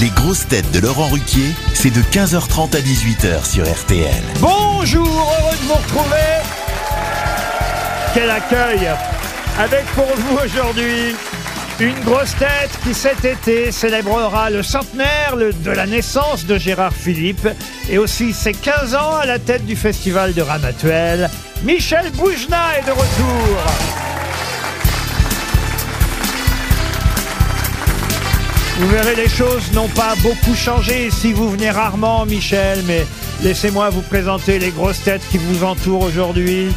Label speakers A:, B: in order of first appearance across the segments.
A: Les grosses têtes de Laurent Ruquier, c'est de 15h30 à 18h sur RTL.
B: Bonjour, heureux de vous retrouver. Quel accueil Avec pour vous aujourd'hui une grosse tête qui cet été célébrera le centenaire le- de la naissance de Gérard Philippe et aussi ses 15 ans à la tête du festival de Ramatuelle. Michel Boujna est de retour. Vous verrez, les choses n'ont pas beaucoup changé si vous venez rarement, Michel, mais laissez-moi vous présenter les grosses têtes qui vous entourent aujourd'hui.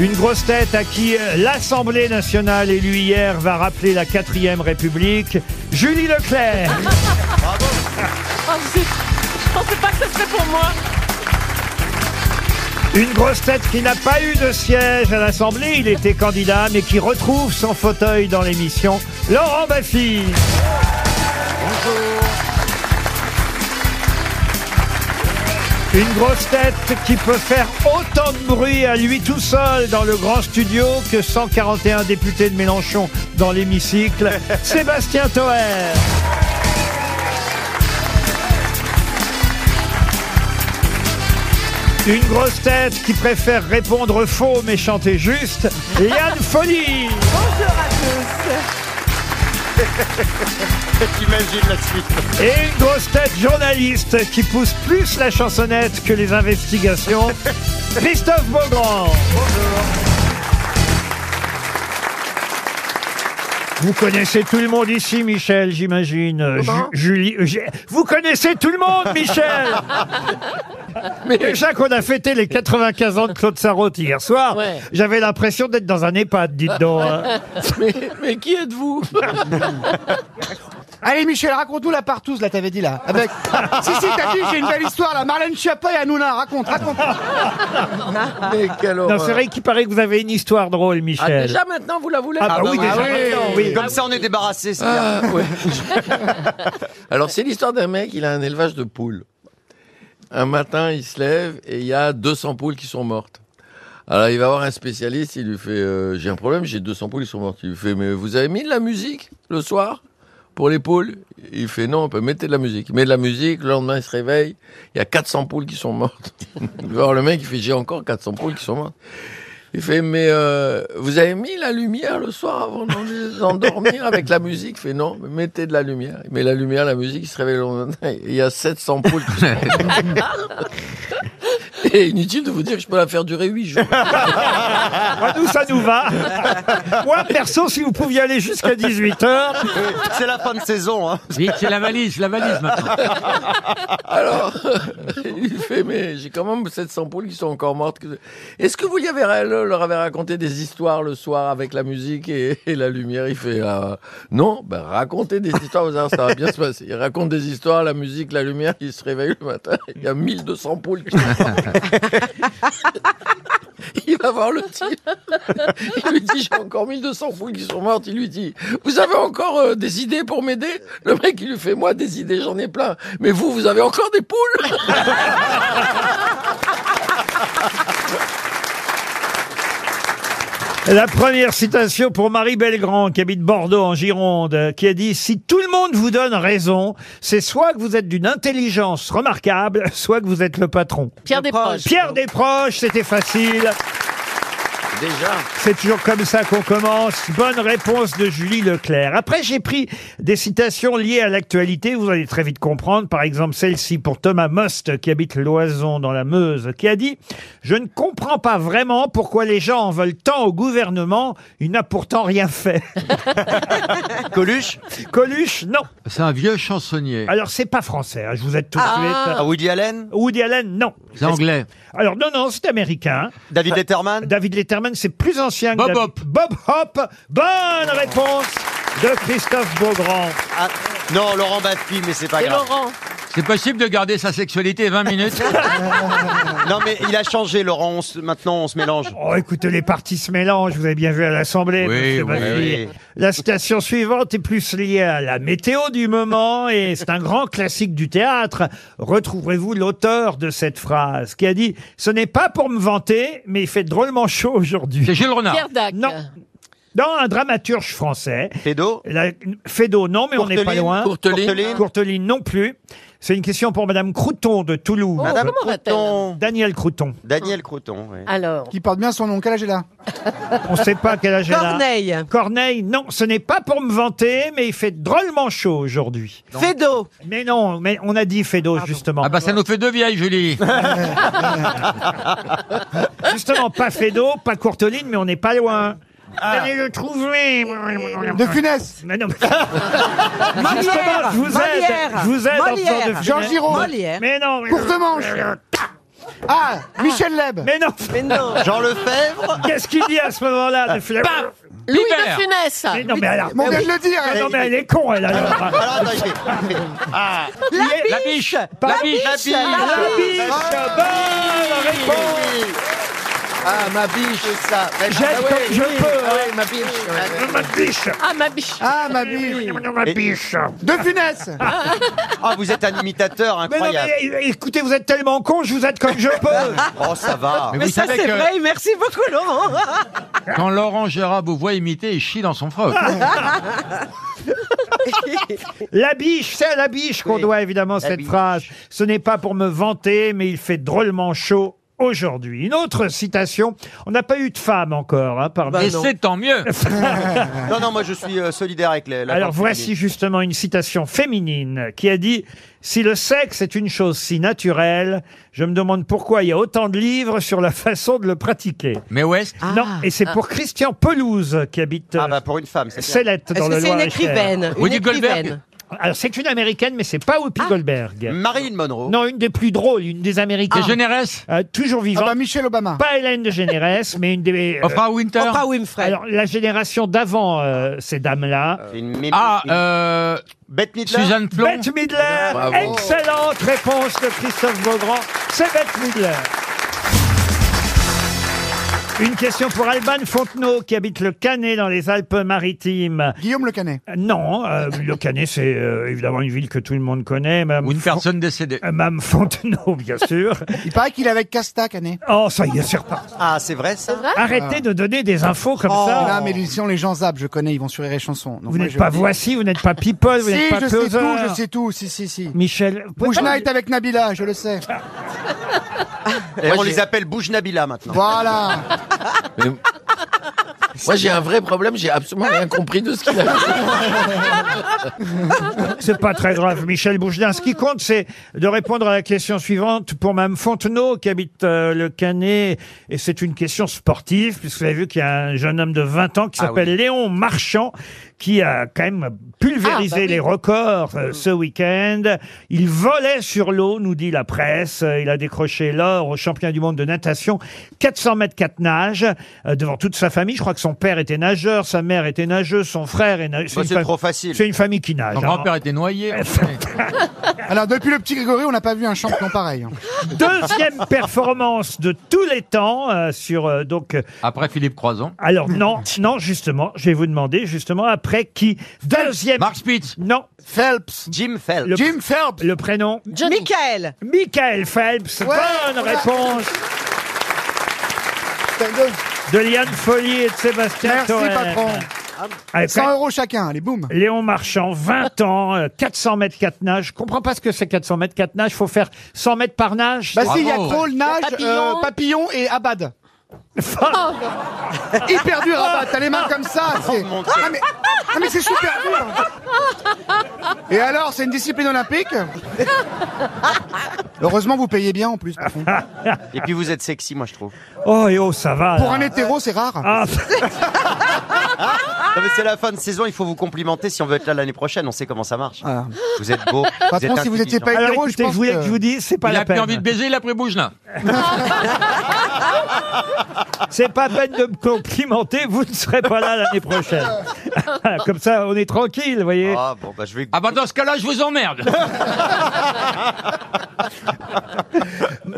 B: Une grosse tête à qui euh, l'Assemblée nationale élue hier va rappeler la 4ème République, Julie Leclerc.
C: Oh, zut. Je pensais pas que ce serait pour moi.
B: Une grosse tête qui n'a pas eu de siège à l'Assemblée, il était candidat, mais qui retrouve son fauteuil dans l'émission, Laurent Baffy. Bonjour. Une grosse tête qui peut faire autant de bruit à lui tout seul dans le grand studio que 141 députés de Mélenchon dans l'hémicycle, Sébastien Toer. Une grosse tête qui préfère répondre faux mais chanter juste, Yann Folie.
C: Bonjour à tous.
D: T'imagines la suite.
B: Et une grosse tête journaliste qui pousse plus la chansonnette que les investigations, Christophe Beaugrand. Vous connaissez tout le monde ici, Michel, j'imagine. Euh, Ju- Julie, euh, j'ai- vous connaissez tout le monde, Michel. Déjà qu'on a fêté les 95 ans de Claude Sarraute hier soir,
C: Ouais.
B: j'avais l'impression d'être dans un EHPAD, dites donc. hein.
C: Mais, mais qui êtes-vous
E: Allez Michel, raconte-nous la partouze, là, t'avais dit, là. Avec... si, si, t'as dit, j'ai une belle histoire, là. Marlène Schiappa et Hanouna, raconte, raconte.
F: Ah,
D: Mais quelle
B: Non,
D: horreur.
B: c'est vrai qu'il paraît que vous avez une histoire drôle, Michel.
C: Déjà maintenant, vous la voulez
B: Ah, bah oui, déjà. maintenant, oui.
G: Comme ça, on est débarrassé. c'est
B: Ah.
G: bien.
D: Alors, c'est l'histoire d'un mec, il a un élevage de poules. Un matin, il se lève et il y a 200 poules qui sont mortes. Alors, il va voir un spécialiste, il lui fait euh, J'ai un problème, j'ai 200 poules qui sont mortes. Il lui fait Mais vous avez mis de la musique le soir pour les poules Il fait Non, on peut mettre de la musique. Il met de la musique, le lendemain, il se réveille, il y a 400 poules qui sont mortes. Il va voir le mec, il fait J'ai encore 400 poules qui sont mortes. Il fait, mais euh, vous avez mis la lumière le soir avant d'en- d'endormir avec la musique Il fait, non, mais mettez de la lumière. Il met la lumière, la musique, il se réveille le lendemain. et Il y a 700 poules. qui sont mortes. Et inutile de vous dire que je peux la faire durer 8 jours.
B: Moi, nous, ça nous va. Moi, perso, si vous pouviez aller jusqu'à 18h,
G: C'est la fin de saison. hein.
H: Vite, c'est la valise, la valise maintenant.
D: Alors, il fait, mais j'ai quand même 700 poules qui sont encore mortes. Est-ce que vous y avez, euh, leur avez raconté des histoires le soir avec la musique et, et la lumière Il fait, euh, non, ben, racontez des histoires, vous allez voir, ça va bien se passer. Il raconte des histoires, la musique, la lumière, il se réveille le matin, il y a 1200 poules qui sont mortes. Il va voir le type. Il lui dit J'ai encore 1200 poules qui sont mortes. Il lui dit Vous avez encore euh, des idées pour m'aider Le mec, il lui fait Moi, des idées, j'en ai plein. Mais vous, vous avez encore des poules
B: la première citation pour Marie Belgrand, qui habite Bordeaux, en Gironde, euh, qui a dit « Si tout le monde vous donne raison, c'est soit que vous êtes d'une intelligence remarquable, soit que vous êtes le patron.
C: Pierre Desproges. »
B: Pierre Desproges, c'était facile.
D: Déjà.
B: C'est toujours comme ça qu'on commence. Bonne réponse de Julie Leclerc. Après, j'ai pris des citations liées à l'actualité. Vous allez très vite comprendre. Par exemple, celle-ci pour Thomas Most, qui habite Loison dans la Meuse, qui a dit « Je ne comprends pas vraiment pourquoi les gens en veulent tant au gouvernement. Il n'a pourtant rien fait.
G: Coluche »
B: Coluche, non.
H: C'est un vieux chansonnier.
B: Alors, c'est pas français. hein, Je vous aide tout de
C: Ah.
G: Ah, Woody Allen
B: suite. Woody Allen, non.
H: C'est anglais.
B: Alors, non, non, c'est américain. Euh,
G: David Letterman
B: David Letterman, c'est plus ancien que
H: Bob
B: David-
H: Hope.
B: Bob Hope. Bonne réponse de Christophe Beaugrand.
G: Ah, Non, Laurent Baffy, mais c'est pas
C: Et
G: grave.
C: Laurent.
H: C'est possible de garder sa sexualité 20 minutes
G: Non, mais il a changé, Laurent. on se- Maintenant, on se mélange.
B: Oh, écoutez, les partis se mélangent. Vous avez bien vu à l'Assemblée,
H: Oui,
B: monsieur
H: oui,
B: Baffi.
G: oui.
B: La citation suivante est plus liée à la météo du moment et c'est un grand classique du théâtre. Retrouverez-vous l'auteur de cette phrase qui a dit « Ce n'est pas pour me vanter, mais il fait drôlement chaud aujourd'hui
H: C'est Gilles Renard.
C: Pierre ». Dac.
B: Non, Non, un dramaturge français.
G: Pédo
B: La- Fédot, non, mais on n'est pas
G: Courteline,
B: loin.
D: Courteline.
B: Courteline non plus. C'est une question pour Madame Crouton de Toulouse.
G: Madame
C: Oh, comment va-t-elle
G: Crouton.
B: Daniel Crouton.
G: Daniel Crouton, oui.
C: Alors,
E: Qui porte bien son nom. Quel âge elle a
B: On ne sait pas quel âge elle a.
I: Corneille.
B: Corneille, non, ce n'est pas pour me vanter, mais il fait drôlement chaud aujourd'hui.
I: Fédo.
B: Mais non, mais on a dit Fédot, justement.
H: Ah bah ça nous fait deux vieilles, Julie.
B: Justement, pas Fédot, pas Courteline, mais on n'est pas loin. Allez le trouver.
E: De Funès.
B: Mais non, mais- Justement, je vous aide.
I: Molière.
B: Je vous aide en
I: Molière.
B: faisant de-
E: Jean Giraud.
I: Molière.
B: Mais non. mais-
E: Courtemanche. Ah, Michel Leb.
B: Mais non.
I: Mais non.
G: Jean Lefebvre
B: Qu'est-ce qu'il dit à ce moment-là de Ah, Fla-
C: Louis
H: Bibert.
C: de Funès.
B: Mais non, mais alors.
E: Mais on vient de le dire.
B: Ah non, mais elle est con, elle, alors.
G: Alors, attends, j'ai- Ah,
H: La biche La biche
G: la biche
B: La biche, bonne réponse.
G: Oui.
D: Ah, ma biche,
G: C'est ça. Mais-
B: J'aide
G: Ah ouais,
B: comme je
G: oui.
B: peux,
G: Ah
B: hein.
G: ouais, ma biche. ouais.
B: Ma biche.
C: Ah, ma biche.
E: Ah, ma vie.
B: Ma biche.
E: De Funès.
G: Ah, vous êtes un imitateur
B: Mais non,
G: incroyable.
B: mais é- écoutez, vous êtes tellement con, je vous aide comme je peux.
G: Oh, ça va.
H: Mais
I: Mais
H: vous
I: ça,
H: savez
I: c'est
H: que
I: vrai. Merci beaucoup, Laurent.
H: quand Laurent Gérard vous voit imiter, il chie dans son froc.
B: Ah, La biche, c'est à la biche qu'on
G: Oui.
B: doit évidemment cette
G: biche.
B: phrase. Ce n'est pas pour me vanter, mais il fait drôlement chaud aujourd'hui. Une autre citation. On n'a pas eu de femme encore, hein, parmi
G: Bah
H: Et c'est tant mieux.
G: Non, non, moi, je suis euh, solidaire avec les. la
B: Alors
G: partie
B: voici
G: féminine.
B: justement une citation féminine qui a dit Si le sexe est une chose si naturelle, je me demande pourquoi il y a autant de livres sur la façon de le pratiquer.
H: Mais West,
B: Non,
I: Ah.
B: et c'est pour Christian Pelouse qui habite
G: Ah, bah, pour une femme, c'est bien.
B: Célette
I: Est-ce
B: dans
I: que
B: le
I: c'est une
B: Loir-et-Cher.
I: écrivaine Une
H: Whoopi Goldberg.
I: écrivaine. Ah.
B: Alors c'est une américaine, mais c'est pas Whoopi Goldberg.
G: Marilyn Monroe.
B: Non, une des plus drôles, une des
H: les
B: américaines.
H: généresses
B: Euh, toujours
E: Ah
B: vivante.
E: bah, Michel Obama.
B: Pas Hélène de Généresse, mais une des. euh,
H: Oprah Winter
I: Oprah Winfrey.
B: alors, la génération d'avant euh, ces dames-là.
G: Une mimi-
H: Ah,
G: une-
H: euh,
G: Bette Midler.
H: Suzanne Plon
B: Bette
H: Ah,
B: Midler,
D: Bravo.
B: excellente réponse de Christophe Beaugrand. C'est Bette Midler. Une question pour Alban Fontenot qui habite le Canet dans les Alpes-Maritimes.
E: Guillaume Le Canet.
B: Euh, Non, euh, le Canet c'est euh, évidemment une ville que tout le monde connaît. Mme Euh,
H: ou une personne décédée.
B: Fontenot, bien sûr.
E: Il paraît qu'il est avec Casta Canet.
B: Oh, ça y est, c'est reparti.
G: Ah, c'est vrai, ça
B: Arrêtez de donner des infos comme
E: Oh,
B: ça.
E: non, mais sinon les gens zappent, je connais, ils vont sur les chansons. Donc,
B: Vous
E: moi,
B: n'êtes
E: je-
B: pas voici, vous n'êtes pas people, vous
E: Si,
B: n'êtes pas
E: je sais
B: Closer.
E: tout, je sais tout, si, si, si.
B: Michel, vous pouvez pas-
E: Boujna est avec Nabila, je le sais.
G: Et on les appelle Boujnabila maintenant.
E: Voilà.
D: Mais- Ah, Moi, j'ai un vrai problème, j'ai absolument rien compris de ce qu'il a dit.
B: Ah, C'est pas très grave, Michel Bougelin. Ce qui compte, c'est de répondre à la question suivante pour Mme Fontenot, qui habite euh, le Canet. Et c'est une question sportive, puisque vous avez vu qu'il y a un jeune homme de 20 ans qui
G: Ah
B: s'appelle Léon Marchand, qui a quand même pulvérisé
I: Ah, bah oui.
B: les records euh, ce week-end. Il volait sur l'eau, nous dit la presse. Euh, Il a décroché l'or au championnat du monde de natation, 400 mètres 4 nages, euh, devant toute sa famille. Je crois que son père était nageur, sa mère était nageuse, son frère est nageur.
G: Bah,
B: une
G: c'est
B: fam-
G: trop facile.
B: C'est une famille qui nage.
H: Mon
B: hein.
H: grand-père était noyé.
E: Alors depuis le petit Grégory, on n'a pas vu un champion pareil. hein.
B: Deuxième performance de tous les temps euh, sur euh, donc euh,
H: Après Philippe Croison.
B: alors non non justement je vais vous demander justement après qui deuxième
H: Mark Spitz.
B: non
E: Phelps.
G: Jim Fell.
B: Le-
E: Jim Phelps.
B: le prénom
I: Michael.
B: Michael Phelps bonne réponse de Liane Folly et de Sébastien
E: Merci
B: Thorel.
E: patron.
B: Allez,
E: 100 euros chacun, allez boum.
B: Léon Marchand, 20 ans, euh, 400 mètres 4 nages. Je comprends pas ce que c'est 400 mètres 4 nages. Faut faire 100 mètres par nage.
E: Bah si, il y a Cole, Nage,
C: Papillon.
E: euh, papillon et Abad. Hyper dur Abad, t'as les mains comme ça. c'est-
G: Ah. mon Dieu.
E: Ah mais, ah, mais c'est super dur. Et alors, c'est une discipline olympique Heureusement, vous payez bien en plus. par contre.
G: Et puis vous êtes sexy, moi je trouve.
B: oh et oh, ça va.
E: Pour
B: Ah, là.
E: un hétéro, c'est rare.
B: Ah,
G: Non, mais c'est la fin de saison, il faut vous complimenter si on veut être là l'année prochaine, on sait comment ça marche.
B: Ah.
E: Voilà.
G: Vous êtes beau.
E: Patron,
G: êtes
E: si vous étiez
G: intelligent.
E: pas hétéro,
B: alors
E: je
B: écoutez, je,
E: pense
B: voulais
E: que-
B: que je vous dise, c'est pas
H: Il
B: la
H: a plus
B: peine.
H: envie de baiser, il a pris Bougelin.
B: C'est pas peine de me complimenter, vous ne serez pas là l'année prochaine. Comme ça, on est tranquille, vous voyez.
G: Ah bon, bah je vais.
H: Ah bah dans ce cas-là, je vous emmerde.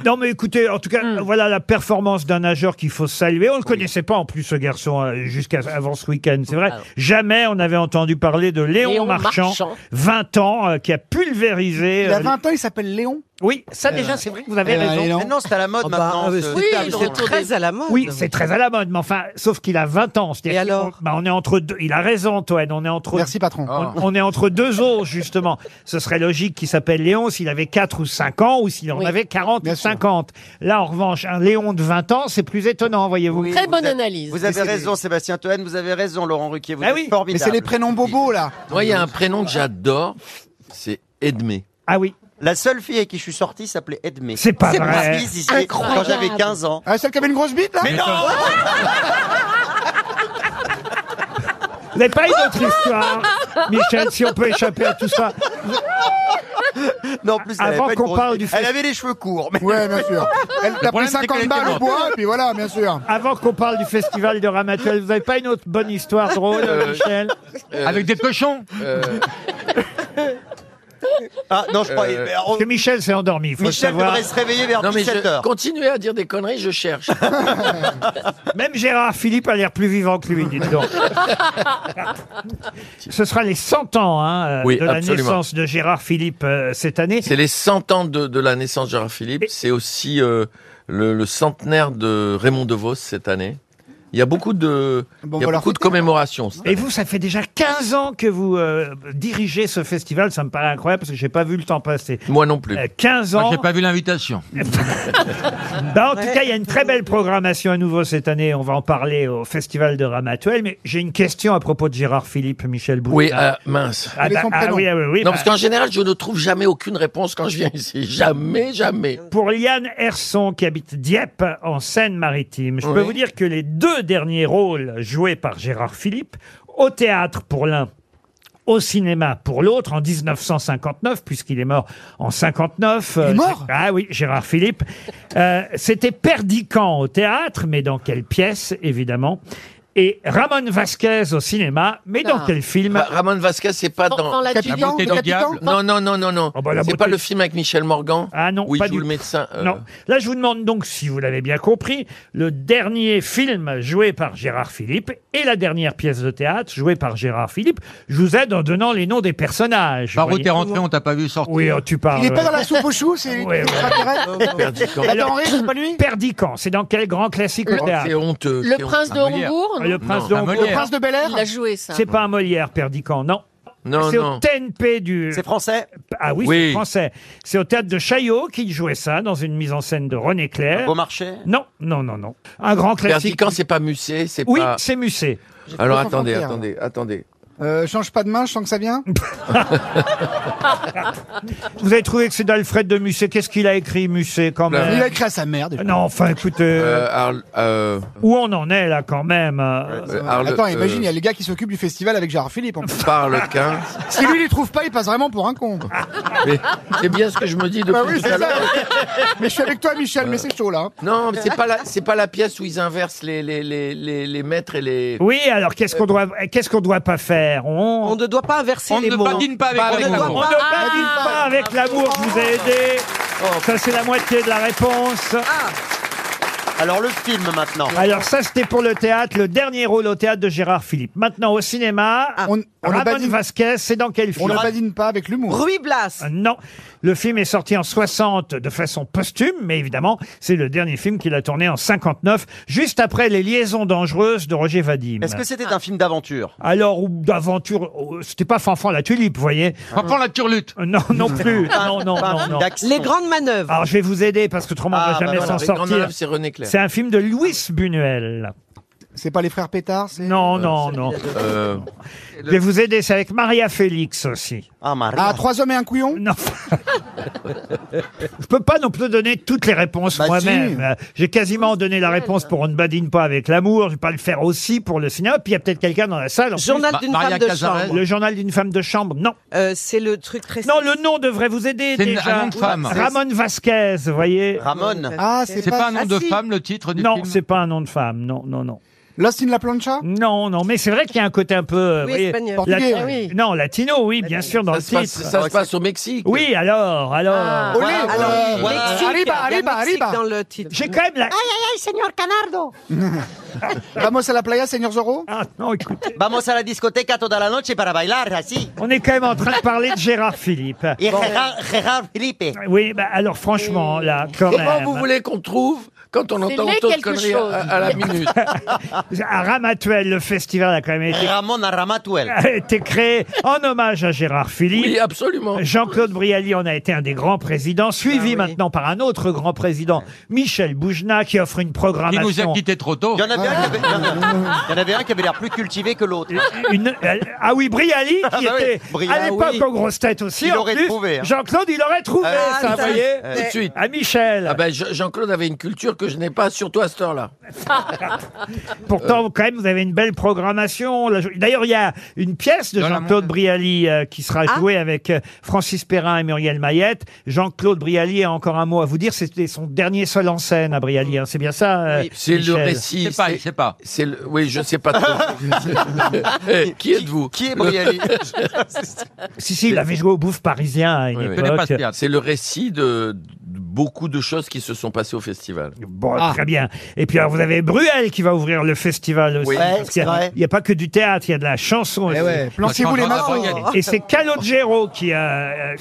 B: Non, mais écoutez, en tout cas,
H: Hmm.
B: voilà la performance d'un nageur qu'il faut saluer. On ne le connaissait pas en plus, ce garçon, euh, jusqu'à avant ce week-end, c'est
G: Ah
B: vrai. Jamais on avait entendu parler de Léon,
C: Léon
B: Marchand,
C: Marchand.
B: 20 ans, euh, qui a pulvérisé.
E: Il a
B: euh,
E: 20 ans, il s'appelle Léon.
B: Oui, ça déjà, c'est vrai que vous avez
E: Eh ben,
B: raison.
E: et non.
G: Mais non, c'est à la mode
I: Oh bah,
G: maintenant.
I: ah, mais
G: ce-
I: oui,
G: ce terme de
I: c'est
G: retour
I: très
G: des-
I: à la mode.
B: Oui, c'est très à la mode, mais enfin, sauf qu'il a 20 ans.
I: Et
B: C'est-à-dire qu'il-
I: alors
B: on- bah, on est entre deux. Il a raison, Toen. On est entre
E: Merci, patron.
D: Ah.
B: On, on est entre deux os, justement. Ce serait logique qu'il s'appelle Léon s'il avait 4 ou 5 ans ou s'il en
C: Oui.
B: avait 40
E: Bien
B: ou
E: sûr.
B: 50. Là, en revanche, un Léon de 20 ans, c'est plus étonnant, voyez-vous.
G: Oui,
C: Très
G: vous
C: bonne
G: avez-
C: analyse.
G: Vous
C: Mais
G: avez raison, Sébastien Toen, vous avez raison, Laurent Ruquier. Vous
B: Ah
G: êtes
B: oui.
E: Mais
G: formidable.
E: c'est les prénoms bobos, là.
D: Moi, il y a un prénom que j'adore, c'est Edmé.
B: Ah oui,
G: La seule fille avec qui je suis sorti s'appelait Edmé.
B: c'est pas
C: C'est
B: vrai.
G: Si, si, si, Quand
C: Incroyable.
G: j'avais 15 ans.
E: Ah, celle qui avait une grosse bite, là Ah,
G: Mais non
B: Vous n'avez pas une autre histoire, Michel, si on peut échapper à tout ça.
G: Non, en plus, elle
B: Avant
G: avait pas une
B: qu'on
G: grosse-
B: parle du fait-
G: Elle avait les cheveux courts. mais-
E: Ouais, bien sûr. Elle a pris
H: problème, c'est qu'elle
E: 50
H: était
E: balles au
H: morte.
E: bois, et puis voilà, bien sûr.
B: Avant qu'on parle du festival de Ramatel, vous n'avez pas une autre bonne histoire drôle,
D: Euh,
B: Michel
D: Euh,
H: Avec des cochons
D: euh,
G: Ah non, je croyais.
D: Euh,
G: mais on-
B: Parce que Michel s'est endormi, il faut
G: Michel
B: le savoir.
G: devrait se réveiller vers
D: non, mais
G: 17
D: je,
G: h
D: continuez à dire des conneries, je cherche.
B: Même Gérard Philippe a l'air plus vivant que lui, dites donc. Ce sera les 100 ans hein, euh,
D: Oui,
B: de la
D: absolument.
B: naissance de Gérard Philippe euh, cette année.
D: C'est les 100 ans de, de la naissance de Gérard Philippe. C'est aussi euh, le, le centenaire de Raymond DeVos cette année. Il y a beaucoup de,
E: Bon,
D: il y
E: on
D: a
E: va leur
D: beaucoup de
E: fêter.
D: commémorations. cette
B: Et
D: année.
B: vous, ça fait déjà 15 ans que vous euh, dirigez ce festival. Ça me paraît incroyable parce que j'ai pas vu le temps passer.
D: Moi non plus.
B: Euh, 15
H: Moi,
B: ans.
H: j'ai pas vu l'invitation.
B: Bah, en
I: Ouais.
B: tout cas, il y a une très belle programmation à nouveau cette année. On va en parler au Festival de Ramatuelle. Mais j'ai une question à propos de Gérard Philippe, Michel Boutin.
D: Oui, euh, mince.
B: Ah,
E: Quel est
B: bah,
E: son
B: ah
E: prénom
B: oui, ah oui, oui,
D: Non,
B: bah,
D: parce qu'en général, je ne trouve jamais aucune réponse quand je viens ici. Jamais, jamais.
B: Pour Liane Herson, qui habite Dieppe, en Seine-Maritime, je peux
D: Oui.
B: vous dire que les deux derniers rôles joués par Gérard Philippe, au théâtre pour l'un, au cinéma pour l'autre, en 1959, puisqu'il est mort en 59. euh,
E: mort
B: Ah oui, Gérard Philippe. Euh, C'était Perdican au théâtre, mais dans quelle pièce, évidemment et Ramon Vasquez au cinéma, mais dans
C: Ah.
B: quel film
D: Ra- Ramon Vasquez, c'est pas
C: Dans, dans
D: dans.
C: la
E: Capitan,
H: beauté du
E: Capitan
H: diable.
D: Non, non, non, non, non.
B: Oh, bah, la
D: c'est
B: beauté-
D: pas le film avec Michel Morgan.
B: Ah non,
D: où il
B: pas
D: joue
B: du-
D: le médecin. euh,
B: Non. Là, je vous demande donc, si vous l'avez bien compris, le dernier film joué par Gérard Philippe et la dernière pièce de théâtre jouée par Gérard Philippe. Je vous aide en donnant les noms des personnages.
H: Par où
B: voyez.
H: t'es rentré, on t'a pas vu sortir.
B: Oui, oh, tu parles.
E: Il est pas dans la soupe aux choux, c'est
B: Ouais, ouais.
E: extraterrestre.
D: Perdican.
E: La denrée, c'est pas lui
B: Perdican, c'est dans quel grand classique au
D: Oh,
B: théâtre
D: C'est honteux.
C: Le
D: c'est
C: prince de
H: Ah, Molière.
C: Hambourg,
B: Le prince
H: Non,
B: de
H: à
B: Hambourg.
E: Le prince de Bel Air
C: il a joué ça.
B: C'est pas un Molière, Perdican, non.
D: Non,
B: c'est au
D: non.
B: TNP du.
G: C'est français
B: Ah oui,
D: Oui.
B: c'est français. C'est au théâtre de Chaillot qu'il jouait ça dans une mise en scène de René Clair.
G: Beaumarchais
B: Non, non, non, non. Un grand classique.
D: Perdican, c'est pas Musset, c'est
B: Oui,
D: pas.
B: c'est Musset.
D: Alors
E: J'ai trop
D: attendez, hein.
E: frontière,
D: attendez, attendez.
E: Euh, Change pas de main, je sens que ça vient.
B: Vous avez trouvé que c'est d'Alfred de Musset. Qu'est-ce qu'il a écrit, Musset, quand
D: Plein.
B: même
E: Il a écrit à sa mère, déjà.
B: Non, enfin, écoutez,
D: Euh, Arl- euh,
B: où on en est là quand même euh,
D: euh, Arle-
E: Attends, imagine, il y a
D: euh,
E: les gars qui s'occupent du festival avec Gérard Philippe. en plus.
D: Parlequin.
E: si lui, il les trouve pas, il passe vraiment pour un con.
D: Mais C'est bien ce que je me dis depuis
E: Bah oui,
D: tout
E: c'est
D: à
E: ça.
D: l'heure.
E: Mais je suis avec toi, Michel, mais c'est chaud, là.
D: Non, mais c'est pas la, c'est pas la pièce où ils inversent les les les les, les maîtres et les.
B: Oui, alors qu'est-ce qu'on doit, qu'est-ce qu'on doit pas faire On,
I: On ne doit pas inverser
H: On
I: les
H: ne
I: mots. Bah,
H: badine pas avec
I: On
H: avec
I: ne doit
H: l'amour.
B: On ne
I: pas-
B: badine
I: Ah,
B: pas avec l'amour. Je vous ai aidé.
I: Oh.
B: Ça c'est la moitié de la réponse.
I: Ah.
G: Alors le film maintenant.
B: Alors ça c'était pour le théâtre, le dernier rôle au théâtre de Gérard Philippe. Maintenant au cinéma,
I: Ah.
E: On, on ne
B: Ramon
E: badine,
B: Vasquez, c'est dans quel
E: on
B: film
E: ne badine pas avec l'humour.
I: Ruy Blas.
B: Euh, Non, le film est sorti en 60 de façon posthume, mais évidemment, c'est le dernier film qu'il a tourné en 59, juste après Les Liaisons dangereuses de Roger Vadim.
G: Est-ce que c'était un film d'aventure
B: Alors, ou d'aventure, euh, c'était pas Fanfan la tulipe, vous voyez
H: Prends la turlute.
B: Euh, Non, non plus.
G: Pas un-
B: Non, non,
G: pas un
B: non,
G: film
B: non.
G: d'action
I: Les grandes manœuvres.
B: Alors, je vais vous aider parce que autrement, on
G: Ah,
B: va
G: bah
B: jamais s'en
G: voilà,
D: Les grandes
B: sortir.
D: œuvres, c'est René Clair.
B: C'est un film de Louis Buñuel.
E: C'est pas les frères Pétard, c'est...
B: Non, non, non.
D: Euh,
B: Je vais vous aider, c'est avec Maria Félix aussi.
G: Ah, Marie.
E: Ah, trois hommes et un couillon
B: Non. Je peux pas non plus donner toutes les réponses
E: Bah,
B: moi-même.
E: si.
B: Euh, J'ai quasiment donné la réponse pour On ne badine pas avec l'amour. Je vais pas le faire aussi pour le cinéma. Puis il y a peut-être quelqu'un dans la salle. en plus.
I: Journal
H: Ma-
I: d'une
H: Maria
I: femme de
H: Cazares.
I: chambre.
B: Le journal d'une femme de chambre. Non.
I: Euh, c'est le truc très.
B: Non, le nom devrait vous aider
H: C'est une-
B: déjà.
H: un nom de femme.
B: Ramon Vasquez, vous voyez.
G: Ramon.
E: Ah, c'est
H: C'est
E: pas...
H: pas un nom
I: Ah,
H: de
I: si.
H: femme, le titre du
B: Non,
H: film
B: c'est pas un nom de femme. Non, non, non.
E: Lost in la plancha
B: Non, non, mais c'est vrai qu'il y a un côté un peu. euh,
I: Oui,
B: vous voyez,
I: espagnol.
E: Portugais,
B: lat-
E: Ah
I: oui.
B: Non, latino, oui, bien sûr, dans
D: Ça
B: le
D: se passe,
B: titre.
D: ça se passe au Mexique.
B: Oui, alors, alors.
C: Ah.
E: Olé
I: Alors,
E: euh,
I: Mexique,
E: Arriba,
I: il y a
E: arriba,
I: Mexique
E: arriba
I: dans le titre.
B: J'ai quand même la.
E: Vamos à la playa, Seigneur Zorro
B: Ah, non, écoutez.
G: Vamos a la discoteca toda la noche para bailar así.
B: On est quand même en train de parler de Gérard Philippe.
G: Et Gérard, Gérard Philippe.
B: Oui, bah, alors franchement, là, quand
D: Comment
B: même.
D: vous voulez qu'on trouve quand on entend
C: laid
D: autant de
C: quelque
D: conneries à,
C: chose.
D: à la minute
B: À Ramatuelle, le festival a quand même été,
G: Ramon Aramatuel.
B: a été créé en hommage à Gérard Philippe.
D: Oui, absolument.
B: Jean-Claude Brialy en a été un des grands présidents, suivi
I: Ah oui.
B: maintenant par un autre grand président, Michel Boujna, qui offre une
H: Il
B: programmation.
H: nous a quittés trop tôt.
G: Il y en avait un qui avait- il y en a- il y en avait un qui avait l'air plus cultivé que l'autre.
B: Ah. Une- euh, ah oui, Brialy,
G: Ah
B: qui
G: bah oui,
B: était à
G: Brialy.
B: l'époque
G: Ah oui.
B: aux grosses têtes aussi.
G: Il
B: en
G: aurait
B: plus.
G: trouvé, hein.
B: Jean-Claude, il aurait trouvé,
G: Ah,
B: ça,
I: ça,
B: vous voyez
D: Tout de suite.
B: À Michel.
D: Ah ben, Je- Jean-Claude avait une culture que je n'ai pas, surtout à cette heure-là.
B: Pourtant, vous- quand même, vous avez une belle programmation. La jo- D'ailleurs, il y a une pièce de
H: Dans la
B: Jean-Claude
H: montagne.
B: Brialy euh, qui sera jouée avec euh, Francis Perrin et Muriel Mayette. Jean-Claude Brialy a encore un mot à vous dire. C'était son dernier seul en scène à Brialy. hein. C'est bien ça euh,
D: C'est le
B: Michel
H: Je
D: récit.
H: sais pas, je
D: c'est-
H: sais pas.
D: c'est le... Oui, je sais pas trop. Eh, qui êtes-vous
G: Qui est Brialy
B: Si, si, il avait joué au Bouffe Parisien à une
D: Oui, oui.
H: Je connais pas
B: époque.
H: ce théâtre.
D: C'est le récit de de beaucoup de choses qui se sont passées au festival.
B: Bon,
D: Ah.
H: Ah.
B: très bien. Et puis, alors, vous avez Bruel qui va ouvrir le festival aussi.
D: Oui.
G: Ouais,
B: parce
G: c'est
B: qu'il y a-
G: vrai.
B: il n'y a pas que du théâtre, il y a de la chanson aussi.
E: Lancez-vous les
H: Jean-Claude
E: mains
H: Brialy.
B: Et c'est Calogero qui a... euh,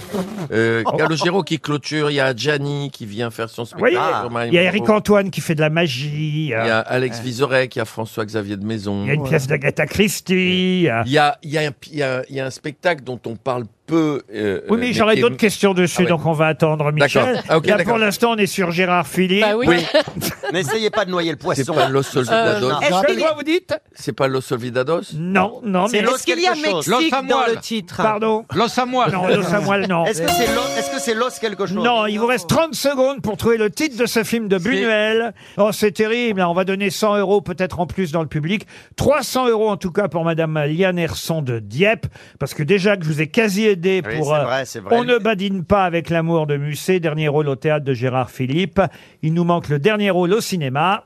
D: Euh, Calogero qui clôture, il y a Gianni qui vient faire son
B: vous voyez,
D: spectacle. Ah, Romain
B: il y a Eric
D: Monroe.
B: Antoine qui fait de la magie. euh,
D: Il y a Alex Vizorek, il y a François-Xavier de Maison.
B: Il y a une pièce d'Agatha Christie. euh.
D: Il y a, il y a un- il y a- il y a un spectacle dont on parle peu. euh,
B: Oui, mais
D: euh,
B: j'aurais
D: qui est-
B: d'autres questions dessus,
D: Ah ouais.
B: donc on va attendre Michel.
D: D'accord. Ah, ok,
B: Là,
D: d'accord.
B: pour l'instant, on est sur Gérard Philippe.
C: Bah oui.
D: Oui,
G: N'essayez pas de noyer le
D: c'est
G: poisson. Euh,
D: pas Los Soldados.
I: Est-ce
B: Que
I: qu'il y a,
B: quoi vous dites
D: C'est pas Los Soldados
B: Non, non, mais...
G: C'est l'autre
I: est-ce qu'il y a
G: quelque
I: Mexique
G: chose.
H: L'autre à
I: dans
H: moi,
I: le
H: là.
I: titre
B: Pardon
H: Los à moi.
B: Ah Non, le Samuel, non.
G: Est-ce que c'est l'os- est-ce que c'est l'os quelque chose
B: Non, il vous reste 30 secondes pour trouver le titre de ce film de Buñuel. Oh, c'est terrible. là, On va donner 100 euros peut-être en plus dans le public. 300 euros en tout cas pour Madame Liane Herson de Dieppe. Parce que déjà que je vous ai quasi aidé
G: Oui,
B: pour
G: c'est
B: euh,
G: vrai, c'est vrai.
B: On ne badine pas avec l'amour de Musset, dernier rôle au théâtre de Gérard Philippe. Il nous manque le dernier rôle au cinéma.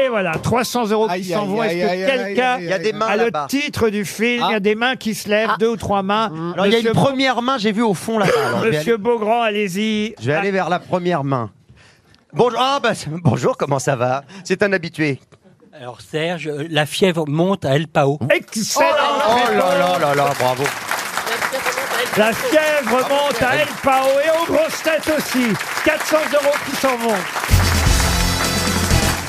B: Et voilà, 300 euros qui
E: Aïe,
B: s'en
E: aïe,
B: vont.
E: aïe,
B: Est-ce
E: aïe, aïe,
B: que quelqu'un
E: aïe,
G: Il y a des mains
B: a le
G: là-bas. Ah.
B: titre du film Il y a des mains qui se lèvent, deux ou trois mains.
G: Alors il y a
B: Monsieur
G: une première main, j'ai vu au fond là-bas. Alors, je vais
B: Monsieur
G: aller-
B: Beaugrand, allez-y.
G: Je vais aller vers la première main. Bonjour, ah, bah, bonjour, comment ça va C'est un habitué.
J: Alors Serge, euh, la fièvre monte à El Pao.
B: Excellent
G: Oh là là là là, bravo.
B: La fièvre monte à El Pao et aux grosses têtes aussi. 400 euros qui s'en vont.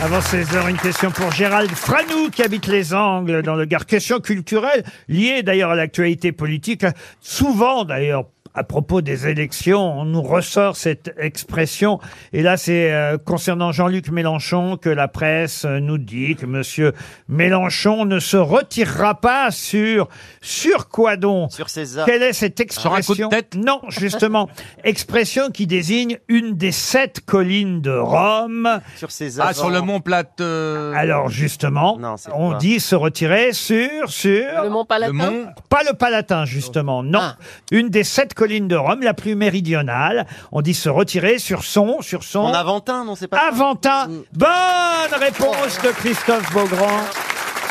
B: Avant 16h, une question pour Gérald Franou qui habite les Angles dans le Gard. Question culturelle liée d'ailleurs à l'actualité politique. Souvent d'ailleurs, à propos des élections, on nous ressort cette expression. Et là, c'est euh, concernant Jean-Luc Mélenchon que la presse euh, nous dit que Monsieur Mélenchon ne se retirera pas sur sur quoi donc
G: Sur ses armes.
B: quelle est cette expression
H: Sur un coup de tête
B: Non, justement. expression qui désigne une des sept collines de Rome.
G: Sur ses
H: Ah,
G: avants.
H: sur le Mont Plate. euh,
B: Alors, justement,
G: Non, c'est
B: on
G: quoi
B: dit se retirer sur, sur...
C: Le Mont
H: Le
C: Palatin.
H: Mont.
B: Pas le Palatin, justement, non. Une des sept collines de Rome, la plus méridionale. On dit se retirer sur son, sur son...
G: En aventin, non, c'est pas.
B: Aventin. Bonne réponse de Christophe Beaugrand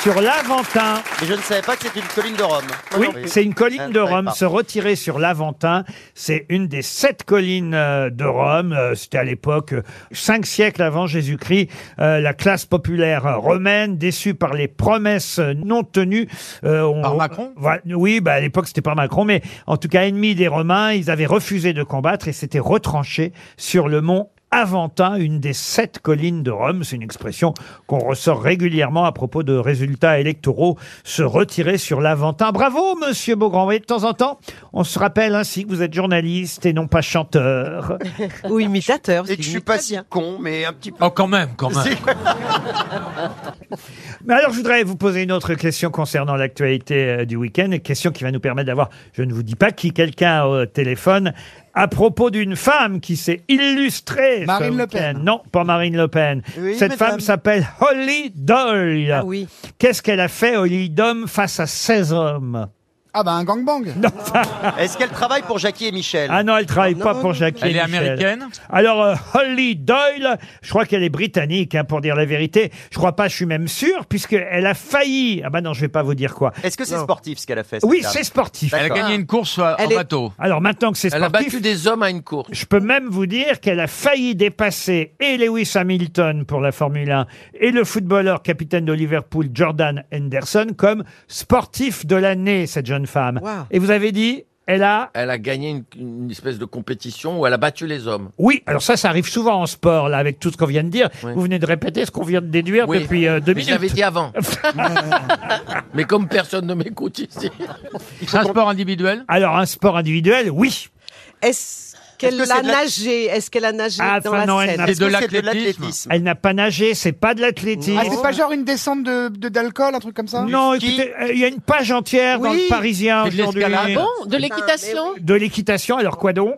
B: sur l'Aventin.
G: Mais je ne savais pas que c'était une colline de Rome.
B: Oui, c'est une
G: Ah,
B: colline de
G: je savais
B: Rome.
G: pas.
B: Se retirer sur l'Aventin, c'est une des sept collines euh, de Rome. Euh, C'était à l'époque, euh, cinq siècles avant Jésus-Christ, euh, la classe populaire euh, romaine, déçue par les promesses euh, non tenues. euh, on-
H: Par Macron
B: Voilà. Oui, bah, à l'époque, c'était par Macron, mais en tout cas, ennemis des Romains, ils avaient refusé de combattre et s'étaient retranchés sur le mont Aventin, une des sept collines de Rome. C'est une expression qu'on ressort régulièrement à propos de résultats électoraux, se retirer sur l'Aventin. Bravo, monsieur Beaugrand. Vous voyez, de temps en temps, on se rappelle ainsi que vous êtes journaliste et non pas chanteur.
I: Ou imitateur.
G: Et que je suis pas si con, mais un petit peu.
H: Oh, quand même, quand même.
B: Mais alors, je voudrais vous poser une autre question concernant l'actualité euh, du week-end, une question qui va nous permettre d'avoir, je ne vous dis pas qui, quelqu'un au téléphone, à propos d'une femme qui s'est illustrée. ce
E: Marine Le
B: week-end.
E: Pen.
B: Non, pas Marine Le Pen.
G: Oui,
B: Cette
G: madame.
B: femme s'appelle Holly Doyle.
I: oui.
B: Qu'est-ce qu'elle a fait, Holly Doyle, face à 16 hommes
E: Ah bah un gangbang.
G: Est-ce qu'elle travaille pour Jackie et Michel
B: Ah non, elle travaille
G: Oh
B: pas pour Jackie.
H: Elle
B: et
H: est
B: Michel.
H: américaine
B: Alors, euh, Holly Doyle, je crois qu'elle est britannique, hein, pour dire la vérité. Je crois pas, je suis même sûr, puisqu'elle a failli. Ah bah non, je vais pas vous dire quoi.
G: Est-ce que c'est
B: Non.
G: sportif ce qu'elle a fait cette
B: Oui,
G: dame
B: c'est sportif.
H: Elle a gagné une course euh, en
I: Elle est-
H: bateau.
B: Alors maintenant que c'est
D: Elle a
B: sportif,
D: battu des hommes à une course.
B: je peux même vous dire qu'elle a failli dépasser et Lewis Hamilton pour la Formule 1 et le footballeur capitaine de Liverpool Jordan Henderson comme sportif de l'année, cette jeune femme.
I: Wow.
B: Et vous avez dit, elle a...
D: Elle a gagné une, une espèce de compétition où elle a battu les hommes.
B: Oui, alors ça, ça arrive souvent en sport, là, avec tout ce qu'on vient de dire.
D: Oui.
B: Vous venez de répéter ce qu'on vient de déduire
D: Oui.
B: depuis euh, deux
D: Mais
B: minutes.
D: j'avais dit avant. Mais comme personne ne m'écoute ici.
H: C'est un sport individuel
B: Alors, un sport individuel, oui.
I: Est-ce qu'elle
G: Est-ce que
I: a
G: c'est de la-
I: nagé Est-ce qu'elle a nagé
B: Ah,
I: dans
B: enfin,
I: la
B: non, elle
I: Seine
B: n'a-
H: C'est
G: Est-ce
H: de
G: que c'est de
H: l'athlétisme.
G: l'athlétisme
B: Elle n'a pas nagé, c'est pas de l'athlétisme.
E: Ah, c'est pas genre une descente de de- d'alcool, un truc comme ça
B: Non,
G: ski.
B: écoutez, euh, il y a une page entière dans
I: Oui.
B: le Parisien
H: C'est de
B: aujourd'hui.
H: l'escalade.
I: Ah
C: Bon, de l'équitation
B: De l'équitation, alors quoi donc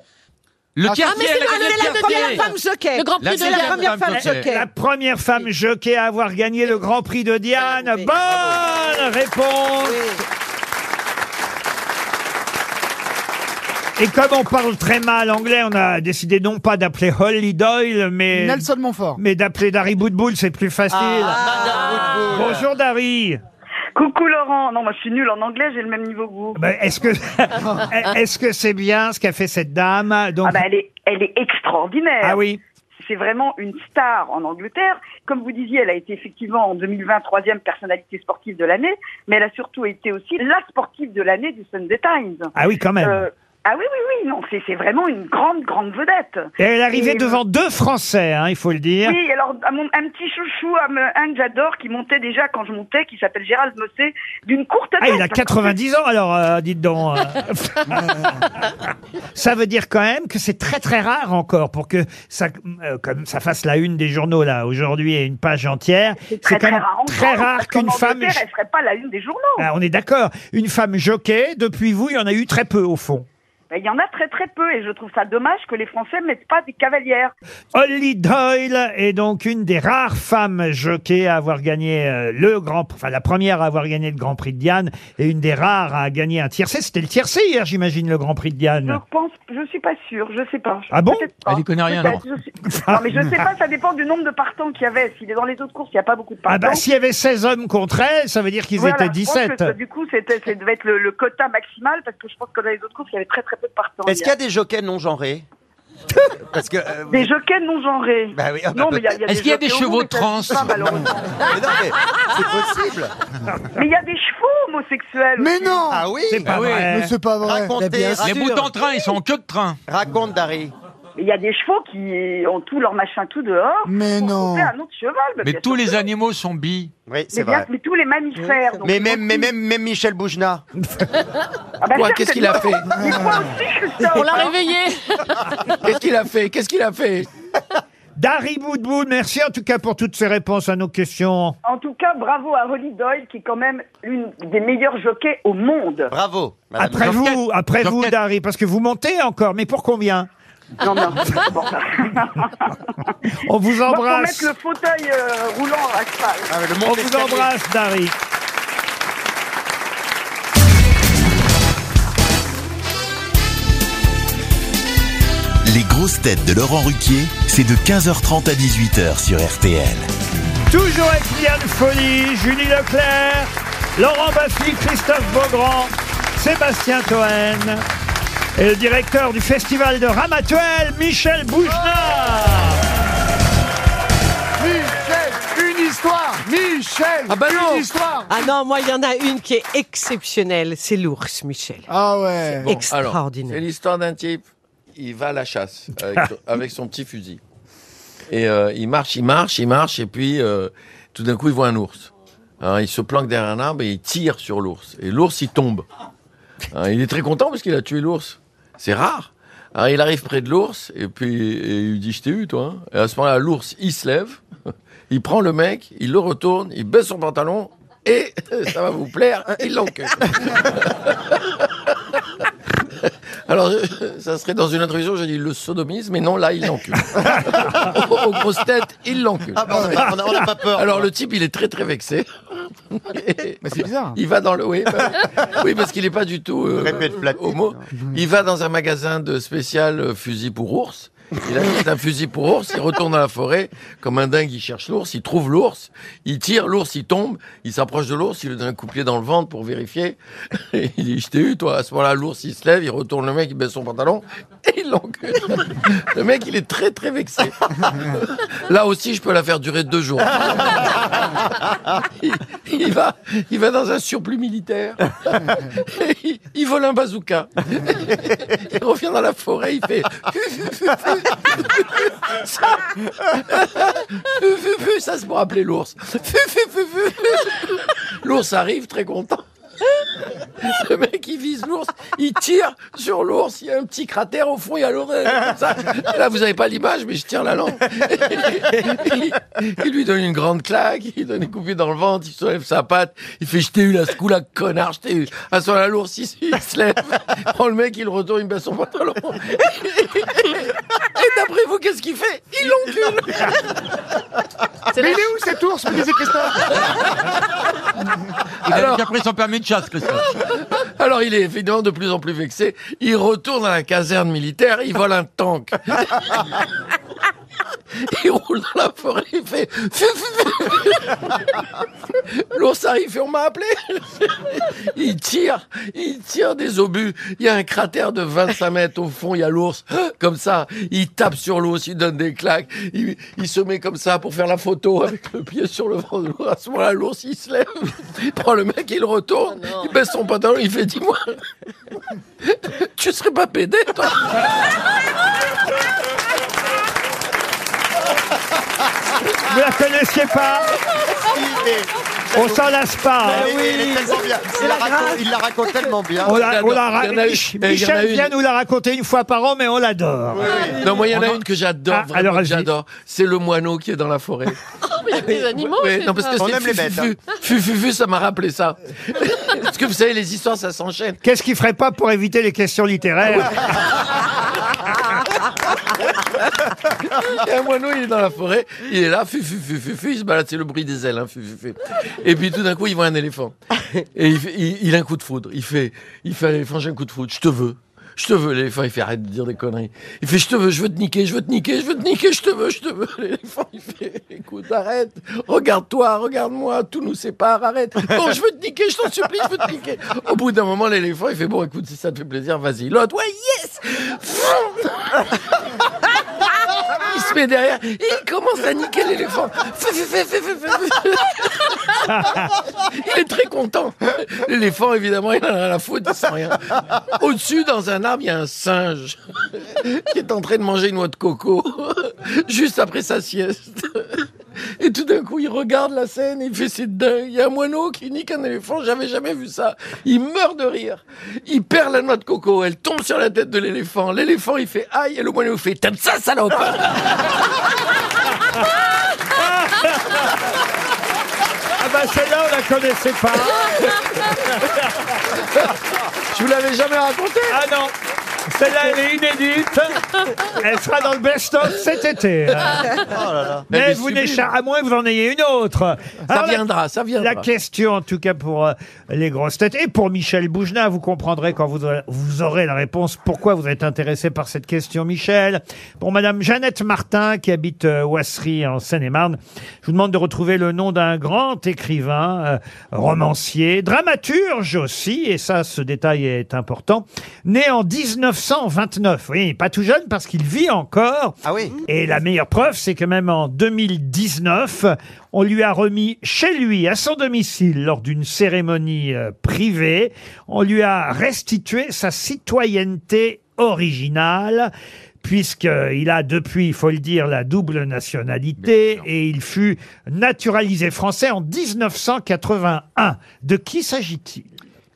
H: Le
E: Ah,
H: quartier,
I: Mais c'est
H: elle a
I: la,
H: gagné le
I: c'est la
H: quartier.
I: première femme jockey.
C: Le Grand
H: La
C: Prix de
I: C'est la
H: deuxième
C: la...
I: première
H: femme
I: femme
H: jockey.
I: jockey.
B: La première femme jockey à avoir gagné le Grand Prix de Diane.
I: Oui.
B: Bonne réponse. Et comme on parle très mal anglais, on a décidé non pas d'appeler Holly Doyle, mais
E: Nelson Montfort.
B: mais d'appeler Dari Boudboul, c'est plus facile.
I: Ah.
G: Madame Woodbull.
B: Bonjour Dari.
K: Coucou Laurent. Non, moi je suis nulle en anglais, j'ai le même niveau que vous.
B: Ben, est-ce que est-ce que c'est bien ce qu'a fait cette dame Donc
K: Ah bah elle est, elle est extraordinaire.
B: ah oui.
K: C'est vraiment une star en Angleterre. Comme vous disiez, elle a été effectivement en 2020 troisième personnalité sportive de l'année, mais elle a surtout été aussi la sportive de l'année du Sunday Times.
B: Ah oui, quand même.
K: Euh, ah oui, oui, oui, non, c'est c'est vraiment une grande, grande vedette.
B: Et elle arrivait
K: et- euh,
B: devant deux Français, hein, il faut le dire.
K: Oui, alors à mon- un petit chouchou, un, un que j'adore, qui montait déjà quand je montais, qui s'appelle Gérald Mossé, d'une courte tête.
B: Ah, il a
K: Parce qu'en fait,
B: 90 ans, alors, euh, dites donc. euh. ça veut dire quand même que c'est très très rare encore pour que ça, euh, comme ça fasse la une des journaux là aujourd'hui et une page entière.
K: très,
B: C'est quand
K: très
B: même
K: rare en
B: très
K: France,
B: rare
K: parce qu'en
B: qu'une femme.
K: Angleterre, Elle ferait pas la une des journaux.
B: Ah, on est d'accord. Une femme jockey, depuis vous, il y en a eu très peu au fond.
K: Ben, Il y en a très très peu et je trouve ça dommage que les Français mettent pas des cavalières.
B: Holly Doyle est donc une des rares femmes jockeys à avoir gagné euh, le grand, enfin la première à avoir gagné le Grand Prix de Diane et une des rares à gagner un tiercé. C'était le tiercé hier, j'imagine, le Grand Prix de
K: Je
B: Diane.
K: pense, je suis pas sûre, je sais pas. Je-
B: Ah bon
K: peut-être pas.
H: Elle y connaît rien,
K: Peut-être, je suis- Non mais je sais pas, ça dépend du nombre de partants qu'il y avait. S'il est dans les autres courses, il n'y a pas beaucoup de partants.
B: Ah bah s'il y avait 16 hommes contre elle, ça veut dire qu'ils
K: Voilà,
B: étaient
K: je pense que
B: 17.
K: ça, du coup, c'était, ça devait être le, le quota maximal parce que je pense que dans les autres courses, il y avait très très peu de partants.
G: Est-ce qu'il y a des jockeys non genrés Parce que. euh,
K: des jockeys non genrés
G: Bah oui, ah bah
K: Non, mais il y a- il y a
H: Est-ce qu'il y a des
K: jockeys
H: chevaux
K: homo, mais ça
H: trans
K: existe pas, malheureusement.
G: mais non, mais c'est possible.
K: Mais il y a des chevaux homosexuels.
E: Mais non
G: Ah oui
B: C'est pas
H: Ah oui.
B: vrai.
E: Mais c'est pas vrai.
G: Racontez,
H: Les bouts d'entrain, ils sont en queue de train.
G: raconte Dari.
K: Mais il y a des chevaux qui ont tout leur machin tout dehors.
E: Mais
K: pour
E: non.
K: trouver un autre cheval. bah,
H: Mais
K: bien
H: tous
K: sûr
H: les
K: que-
H: animaux sont bi.
G: Oui, c'est
K: Mais, bien,
G: vrai.
K: mais tous les mammifères. donc
G: Mais
K: ils
G: même,
K: ont
G: mais
K: tous-
G: même, même Michel Boujna.
K: Ah bah
D: Quoi,
K: certes,
D: qu'est-ce qu'il a fait
K: Mais toi aussi,
E: Ah.
K: Christophe.
C: On l'a réveillée
D: Qu'est-ce qu'il a fait Qu'est-ce qu'il a fait
B: Dari Boudboul, merci en tout cas pour toutes ces réponses à nos questions.
K: En tout cas, bravo à Holly Doyle, qui est quand même l'une des meilleures jockeys au monde.
G: Bravo. madame.
B: Après
H: Jean-Pierre-
B: vous, après vous
H: Jean-Pierre-
B: Dari, parce que vous montez encore, mais pour combien
K: Non, non. Bon.
B: On vous
K: Moi, faut Bah, mettre
B: embrasse.
K: le fauteuil euh, roulant à cheval.
G: Ah, mais le
B: On
G: monde
B: vous
G: escalier.
B: embrasse Dari.
A: Les grosses têtes de Laurent Ruquier, c'est de 15h30 à 18h sur RTL.
B: Toujours avec Liane Folie, Julie Leclerc, Laurent Baffy, Christophe Beaugrand, Sébastien Toen et le directeur du festival de Ramatuel, Michel Bouchard.
E: Michel, une histoire Michel,
D: Ah bah non.
E: une histoire
I: Ah non, moi, il y en a une qui est exceptionnelle. C'est l'ours, Michel.
E: Ah ouais.
D: Bon, alors,
I: Extraordinaire.
D: C'est l'histoire d'un type. Il va à la chasse avec, son, avec son petit fusil. Et euh, il marche, il marche, il marche. Et puis, euh, tout d'un coup, il voit un ours. Hein, il se planque derrière un arbre et il tire sur l'ours. Et l'ours, il tombe. Hein, il est très content parce qu'il a tué l'ours. C'est rare. Hein, il arrive près de l'ours et puis et il lui dit Je t'ai eu, toi. hein. Et à ce moment-là, l'ours, il se lève. Il prend le mec, il le retourne, il baisse son pantalon et Eh, euh, ça va vous plaire, hein, il l'enquête. Alors, euh, ça serait dans une introduction, j'ai dit le sodomise, mais non, là, il l'encule. Aux grosses têtes, il l'encule.
G: Ah, bah, on a- on a- on n'a pas peur.
D: Alors, le type, il est très, très vexé.
E: Mais c'est bizarre.
D: Il va dans le. Oui, bah oui. Oui, parce qu'il n'est pas du tout euh,
G: Répète flatté.
D: homo. Il va dans un magasin de spécial euh, fusil pour ours. Il achète un fusil pour ours, il retourne dans la forêt, comme un dingue, il cherche l'ours, il trouve l'ours, il tire, l'ours, il tombe, il s'approche de l'ours, il lui donne un coup de pied dans le ventre pour vérifier. Et il dit, je t'ai eu, toi. À ce moment-là, l'ours, il se lève, il retourne le mec, il baisse son pantalon, et il l'engueule. Le mec, il est très, très vexé. Là aussi, je peux la faire durer deux jours. Il, il va, il va dans un surplus militaire. Et il, il vole un bazooka. Il revient dans la forêt, il fait. Ça, ça c'est pour appeler l'ours. L'ours arrive très content. Le mec, il vise l'ours, il tire sur l'ours, il y a un petit cratère au fond, il y a l'oreille. comme ça. Et Là, vous n'avez pas l'image, mais je tiens la langue. Il, il lui donne une grande claque, il donne une coupée dans le ventre, il soulève sa patte, il fait « je t'ai eu là, ce coup-là, connard, je t'ai eu ». À ce moment-là, l'ours, il, il se lève, il prend le mec, il le retourne, il baisse son pantalon. Et d'après vous, qu'est-ce qu'il fait Il l'encule Ah,
E: Mais il est où cet ours, me disait Christophe
H: Il a
D: Alors-
H: déjà pris son permis de chasse, Christophe.
D: Alors il est évidemment de plus en plus vexé. Il retourne à la caserne militaire, il vole un tank. Il roule dans la forêt, il fait. L'ours arrive et on m'a appelé. Il tire, il tire des obus. Il y a un cratère de 25 mètres au fond, il y a l'ours. Comme ça, il tape sur l'ours, il donne des claques. Il, il se met comme ça pour faire la photo avec le pied sur le ventre de l'ours. À ce moment-là, l'ours, il se lève, il prend le mec, il le retourne, il baisse son pantalon, il fait Dis-moi, tu serais pas pédé, toi
B: Vous la connaissiez pas On s'en lasse pas. hein.
G: oui, il est tellement bien. Il la, raconte, il la raconte tellement bien.
B: On la, on
D: Il
B: la
D: y en a
B: ra-
D: eu-
B: Mich-
D: eh, il y en a
B: Michel
D: eu-
B: vient nous la raconter une fois par an, mais on l'adore.
D: Non, moi, il y en
B: On
D: a
B: en-
D: une que j'adore,
B: Ah,
D: vraiment
B: alors,
D: que
B: allez-y.
D: j'adore. C'est le moineau qui est dans la forêt.
C: Il y a des animaux.
D: Ouais,
C: c'est
D: non, parce
C: ça.
D: que
G: On
D: c'est
G: aime les
D: Fufu.
G: bêtes, hein.
D: Fufufu, ça m'a rappelé ça. parce que vous savez, les histoires, ça s'enchaîne.
B: Qu'est-ce qu'il ferait pas pour éviter les questions
D: Ah
B: littéraires
D: Et un moineau, il est dans la forêt, il est là, fufufufufu, il se balade, c'est le bruit des ailes, hein, fufufu. Et puis tout d'un coup, il voit un éléphant. Et il, fait- il- il a un coup de foudre. Il fait, il fait à l'éléphant, j'ai un coup de foudre, je te veux. Je te veux, l'éléphant, il fait arrête de dire des conneries. Il fait, je te veux, je veux te niquer, je veux te niquer, je veux te niquer, je te veux, je te veux. L'éléphant, il fait, écoute, arrête, regarde-toi, regarde-moi, tout nous sépare, arrête. Bon, je veux te niquer, je t'en supplie, je veux te niquer. Au bout d'un moment, l'éléphant, il fait, bon, écoute, si ça te fait plaisir, vas-y. L'autre, ouais, yes! Il se met derrière et il commence à niquer l'éléphant. Fou, fou, fou, fou, fou, fou. Il est très content. L'éléphant, évidemment, il en a la faute, il sent rien. Au-dessus, dans un arbre, il y a un singe qui est en train de manger une noix de coco juste après sa sieste. Et tout d'un coup, il regarde la scène et il fait c'est dingue. Il y a un moineau qui nique un éléphant, j'avais jamais vu ça. Il meurt de rire. Il perd la noix de coco, elle tombe sur la tête de l'éléphant. L'éléphant, il fait aïe et le moineau fait t'aimes ça, salope
B: Ah bah celle-là, on la connaissait pas.
D: Je vous l'avais jamais raconté.
B: Ah non celle-là, elle est inédite. Elle sera dans le best-of cet été. hein.
D: Elle
B: Mais
D: est
B: vous
D: sublime.
B: n'échappez à moins que vous en ayez une autre.
D: Ça
B: Alors, la-
D: viendra, ça viendra.
B: La question, en tout cas, pour euh, les grosses têtes et pour Michel Boujna, vous comprendrez quand vous, aurez- vous aurez la réponse pourquoi vous êtes intéressé par cette question, Michel. Pour Madame Jeannette Martin, qui habite euh, Oissery, en Seine-et-Marne, je vous demande de retrouver le nom d'un grand écrivain, euh, romancier, dramaturge aussi, et ça, ce détail est important, né en 1929. Oui, pas tout jeune parce qu'il vit encore.
G: Ah oui
B: Et la meilleure preuve, c'est que même en 2019, on lui a remis chez lui, à son domicile, lors d'une cérémonie euh, privée, on lui a restitué sa citoyenneté originale. Puisqu'il a depuis, il faut le dire, la double nationalité et il fut naturalisé français en 1981. De qui s'agit-il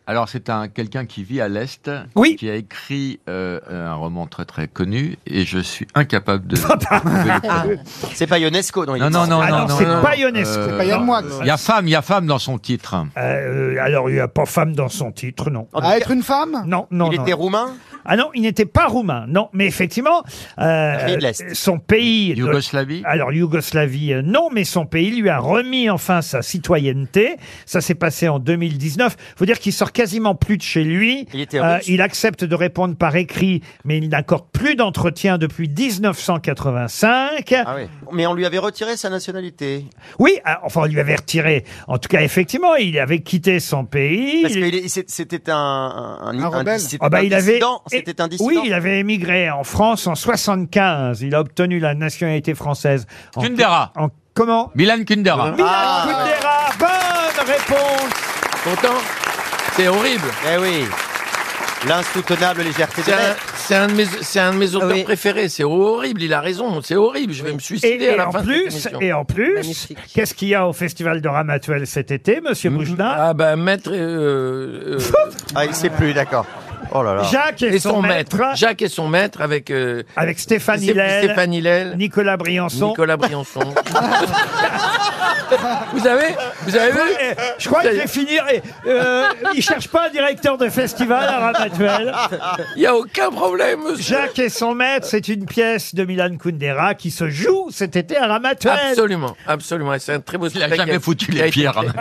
H: Alors, c'est un quelqu'un qui vit à l'Est,
B: Oui.
H: qui a écrit euh, un roman très très connu, et je suis incapable de. de trouver le prénom.
G: C'est pas Ionesco, non il
H: non,
G: est Euh,
H: non, non,
B: Ah non,
H: non,
B: c'est
H: non, Euh,
B: pas
H: non.
B: Ionesco. C'est
E: pas Yann Moix.
H: Il y a femme, il y a femme dans son titre.
B: Euh, Alors, il n'y a pas femme dans son titre, non.
E: À Ah, être une femme
B: Non, non,
G: Il
B: non.
G: était roumain
B: Ah non, il n'était pas roumain, non. Mais effectivement, euh,
H: Pays de l'Est.
B: son pays... de-
H: Yougoslavie
B: alors, Yougoslavie, euh, non, mais son pays lui a remis enfin sa citoyenneté. Ça s'est passé en 2019. Faut dire qu'il sort quasiment plus de chez lui. Euh,
G: Il était russe.
B: il accepte de répondre par écrit, mais il n'accorde plus d'entretien depuis 1985.
G: Ah oui. Mais on lui avait retiré sa nationalité.
B: Oui, ah, enfin, on lui avait retiré. En tout cas, effectivement, il avait quitté son pays.
G: Parce
B: Il-
G: que il est- c'est- c'était un, un,
E: rebelle.
G: c'était
B: Ah bah,
G: un
B: il avait-
G: dissident.
B: et-
G: C'était un dissident.
B: Oui, il avait émigré en France en 75. Il a obtenu la nationalité française. En,
H: Kundera.
B: en- comment
H: Milan Kundera.
B: Milan
G: Ah,
B: Kundera, Ah, bonne réponse.
D: Content C'est horrible.
G: Eh oui. L'insoutenable légèreté de
D: C'est un,
G: l'être.
D: c'est un de mes, c'est un de mes auteurs
I: Oui.
D: préférés. C'est horrible. Il a raison. C'est horrible. Je vais me
B: Et,
D: suicider
B: et
D: à la
B: en
D: fin de
B: plus,
D: cette émission.
B: et en plus,
I: Magnifique.
B: qu'est-ce qu'il y a au festival de Ramatuel cet été, Monsieur Bouchna
D: Ah bah maître et, euh, euh,
G: Ah, il sait plus, d'accord. Oh là là.
B: Jacques et,
D: et son maître. Jacques et son maître avec euh,
B: avec Stéphane Hillel,
D: Stéphane Hillel,
B: Nicolas Briançon.
D: Nicolas Briançon. vous avez, vous avez vu
B: Eh, Je crois que je vais finir. et, Euh, il cherche pas un directeur de festival à Ramatuel.
D: Il y a aucun problème. monsieur.
B: Jacques et son maître, c'est une pièce de Milan Kundera qui se joue cet été à Ramatuel.
D: Absolument, absolument. Et C'est un très beau
H: Il a
D: spectacle.
H: jamais
D: qui
H: foutu
D: a
H: les
D: été
H: pierres.
D: créé-
H: hein.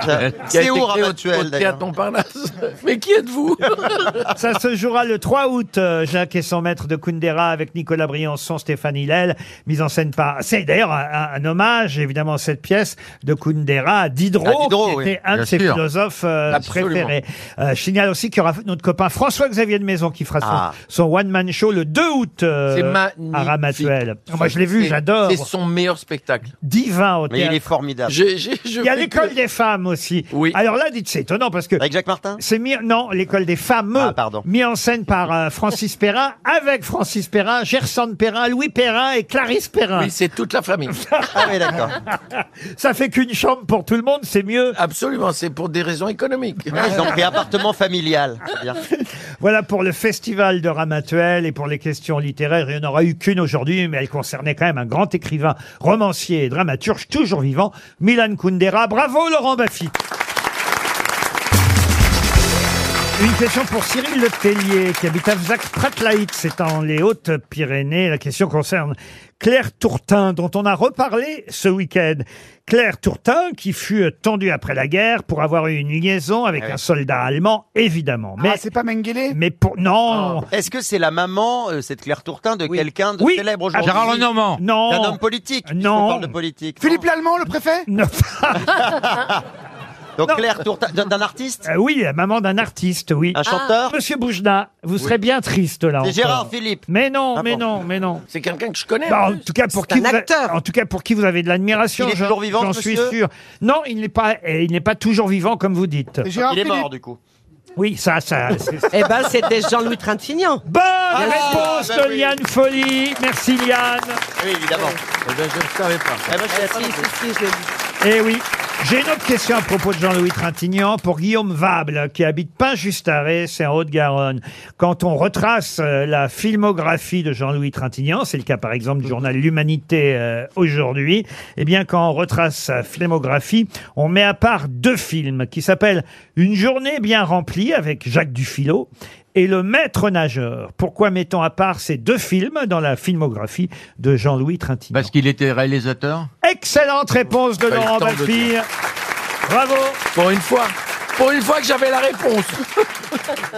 D: qui a
G: C'est
D: été
G: où,
D: créé au-
G: Ramatuel,
D: au
G: d'ailleurs
D: théâtre Montparnasse. Mais qui êtes-vous
B: Ça se jouera le 3 août, euh, Jacques et son maître de Kundera avec Nicolas Briançon, Stéphane Hillel, mise en scène par... C'est d'ailleurs un, un- un hommage, évidemment, à cette pièce de Kundera à Diderot,
G: À Diderot,
B: qui
G: oui.
B: était un de
H: Bien
B: ses
H: sûr.
B: philosophes euh,
D: Absolument.
B: préférés. Euh, je signale aussi qu'il y aura notre copain François-Xavier de Maison qui fera son-
G: Ah.
B: son, one-man show le 2 août euh,
D: C'est
B: à
D: magnifique.
B: Ramatuel. Moi, je l'ai vu,
D: C'est-
B: j'adore.
D: C'est son meilleur spectacle.
B: Divin au
G: Mais il est
B: théâtre.
G: formidable.
D: J'ai- j'ai- je
B: Il y a
D: fais
B: l'école
D: que-
B: des femmes aussi.
D: Oui.
B: Alors là, dites, c'est étonnant parce que
G: Avec Jacques Martin
B: c'est mis, non, l'école des femmes,
G: Ah, pardon.
B: mis en scène par euh, Francis Perrin, avec Francis Perrin, Gerson Perrin, Louis Perrin et Clarisse Perrin.
D: Oui, c'est toute la famille.
G: Ah oui, d'accord.
B: Ça fait qu'une chambre pour tout le monde, c'est mieux.
D: Absolument, c'est pour des raisons économiques.
G: Ils ont pris appartement familial. C'est bien.
B: Voilà pour le festival de Ramatuel et pour les questions littéraires. Il n'y en aura eu qu'une aujourd'hui, mais elle concernait quand même un grand écrivain, romancier et dramaturge toujours vivant, Milan Kundera. Bravo Laurent Baffy. Une question pour Cyril Le Tellier, qui habite à Pratlaït, c'est en les Hautes-Pyrénées. La question concerne Claire Tourtin, dont on a reparlé ce week-end. Claire Tourtin, qui fut tendue après la guerre pour avoir eu une liaison avec un soldat allemand, évidemment.
E: Mais Ah, c'est pas Mengele Ah.
B: Mais pour non,
G: Est-ce que c'est la maman, euh, cette Claire Tourtin, de
B: Oh. Oui.
G: quelqu'un de
B: Oui.
G: célèbre
B: Ah,
G: aujourd'hui
H: Gérard Lenormand.
G: D'un
B: non, Euh,
G: homme politique. puisqu'on
B: Non.
G: parle de politique.
E: Philippe Lallemand, le préfet
B: non.
G: Donc
B: Non.
G: Claire Tourtin, d'un d'un artiste
B: Euh, oui, la maman d'un artiste, oui.
G: Un chanteur
B: Monsieur Boujna, vous serez bien triste là.
G: C'est
B: encore.
G: Gérard Philippe.
B: Mais non,
G: Ah
B: mais
G: bon.
B: non, mais non.
D: C'est quelqu'un que je connais.
B: Bah,
D: en
B: en
D: plus.
B: tout cas pour
I: C'est
B: qui
I: un
B: vous a-
I: acteur.
B: en tout cas pour qui vous avez de l'admiration.
G: Il est
B: j'en-
G: toujours vivant,
B: J'en
G: ce
B: suis
G: monsieur
B: sûr. Non, il n'est pas, eh, il n'est pas toujours vivant comme vous dites.
E: Gérard
G: Il est
E: Philippe.
G: mort, du coup.
B: Oui, ça, ça. Ah, c'est-
I: Eh ben, c'était Jean-Louis Trintignant. Ah,
B: Bonne réponse
G: bah
B: de
G: oui.
B: Liane Folie. Merci Liane.
G: Oui, évidemment.
D: Eh ben, je ne savais pas.
G: Eh ben, je savais pas non plus.
B: Eh oui. J'ai une autre question à propos de Jean-Louis Trintignant pour Guillaume Vable, qui habite Pain-Justaré, c'est en Haute-Garonne. Quand on retrace euh, la filmographie de Jean-Louis Trintignant, c'est le cas par exemple du journal L'Humanité euh, aujourd'hui, eh bien quand on retrace sa filmographie, on met à part deux films qui s'appellent Une journée bien remplie avec Jacques Dufilot et Le Maître nageur. Pourquoi mettons à part ces deux films dans la filmographie de Jean-Louis Trintignant
H: Parce qu'il était réalisateur
B: Excellente réponse
D: Pas
B: de
D: eu le
B: Laurent
D: temps de
B: Baffy. Bravo.
D: Pour une fois, pour une fois que j'avais la réponse.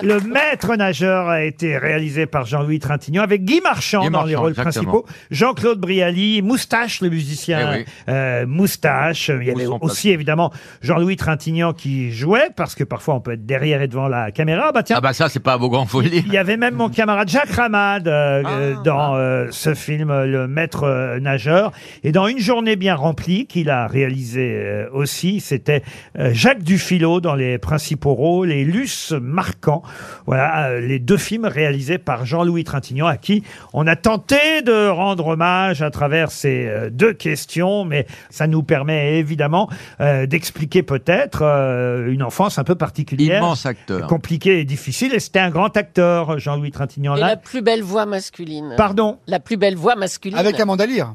B: Le maître nageur a été réalisé par Jean-Louis Trintignant avec Guy Marchand
H: Guy
B: dans les
H: Marchand,
B: rôles
H: exactement.
B: principaux. Jean-Claude Brialy, Moustache, le musicien
H: Eh oui.
B: euh, Moustache. Il y avait
H: Mousson
B: aussi évidemment Jean-Louis Trintignant qui jouait parce que parfois on peut être derrière et devant la caméra. Bah tiens.
H: Ah bah ça, c'est pas à vos grands folies.
B: Il y avait même mon camarade Jacques Ramad euh, euh, dans euh, ce film euh, Le Maître euh, Nageur. Et dans Une journée bien remplie, qu'il a réalisé euh, aussi, c'était euh, Jacques Dufilot dans les principaux rôles et Luce Marquant. Voilà euh, les deux films réalisés par Jean-Louis Trintignant, à qui on a tenté de rendre hommage à travers ces euh, deux questions, mais ça nous permet évidemment euh, d'expliquer peut-être euh, une enfance un peu particulière
H: Immense acteur.
B: compliqué et difficile. Et c'était un grand acteur, Jean-Louis Trintignant.
C: Et
B: Là-
C: la plus belle voix masculine.
B: Pardon.
C: La plus belle voix masculine. Ah,
E: Avec Amanda Lear.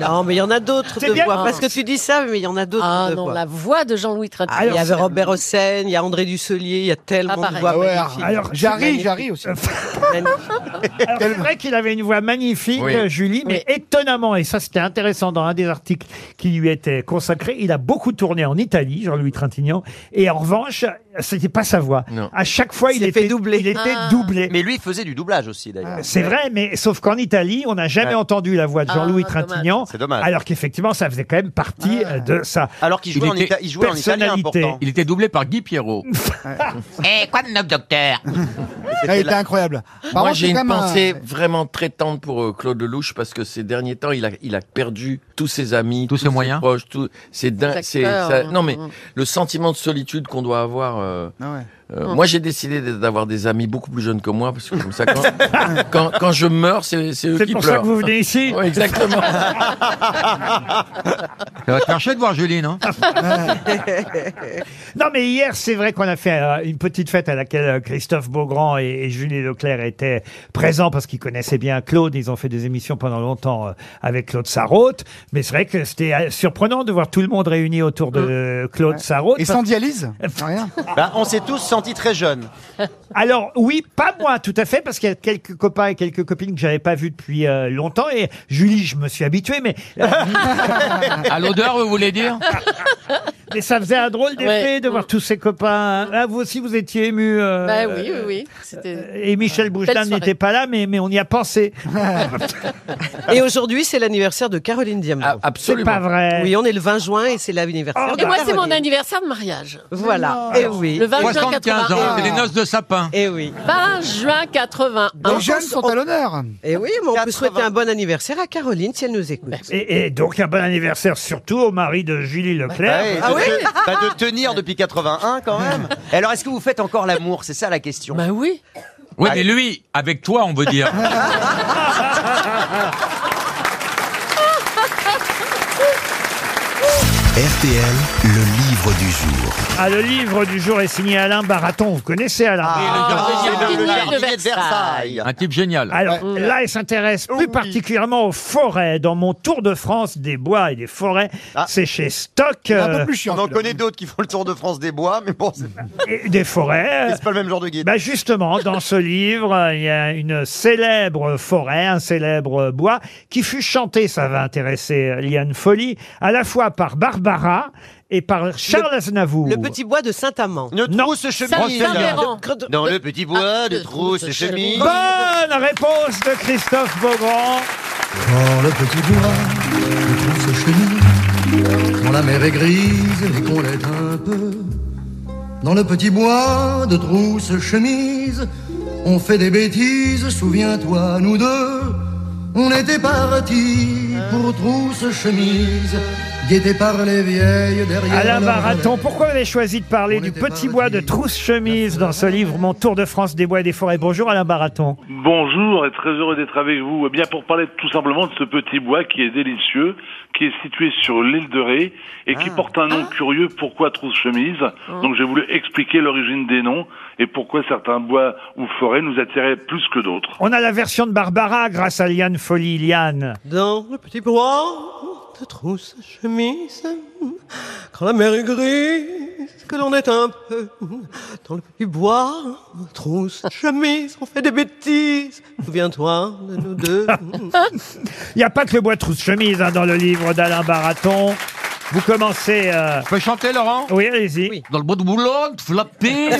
I: Non, mais il y en a d'autres
B: C'est
I: de
B: bien.
I: voix. Parce que tu dis ça, mais il y en a d'autres
C: Ah
I: de
C: non,
I: voix.
C: la voix de Jean-Louis
I: Ah, il
C: Trintignant.
I: y avait avait Robert Hossein, il y a André Dusselier, il y a
B: Ah,
I: tellement de voix magnifiques.
E: Ah Jarry, Jarry aussi.
B: Alors, c'est vrai qu'il avait une voix magnifique,
D: Oui.
B: Julie, mais étonnamment, et ça c'était intéressant dans un des articles qui lui était consacré, il a beaucoup tourné en Italie, Jean-Louis Trintignant, et en revanche, c'était pas sa voix.
D: Non.
B: À chaque fois, il
I: s'est fait
B: était
I: doubler.
B: Il était
G: Ah.
B: doublé. Ah,
G: Mais lui, il faisait du doublage aussi, d'ailleurs.
B: C'est vrai, mais sauf qu'en Italie, on n'a jamais
G: Ouais.
B: entendu la voix de Jean-Louis
C: dommage.
B: Trintignant,
G: C'est dommage.
B: alors qu'effectivement, ça faisait quand même partie euh, de sa
G: Alors qu'il jouait,
H: Il
G: en,
H: était
G: Ita- il jouait en italien,
B: personnalité.
G: pourtant.
H: Il était doublé par Guy Pierrot.
L: Eh, quoi de neuf, docteur
E: Ah, il était incroyable. Par
D: Moi,
E: contre,
D: j'ai
E: c'est
D: une
E: quand même un-
D: pensée vraiment très tendre pour euh, Claude Lelouch parce que ces derniers temps, il a, il a perdu tous ses amis,
H: Tous ses moyens.
D: proches, tout. C'est dingue.
C: Les
D: c'est-
C: acteurs,
D: ça- non,
C: hein,
D: mais
C: hein.
D: le sentiment de solitude qu'on doit avoir. euh,
E: Ah ouais.
D: euh, Moi, j'ai décidé d- d'avoir des amis beaucoup plus jeunes que moi parce que comme ça, quand, quand, quand je meurs, c'est c'est eux
B: C'est
D: qui
B: pour ça
D: pleurent.
B: que vous venez ici.
D: Ouais, exactement.
H: Ça va te marcher de voir Julie, non
B: Non, mais hier, c'est vrai qu'on a fait euh, une petite fête à laquelle euh, Christophe Beaugrand et, et Julie Leclerc étaient présents parce qu'ils connaissaient bien Claude. Ils ont fait des émissions pendant longtemps euh, avec Claude Sarraute. Mais c'est vrai que c'était euh, surprenant de voir tout le monde réuni autour de euh, Claude Sarraute.
E: Mmh.
B: Euh,
E: Et sans dialyse Rien.
G: Bah, on s'est tous sentis très jeunes.
B: Alors oui, pas moi tout à fait, parce qu'il y a quelques copains et quelques copines que j'avais pas vues depuis euh, longtemps. Et Julie, je me suis habitué, mais, euh,
H: À l'odeur, vous voulez dire
B: mais ça faisait un drôle d'effet
C: Ouais.
B: de voir tous ces copains. Ah, vous aussi, vous étiez ému. euh,
C: Bah oui, oui, oui. C'était.
B: Et Michel Bouchelin
C: Belle soirée.
B: n'était pas Ah, là, mais, mais on y a pensé.
I: Et aujourd'hui, c'est l'anniversaire de Caroline Diamant.
D: Ah,
B: C'est
D: Absolument.
B: pas vrai.
I: Oui, on est le 20 juin et c'est l'anniversaire.
B: Oh,
I: de
B: bah.
C: Et moi, c'est
I: Caroline.
C: mon anniversaire de mariage.
I: Voilà.
M: Eh
I: Et oui.
C: Le 20 juin
H: 75 ans,
C: 81.
H: c'est les noces de sapin.
I: Et oui.
C: 20 juin 81.
E: Les jeunes sont à l'honneur.
I: Et Eh oui, mais on peut
G: 80.
I: souhaiter un bon anniversaire à Caroline si elle nous écoute.
B: Et, et donc un bon anniversaire surtout au mari de Julie
G: Bah,
B: Leclerc.
G: ouais, de, te- bah, de tenir depuis 81, quand même. Et alors, est-ce que vous faites encore l'amour C'est ça la question.
C: Bah oui.
H: Oui, mais lui, avec toi, on veut dire.
F: Ah.
A: RTL, le livre du jour.
B: Ah, le livre du jour est signé Alain Baraton. Vous connaissez Alain
H: Ah,
G: C'est
C: le jardinier de
G: jardinier
C: Versailles.
H: Un type génial.
B: Alors là, il s'intéresse plus particulièrement aux forêts. Dans mon tour de France des bois et des forêts,
G: Ah.
B: c'est chez Stock.
E: Un peu
B: euh,
E: plus chiant.
G: On en
E: celui-là.
G: connaît d'autres qui font le tour de France des bois, mais bon, c'est
B: et des forêts.
G: c'est pas le même genre de guide.
B: Bah justement, dans ce livre, euh, il y a une célèbre forêt, un célèbre bois qui fut chanté, ça va intéresser euh, Liane Folly, à la fois par Barbara et par Charles Aznavour.
I: Le petit bois de Saint-Amand.
G: Ne
B: non.
G: trousse chemise.
C: Saint-Véran.
G: Dans le petit bois de trousse chemise.
B: Bonne réponse de Christophe Beaugrand.
N: Quand le petit bois de trousse chemise, quand la mer est grise et qu'on l'aide un peu, dans le petit bois de trousse chemise, on fait des bêtises, souviens-toi, nous deux, on était partis pour trousse chemise, guettés par les vieilles derrière.
B: Alain
N: leur
B: Baraton,
N: volet.
B: pourquoi vous avez choisi de parler
N: On
B: du
N: était
B: petit
N: pas
B: bois de
N: requis.
B: trousse chemise dans ce livre Mon Tour de France des bois et des forêts Bonjour Alain Baraton.
N: Bonjour et très heureux d'être avec vous. Eh bien, pour parler tout simplement de ce petit bois qui est délicieux, qui est situé sur l'île de Ré et qui porte un nom curieux, pourquoi trousse chemise. Donc, j'ai voulu expliquer l'origine des noms et pourquoi certains bois ou forêts nous attiraient plus que d'autres.
B: On a la version de Barbara grâce à Liane Folly. Liane.
I: Dans le petit bois de trousse chemise, quand la mer est grise, que l'on est un peu dans le petit bois de trousse chemise, on fait des bêtises. Souviens-toi de nous deux.
B: Il n'y a pas que le bois de trousse chemise hein, dans le livre d'Alain Baraton. Vous commencez. euh,
H: Tu peux chanter, Laurent
B: Oui, allez-y.
I: Oui.
H: Dans le bout de boulot, flappé.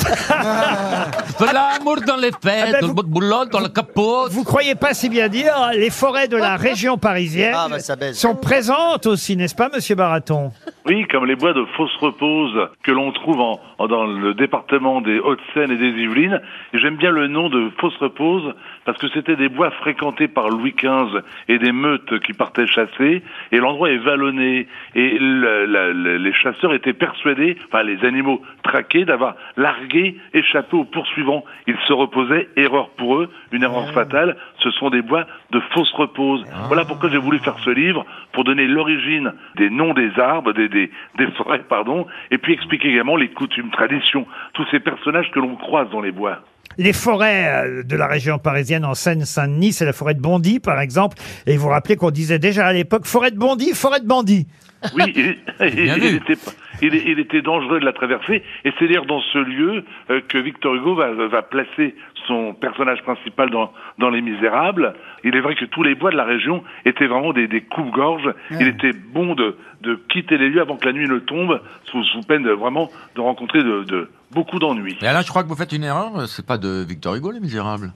H: Fais l'amour dans les
B: Ah
H: fesses,
B: ben,
H: dans le
B: vous-
H: bout de boulot, dans la capote.
B: Vous croyez pas si bien dire, hein, les forêts de la région parisienne
G: Ah, bah, ça baise.
B: sont présentes aussi, n'est-ce pas, monsieur Baraton
N: Oui, comme les bois de fausse repose que l'on trouve en, en- dans le département des Hauts-de-Seine et des Yvelines. Et J'aime bien le nom de fausse repose parce que c'était des bois fréquentés par Louis XV et des meutes qui partaient chasser. Et l'endroit est vallonné. Et le- la- le- les chasseurs étaient persuadés, enfin les animaux traqués, d'avoir largué, échappé aux poursuivants. Ils se reposaient, erreur pour eux, une erreur fatale. Ce sont des bois de fausse repose. Voilà pourquoi j'ai voulu faire ce livre, pour donner l'origine des noms des arbres, des, des, des forêts, pardon, et puis expliquer également les coutumes, traditions, tous ces personnages que l'on croise dans les bois.
B: Les forêts euh, de la région parisienne en Seine-Saint-Denis, c'est la forêt de Bondy, par exemple. Et vous vous rappelez qu'on disait déjà à l'époque forêt de Bondy, forêt de Bondy.
N: Oui, et- et-
H: Bien
N: et
H: vu.
N: il était- il, est- il était dangereux de la traverser, et c'est d'ailleurs dans ce lieu euh, que Victor Hugo va, va placer son personnage principal dans, dans Les Misérables. Il est vrai que tous les bois de la région étaient vraiment des, des coupes-gorges. Il était bon de, de quitter les lieux avant que la nuit ne tombe, sous, sous peine de, vraiment de rencontrer de, de beaucoup d'ennuis.
H: Mais Alain, je crois que vous faites une erreur. C'est pas de Victor Hugo, Les Misérables.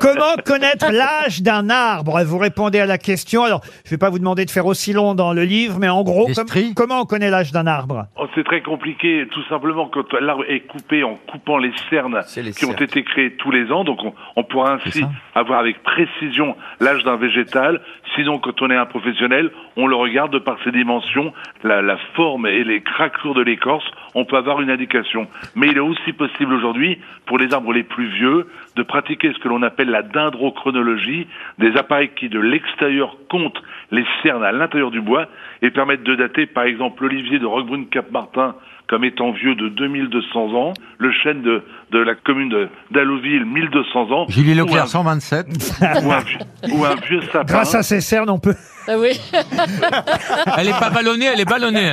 B: Comment connaître l'âge d'un arbre Vous répondez à la question. Alors, je ne vais pas vous demander de faire aussi long dans le livre, mais en gros, comme- comment on connaît l'âge d'un arbre
N: Oh, c'est très compliqué, tout simplement quand l'arbre est coupé en coupant les cernes qui ont été créées tous les ans. Donc on, on pourra ainsi avoir avec précision l'âge d'un végétal. Sinon, quand on est un professionnel, on le regarde de par ses dimensions, la, la forme et les craquelures de l'écorce. On peut avoir une indication. Mais il est aussi possible aujourd'hui, pour les arbres les plus vieux, de pratiquer ce que l'on appelle la dendrochronologie, des appareils qui de l'extérieur comptent les cernes à l'intérieur du bois et permettent de dater par exemple l'olivier de Roquebrune-Cap-Martin comme étant vieux de 2200 ans, le chêne de, de la commune de- d'Allouville 1200 ans,
H: Julie
N: ou un,
H: Leclerc, 127.
N: ou un vieux- ou un vieux sapin.
B: Grâce à ses cernes, on peut.
C: Ah oui.
H: Elle est pas ballonnée, elle est ballonnée.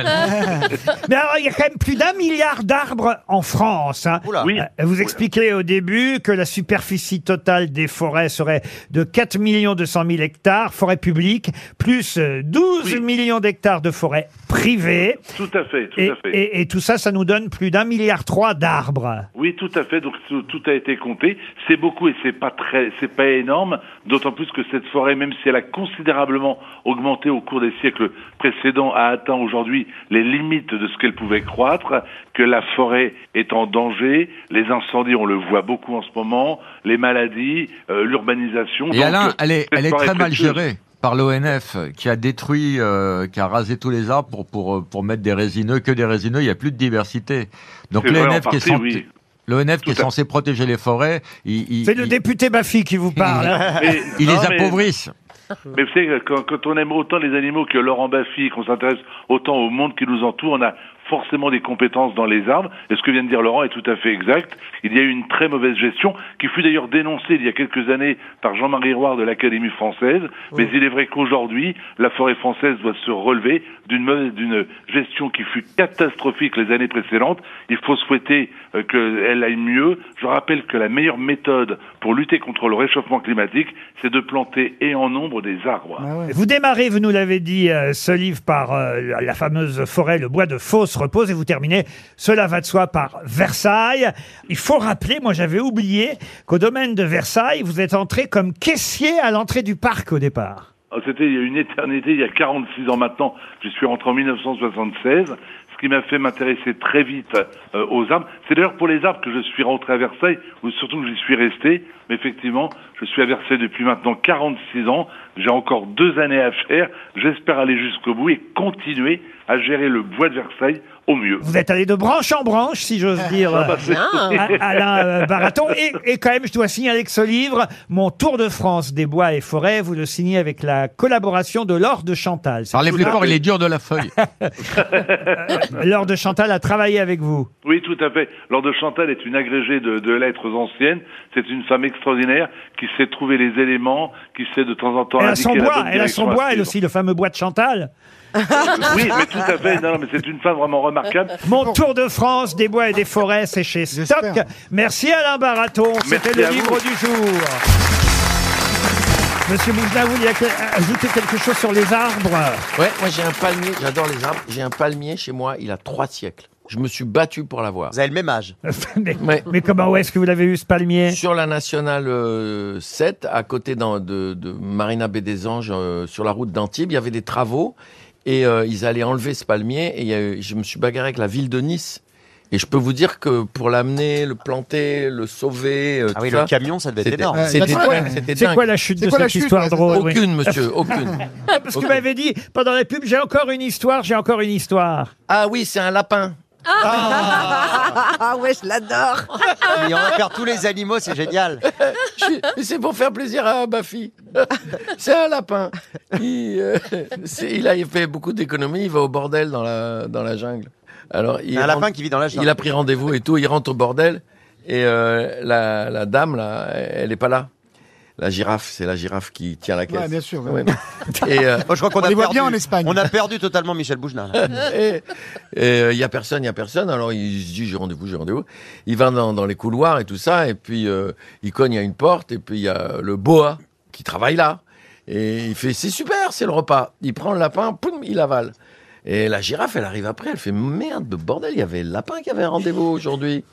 B: Mais alors, il y a quand même plus d'un milliard d'arbres en France. hein.
H: Oula. Oui.
B: Euh, Vous expliquez au début que la superficie totale des forêts serait de 4 200 000 hectares, forêts publiques, plus euh, 12 millions d'hectares de forêts privées.
N: Tout à fait, tout
B: Et,
N: à fait.
B: et- et tout ça, ça nous donne plus d'un milliard trois d'arbres.
N: Oui, tout à fait. Donc tout, tout a été compté. C'est beaucoup et c'est pas très, c'est pas énorme. D'autant plus que cette forêt, même si elle a considérablement augmenté au cours des siècles précédents, a atteint aujourd'hui les limites de ce qu'elle pouvait croître. Que la forêt est en danger. Les incendies, on le voit beaucoup en ce moment. Les maladies, euh, l'urbanisation.
H: Et
N: Donc,
H: Alain, elle est,
N: cette
H: elle est
N: forêt
H: très mal
N: précieuse-
H: gérée par l'ONF qui a détruit, euh, qui a rasé tous les arbres pour, pour, euh, pour mettre des résineux, que des résineux, il n'y a plus de diversité. Donc
N: C'est vrai, en
H: l'ONF qui est,
N: partie,
H: censé-
N: oui.
H: l'ONF qui est censé protéger les forêts, il, il-
B: C'est le
H: il-
B: député Baffy qui vous parle. hein.
N: Mais-
H: il les
N: non, mais-
H: appauvrissent.
N: Mais vous savez, quand, quand on aime autant les animaux que Laurent Baffy, qu'on s'intéresse autant au monde qui nous entoure, on a forcément des compétences dans les arbres. Et ce que vient de dire Laurent est tout à fait exact. Il y a eu une très mauvaise gestion, qui fut d'ailleurs dénoncée il y a quelques années par Jean-Marie Roire de l'Académie française. Mais il est vrai qu'aujourd'hui, la forêt française doit se relever d'une mauvaise, d'une gestion qui fut catastrophique les années précédentes. Il faut souhaiter euh, qu'elle aille mieux. Je rappelle que la meilleure méthode pour lutter contre le réchauffement climatique, c'est de planter et en nombre des arbres.
B: Vous démarrez, vous nous l'avez dit, euh, ce livre par euh, la- la fameuse forêt, le bois de fausse repose, et vous terminez, cela va de soi, par Versailles. Il faut rappeler, moi j'avais oublié, qu'au domaine de Versailles, vous êtes entré comme caissier à l'entrée du parc au départ.
N: Alors, Ah, C'était il y a une éternité, il y a 46 ans maintenant. Je suis rentré en 1976. Ce qui m'a fait m'intéresser très vite euh, aux arbres. C'est d'ailleurs pour les arbres que je suis rentré à Versailles, ou surtout que j'y suis resté. Mais effectivement, je suis à Versailles depuis maintenant 46 ans. J'ai encore deux années à faire. J'espère aller jusqu'au bout et continuer à gérer le bois de Versailles au mieux.
B: Vous êtes allé de branche en branche, si j'ose dire,
N: Ah bah,
B: euh,
N: c'est-
B: à- Alain euh, Baraton. Et, et quand même, je dois signaler que ce livre, Mon Tour de France des bois et forêts, vous le signez avec la collaboration de Laure de Chantal.
H: Parlez plus fort, il est dur de la feuille.
B: Laure de Chantal a travaillé avec vous.
N: Oui, tout à fait. Laure de Chantal est une agrégée de, de lettres anciennes. C'est une femme extraordinaire qui sait trouver les éléments, qui sait de temps en temps
B: Elle a
N: indiquer
B: son
N: la
B: bois,
N: bonne
B: elle a son
N: direction à
B: bois, elle
N: suivre.
B: aussi, le fameux bois de Chantal.
N: Oui, mais tout à fait. Non, non, mais c'est une femme vraiment remarquable.
B: Mon tour de France des bois et des forêts, c'est chez Stock. Merci Alain Baraton, c'était
N: Merci
B: le
N: à
B: livre
N: vous.
B: du jour. Monsieur Boujna, vous vouliez ajouter quelque chose sur les arbres
D: Ouais, moi j'ai un palmier, j'adore les arbres. J'ai un palmier chez moi, il a trois siècles. Je me suis battu pour l'avoir. Vous
G: avez le même âge.
B: mais, mais comment est-ce que vous l'avez eu ce palmier
D: Sur la nationale euh, 7, à côté d'un- de, de Marina Bay des Anges, euh, sur la route d'Antibes, il y avait des travaux et euh, ils allaient enlever ce palmier. Et il y a eu- je me suis bagarré avec la ville de Nice. Et je peux vous dire que pour l'amener, le planter, le sauver, euh,
G: Ah
D: tout
G: oui, le
D: ça,
G: camion, ça devait être
D: c'était-
G: énorme. Ouais,
D: C'était
G: bah, c'est
D: dingue,
G: vrai.
D: c'était
G: C'est
D: dingue.
G: quoi la chute C'est de quoi la cette chute, histoire ouais, c'est drôle, ça. oui.
D: Aucune, monsieur, aucune.
B: Parce que vous m'avez dit, pendant la pub, j'ai encore une histoire, j'ai encore une histoire.
D: Ah oui, c'est un lapin.
M: Ah ouais, je l'adore.
G: Ah, Mais on va faire tous les animaux, c'est génial.
D: Je suis- mais c'est pour faire plaisir à ma fille. C'est un lapin. Il, euh, c'est- il a fait beaucoup d'économies, il va au bordel dans la, dans la jungle. Alors, il
G: Un lapin
D: rentre-
G: qui vit dans la jungle.
D: Il a pris rendez-vous et tout, il rentre au bordel et euh, la, la dame, là, elle n'est pas là. La girafe, c'est la girafe qui tient la caisse.
E: bien sûr, ouais.
D: Ouais. Et, euh,
G: Moi, Oh, je crois qu'on
D: On
G: a
D: les voit
G: perdu-
D: bien en Espagne.
G: On a perdu totalement Michel Bougenat. là.
D: et il n'y a personne, il n'y a personne. Alors il se dit j'ai rendez-vous, j'ai rendez-vous. Il va dans, dans les couloirs et tout ça, et puis euh, il cogne à une porte, et puis il y a le boa qui travaille là. Et il fait c'est super, c'est le repas. Il prend le lapin, poum, il avale. Et la girafe, elle arrive après, elle fait merde, bordel, il y avait le lapin qui avait un rendez-vous aujourd'hui.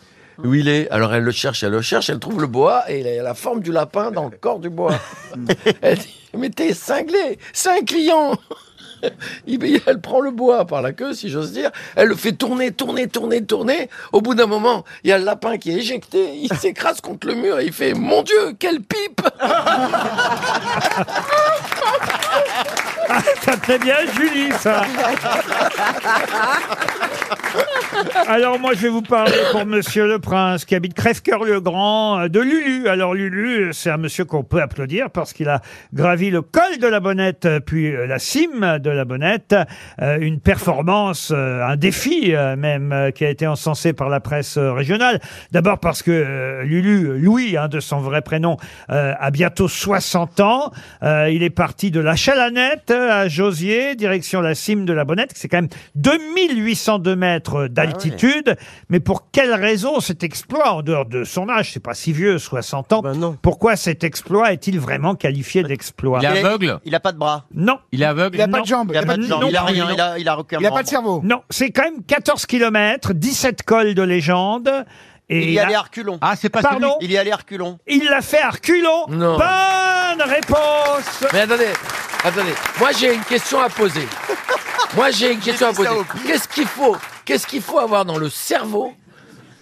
D: Où il est Alors elle le cherche, elle le cherche, elle trouve le boa et elle a la forme du lapin dans le corps du boa. elle dit Mais t'es cinglé, c'est un client Il- Elle prend le boa par la queue, si j'ose dire, elle le fait tourner, tourner, tourner, tourner. Au bout d'un moment, il y a le lapin qui est éjecté, il s'écrase contre le mur et il fait Mon Dieu, quelle pipe
B: Ça plaît Ah, bien, Julie, ça. Alors moi je vais vous parler pour Monsieur le Prince qui habite Crèvecoeur-le-Grand euh, de Lulu. Alors Lulu, euh, c'est un monsieur qu'on peut applaudir parce qu'il a gravi le col de la Bonnette euh, puis euh, la cime de la Bonnette, Euh, une performance, euh, un défi euh, même euh, qui a été encensé par la presse euh, régionale. D'abord parce que euh, Lulu, Louis hein, de son vrai prénom, euh, a bientôt 60 ans. Euh, il est parti de la Chalanette euh, à Josier, direction la cime de la Bonnette. C'est quand même 2802 mètres
G: Ah,
B: d'altitude. Mais pour quelle raison cet exploit, en dehors de son âge, c'est pas si vieux, 60 ans,
G: Ben
B: pourquoi cet exploit est-il vraiment qualifié d'exploit
G: Bah, Il est aveugle Il n'a pas de bras.
B: Non.
G: Il est aveugle Il a pas de jambes. Il a pas de
B: Non.
G: jambes. Il a rien, il a- il a aucun Il a pas membre. de cerveau.
B: Non, c'est quand même 14 kilomètres, 17 cols de légende. Et
G: il y
B: a-
G: allait Arculon.
B: Ah, c'est pas Pardon celui-
G: Il y allait Arculon.
B: Il l'a fait à reculons.
D: Non.
B: Bonne réponse
D: Mais attendez, attendez. Moi, j'ai une question à poser. Moi, j'ai une question à
G: dit ça
D: poser.
G: au pire.
D: Qu'est-ce qu'il faut, qu'est-ce qu'il faut avoir dans le cerveau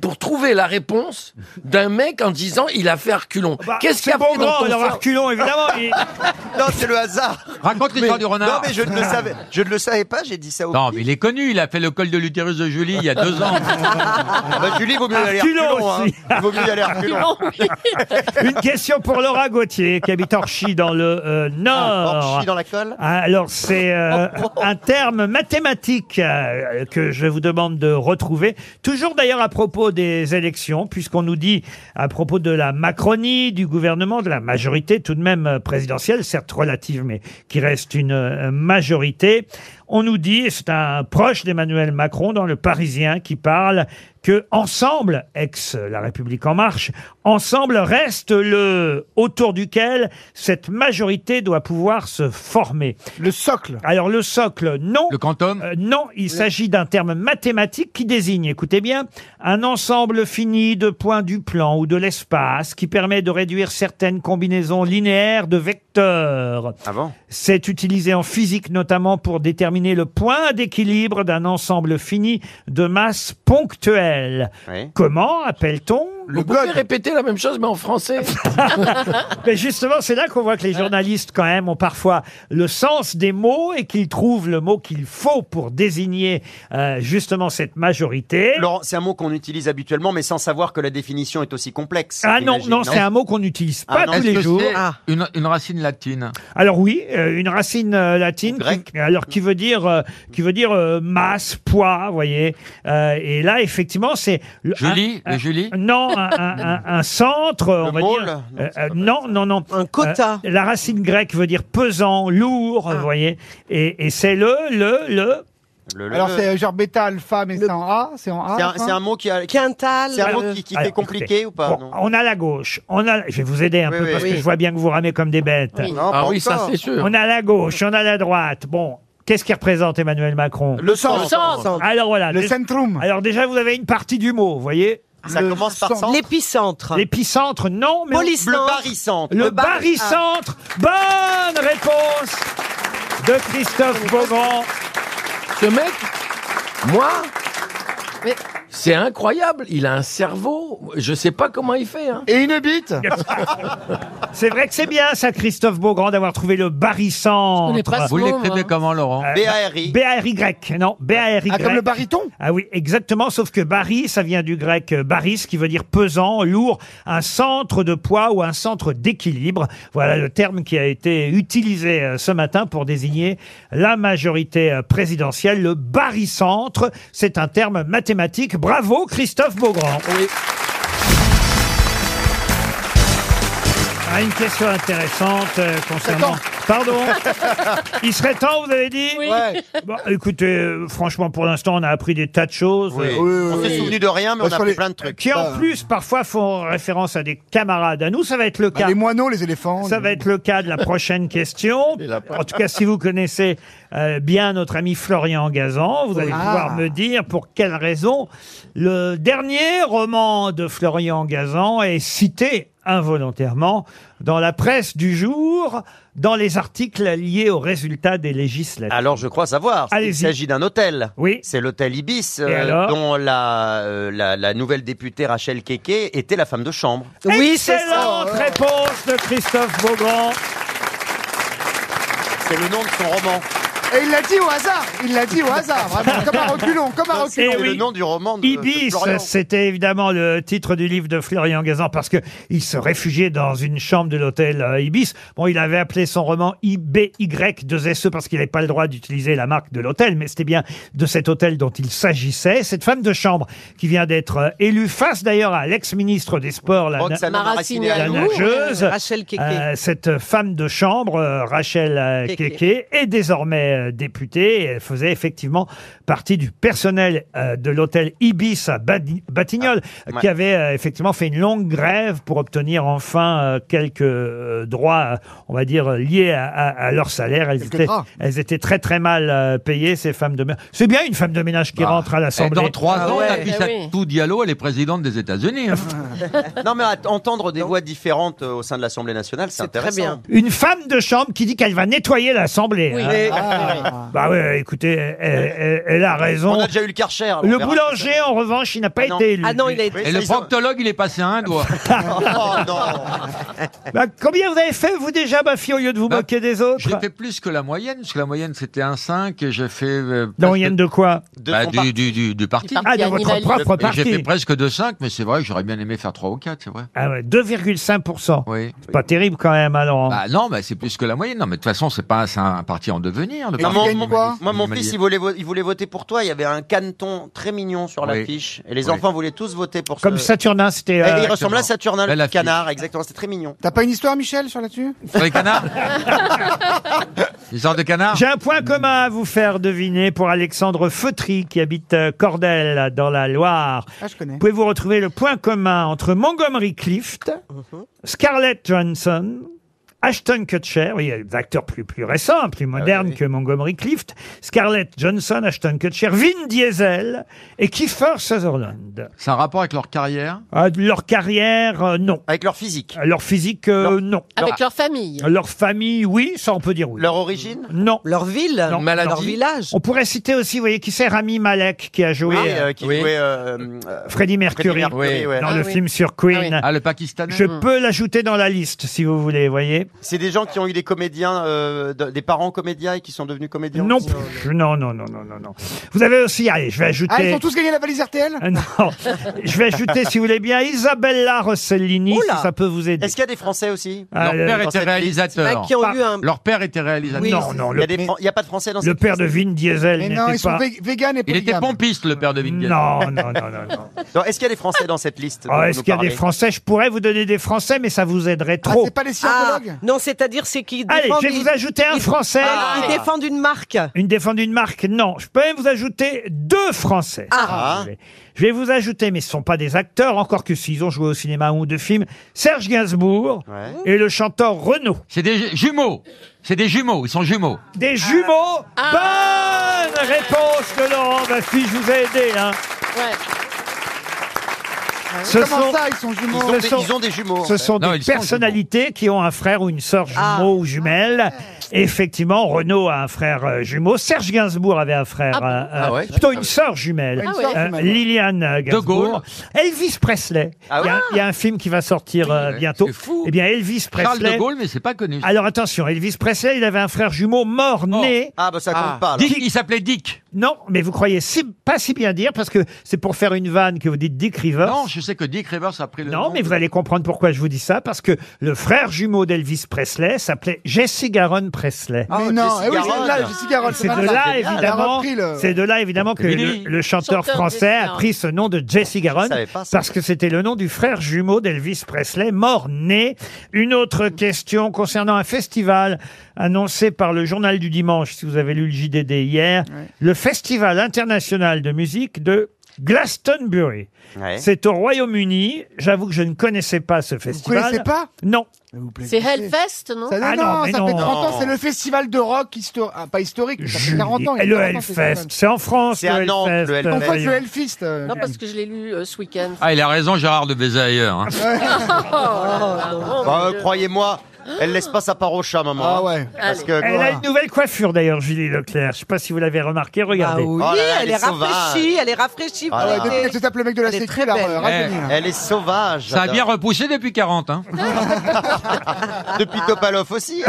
D: pour trouver la réponse d'un mec en disant il a fait Arculon
B: Bah,
D: Qu'est-ce qu'il y a fait dans ton cerveau
G: non, c'est le hasard.
H: Raconte l'histoire du renard.
G: Non, mais je ne le savais, je ne le savais pas, j'ai dit ça au
H: Non, mais il est connu, il a fait le col de l'utérus de Julie il y a deux ans.
G: Ah bah, Julie, vaut mieux aller à
H: Arculon
G: Arculon. hein.
H: aussi.
G: Vaut mieux y aller à Arculon.
B: Une question pour Laura Gauthier, qui habite Orchy dans le euh, Nord.
G: Ah,
B: Ah,
G: Orchy dans la colle Oh,
B: Alors, c'est euh, un terme mathématique euh, que je vous demande de retrouver. Toujours d'ailleurs à propos des élections, puisqu'on nous dit à propos de la Macronie, du gouvernement, de la majorité tout de même euh, présidentielle, certes relative, mais qui reste une euh, majorité. On nous dit, et c'est un proche d'Emmanuel Macron dans Le Parisien qui parle, que Ensemble, ex euh, La République En Marche, Ensemble reste le autour duquel cette majorité doit pouvoir se former. Le socle. Alors le socle, non. Le
H: quantum
B: Non, il s'agit d'un terme mathématique qui désigne, écoutez bien, un ensemble fini de points du plan ou de l'espace qui permet de réduire certaines combinaisons linéaires de vecteurs. C'est utilisé en physique notamment pour déterminer le point d'équilibre d'un ensemble fini de masse ponctuelle. Comment appelle-t-on
D: Vous pouvez répéter la même chose, mais en français
B: mais justement, c'est là qu'on voit que les journalistes, quand même, ont parfois le sens des mots et qu'ils trouvent le mot qu'il faut pour désigner euh, justement cette majorité.
G: Laurent, c'est un mot qu'on utilise habituellement, mais sans savoir que la définition est aussi complexe.
B: Ah non,
G: j'imagine,
B: non, c'est un mot qu'on n'utilise pas
G: Ah non.
B: tous
G: Est-ce
B: les
G: que
B: jours.
G: c'est
B: Ah.
H: Une, une racine latine.
B: Alors oui, euh, une racine euh, latine, qui, alors qui veut dire, euh, qui veut dire euh, masse, poids, vous voyez. Euh, et là, effectivement, c'est le-
H: Julie,
B: un-
H: le
B: un-
H: Julie
B: Non, un, un- un- un centre, on va
G: môle
B: dire. Euh, euh, non, non, non. Un quota. la racine grecque veut dire pesant, lourd,
G: Ah.
B: vous voyez. Et, et c'est le, le, le.
E: Alors c'est euh, genre bêta, alpha, mais c'est en A, c'est en A.
G: C'est un-
E: la fin
G: c'est un mot qui a.
E: Quintal,
G: C'est un mot
E: euh,
G: qui, qui
B: Alors,
G: fait compliqué
B: écoutez,
G: ou pas
B: bon,
G: non
B: On a la gauche. On a. Je vais vous aider un
G: Oui,
B: peu
G: oui.
B: parce que
G: Oui.
B: je vois bien que vous ramez comme des bêtes.
G: Oui. Non, Ah pas oui, ça, encore. c'est sûr.
B: On a la gauche, on a la droite. Bon. Qu'est-ce qui représente Emmanuel Macron
G: Le centre. Le centre.
B: Alors voilà.
E: Le
B: dé- Alors déjà, vous avez une partie du mot, vous voyez
G: Ça commence par centre.
B: L'épicentre. L'épicentre, non, mais...
G: Polycentre. Le barycentre.
B: Le
G: Le bar-
B: barycentre. Bonne réponse de Christophe Beaugrand.
D: Ce mec, moi, c'est incroyable. Il a un cerveau. Je sais pas comment il fait. hein.
E: Et une bite
B: C'est vrai que c'est bien ça, Christophe Beaugrand, d'avoir trouvé le barycentre.
H: Vous
B: hein.
H: l'écrivez comment, Laurent
B: Ah, Euh, B-A-R-I. B-A-R-Y, non, B-A-R-Y.
E: Ah, comme le baryton
B: Ah oui, exactement, sauf que Bari, ça vient du grec euh, baris, qui veut dire pesant, lourd, un centre de poids ou un centre d'équilibre. Voilà le terme qui a été utilisé euh, ce matin pour désigner la majorité euh, présidentielle, le barycentre. C'est un terme mathématique. Bravo, Christophe Beaugrand. Ah, une question intéressante euh, concernant.
E: Attends.
B: Pardon. Il serait temps, vous avez dit Bon, écoutez, euh, franchement, pour l'instant, on a appris des tas de choses.
G: Oui. On s'est souvenu de rien, mais on a appris plein de trucs.
B: Qui en
G: Bah.
B: plus, parfois, font référence à des camarades. À nous, ça va être le cas. les moineaux, les éléphants. Ça va être le cas de la prochaine question. En tout cas, si vous connaissez euh, bien notre ami Florian Gazan, vous allez
E: Oui.
B: pouvoir
E: Ah.
B: me dire pour quelle raison le dernier roman de Florian Gazan est cité involontairement dans la presse du jour, dans les articles liés aux résultats des législatives.
G: Alors je crois savoir. Il
B: Allez-y.
G: s'agit d'un hôtel.
B: Oui.
G: C'est l'hôtel Ibis euh,
B: Et alors
G: dont la, euh, la, la nouvelle députée Rachel Keke était la femme de chambre.
B: Oui, Excellente réponse de Christophe Beaugrand.
G: C'est le nom de son roman.
E: Et il l'a dit au hasard, il l'a dit au hasard, vraiment, comme un reculon, comme un reculon.
B: Eh oui. Ibis, c'était évidemment le titre du livre de Florian Gazan parce que il se réfugiait dans une chambre de l'hôtel euh, Ibis. Bon, il avait appelé son roman IBY2SE E, parce qu'il n'avait pas le droit d'utiliser la marque de l'hôtel, mais c'était bien de cet hôtel dont il s'agissait. Cette femme de chambre qui vient d'être euh, élue face d'ailleurs à l'ex-ministre des Sports, la, na-
G: Roxana
B: la
G: Maracineanu.
B: nageuse.
G: Oui, Rachel Keke.
B: Euh, cette femme de chambre, euh, Rachel euh,
G: Keke.
B: Keke, est désormais euh, députée. Et Elle faisait effectivement partie du personnel euh, de l'hôtel Ibis à Badi- Batignolles,
G: Ah, ouais.
B: qui avait euh, effectivement fait une longue grève pour obtenir enfin euh, quelques euh, droits, euh, on va dire, euh, liés à, à- à leur salaire. Elles
E: Quelques
B: étaient,
E: droits.
B: elles étaient très très mal euh, payées, ces femmes de ménage. C'est bien une femme de ménage
G: Bah,
B: qui
G: eh,
B: rentre à l'Assemblée.
H: Dans trois
B: Ah
G: Ah
H: ans, la Pissat-
G: oui.
H: tout Diallo, elle est présidente des États-Unis. hein.
G: non mais att- entendre des voix différentes euh, au sein de l'Assemblée nationale, c'est intéressant.
B: Une femme de chambre qui dit qu'elle va nettoyer l'Assemblée.
G: Oui. Ah,
B: hein.
G: Oui.
B: Bah ouais, écoutez, elle, elle- elle a raison.
G: On a déjà eu le Karcher. alors Ah. on
B: Le
G: verra.
B: boulanger, en revanche, il n'a pas
G: Ah non.
B: été élu.
G: Ah non, il a été-
H: Et le proctologue, il est passé à un doigt.
G: Oh,
B: Bah, combien vous avez fait, vous déjà, ma fille, au lieu de vous moquer des autres
H: Bah, J'ai fait plus que la moyenne, parce que la moyenne c'était 1,5 et j'ai fait. euh,
B: La
H: presque-
B: moyenne de quoi
H: Bah, du, du, du, du parti.
B: parti Ah, de votre animaliste. propre
H: Et
B: parti.
H: J'ai fait presque 2,5, mais c'est vrai, j'aurais bien aimé faire 3 ou 4, c'est vrai.
B: Ah ouais, 2,5%.
H: Oui.
B: C'est pas terrible quand même, alors. hein.
H: Bah non, mais c'est plus que la moyenne. Non, mais de toute façon, c'est pas c'est un parti en devenir. Ah, Le
G: Non,
H: parti
G: mon, mon-
H: animaliste.
G: moi, mon
H: Animalier.
G: fils, il voulait, vo- il voulait voter pour toi. Il y avait un caneton très mignon sur
H: Oui.
G: l'affiche. Et les
H: Oui.
G: enfants voulaient tous voter pour
B: Comme
G: ce-
B: Saturnin, c'était.
G: Et
B: euh,
G: Eh, il ressemblait à Saturnin,
H: Belle
G: le
H: affiche.
G: canard, exactement. C'était très mignon.
E: T'as pas une histoire, Michel, sur là-dessus
H: Sur les canards L'histoire de canard
B: J'ai un point commun à vous faire deviner pour Alexandre Feutry, qui habite euh, Cordel, dans la Loire.
E: Ah, je connais.
B: Pouvez-vous retrouver le point commun entre Montgomery Clift, Scarlett Johansson, Ashton Kutcher, oui, il y a des acteurs plus, plus récents, plus modernes que Montgomery Clift, Scarlett Johnson, Ashton Kutcher, Vin Diesel et Kiefer Sutherland.
H: C'est un rapport avec leur carrière
B: Ah, de leur carrière, euh, non.
G: Avec leur physique.
B: Leur physique, euh, non.
C: Avec leur famille.
B: Leur... leur famille, oui, ça on peut dire oui. Euh,
G: Leur origine
B: Non.
I: Leur ville,
G: Euh,
B: Non.
I: leur village.
B: On pourrait citer aussi, vous voyez, qui c'est Rami Malek qui a joué
G: Oui,
B: euh,
G: euh, qui jouait. euh, euh,
B: Freddie Mercury,
G: Freddie Mercury, ouais.
B: dans
G: Ah
B: le
G: oui.
B: film sur Queen.
H: Ah, le Pakistanais
B: Je peux l'ajouter dans la liste si vous voulez, voyez.
G: C'est des gens qui ont eu des comédiens, euh, de- des parents comédiens et qui sont devenus comédiens.
B: Non
G: aussi. euh,
B: plus. Non, non, non, non, non, non. Vous avez aussi, allez, je vais ajouter.
E: Ah, ils ont tous gagné la valise RTL
B: Ah, non. je vais ajouter, si vous voulez bien, Isabella Rossellini,
I: Oula.
B: si ça peut vous aider.
G: Est-ce qu'il y a des Français aussi
B: Ah,
H: Leur
B: le-
H: père
G: dans
H: était
G: cette
H: réalisateur.
I: Bah, qui ont eu un.
H: Leur père était réalisateur.
I: Oui,
B: non,
I: c'est-
B: non,
G: Il y
B: le,
G: a des Fran- il y a pas de Français dans
B: le
G: cette
B: père de Vin Diesel
E: Mais non,
B: n'était
E: ils sont
B: pas.
E: vé- vegan et
H: Il était
E: polygames.
H: pompiste, le père de Vin Diesel.
B: Non, non, non, non, non.
G: liste. Non, Est-ce qu'il y a des Français dans cette liste dont
B: Ah,
G: vous
B: Est-ce
G: nous
B: qu'il y a des
G: parlez
B: Français Je pourrais vous donner des Français, mais ça vous aiderait
E: Ah,
B: trop.
E: c'est pas les
I: Ah,
E: scientologues
I: non, c'est-à-dire, c'est qu'ils
B: Allez,
I: défendent.
B: je vais vous ajouter un
I: ils-
B: Français.
I: Ah, Ils défendent une marque.
B: Une défense d'une marque, non. Je peux même vous ajouter deux Français.
I: Ah.
B: si vous voulez. Je vais vous ajouter, mais ce sont pas des acteurs, encore que s'ils ont joué au cinéma un ou deux films, Serge Gainsbourg
G: Ouais.
B: et le chanteur Renaud.
H: C'est des ju- jumeaux. C'est des jumeaux. Ils sont jumeaux.
B: Des jumeaux
I: Ah.
B: Bonne réponse de Laurent Baffy, je vous ai aidé. Hein.
C: Ouais.
B: Ce
E: Comment
B: sont,
E: ça, ils sont
G: ils
E: jumeaux
G: ont,
B: Ce
G: des,
B: sont-
G: ils ont des jumeaux. en
B: ce
G: fait.
B: sont
H: Non,
B: des
H: ils sont
B: personnalités qui ont un frère ou une sœur jumeau
I: Ah.
B: ou jumelle. Effectivement, Renaud a un frère euh, jumeau. Serge Gainsbourg avait un frère,
C: Ah bon
B: euh, euh,
D: Ah ouais
B: plutôt une sœur jumelle.
E: Une
C: Ah
E: sœur
C: ouais.
E: jumelle.
B: Liliane euh, Gainsbourg.
H: Gaulle.
B: Elvis Presley.
G: Ah
B: il, y a,
G: ouais
B: il y a un film qui va sortir euh,
H: Ouais,
B: bientôt.
H: c'est fou.
B: Eh bien, Elvis
H: Charles de
B: Presley.
H: Gaulle, mais c'est pas connu.
B: Alors attention, Elvis Presley, il avait un frère jumeau mort-né.
G: Ah, bah ça compte
H: Ah.
G: pas. alors.
H: Dick, il s'appelait Dick.
B: Non, mais vous croyez si, pas si bien dire parce que c'est pour faire une vanne que vous dites Dick Rivers.
H: Non, je sais que Dick Rivers a pris le
B: Non,
H: nom
B: mais
H: de-
B: vous allez comprendre pourquoi je vous dis ça, parce que le frère jumeau d'Elvis Presley s'appelait Jesse Garon Presley.
E: Ah, Mais ouais, non, Jessica eh oui, c'est de là, Rhodes. Jessica Rhodes,
B: C'est
E: c'est
B: de
E: pas
B: là,
E: ça. Elle a
B: évidemment,
E: repris le-
B: c'est de là évidemment que
E: Oui.
B: le, le chanteur
E: Chanteur
B: français
E: Jessica
B: a pris ce nom de Jesse Garonne parce que c'était le nom du frère jumeau d'Elvis Presley, mort né. Une autre question concernant un festival annoncé par le Journal du Dimanche, si vous avez lu le JDD hier, le Festival international de musique de Glastonbury.
G: Ouais.
B: C'est au Royaume-Uni. J'avoue que je ne connaissais pas ce festival.
E: connaissez pas
B: Non.
C: C'est Hellfest, non
E: Ça, non,
B: Ah
E: non,
B: non, mais
E: ça
B: non.
E: fait 30 ans, c'est le festival de rock, histo- ah, pas historique, mais ça fait 40 ans. il y a
B: Et le
E: 40 ans, ce
B: Hellfest,
E: festival.
B: c'est en France.
E: C'est à
B: le
E: Nantes,
B: Hellfest.
E: le Hellfest. Confond avec le Hellfest, euh,
C: Non, parce que je l'ai lu euh, ce week-end.
H: Ah, il a raison, Gérard de Bézailleur. hein.
C: Oh, là là, oh,
G: Bah,
C: mon
G: euh,
C: Dieu.
G: Croyez-moi, elle laisse pas sa part au chat, maman. Ah ouais. Parce que,
B: Elle a une nouvelle coiffure d'ailleurs, Julie Leclerc. Je sais pas si vous l'avez remarqué,
E: Ah
B: regardez.
G: oui, Oh là là, elle
M: Elle est rafraîchie, elle est rafraîchie.
G: Ah là là.
E: Depuis qu'elle se tape le mec de la sécu, là, euh, rajeunit, là.
G: Eh, elle est sauvage.
H: Ça a bien
G: Alors,
H: repoussé depuis 40. Hein.
G: Depuis Topalov aussi.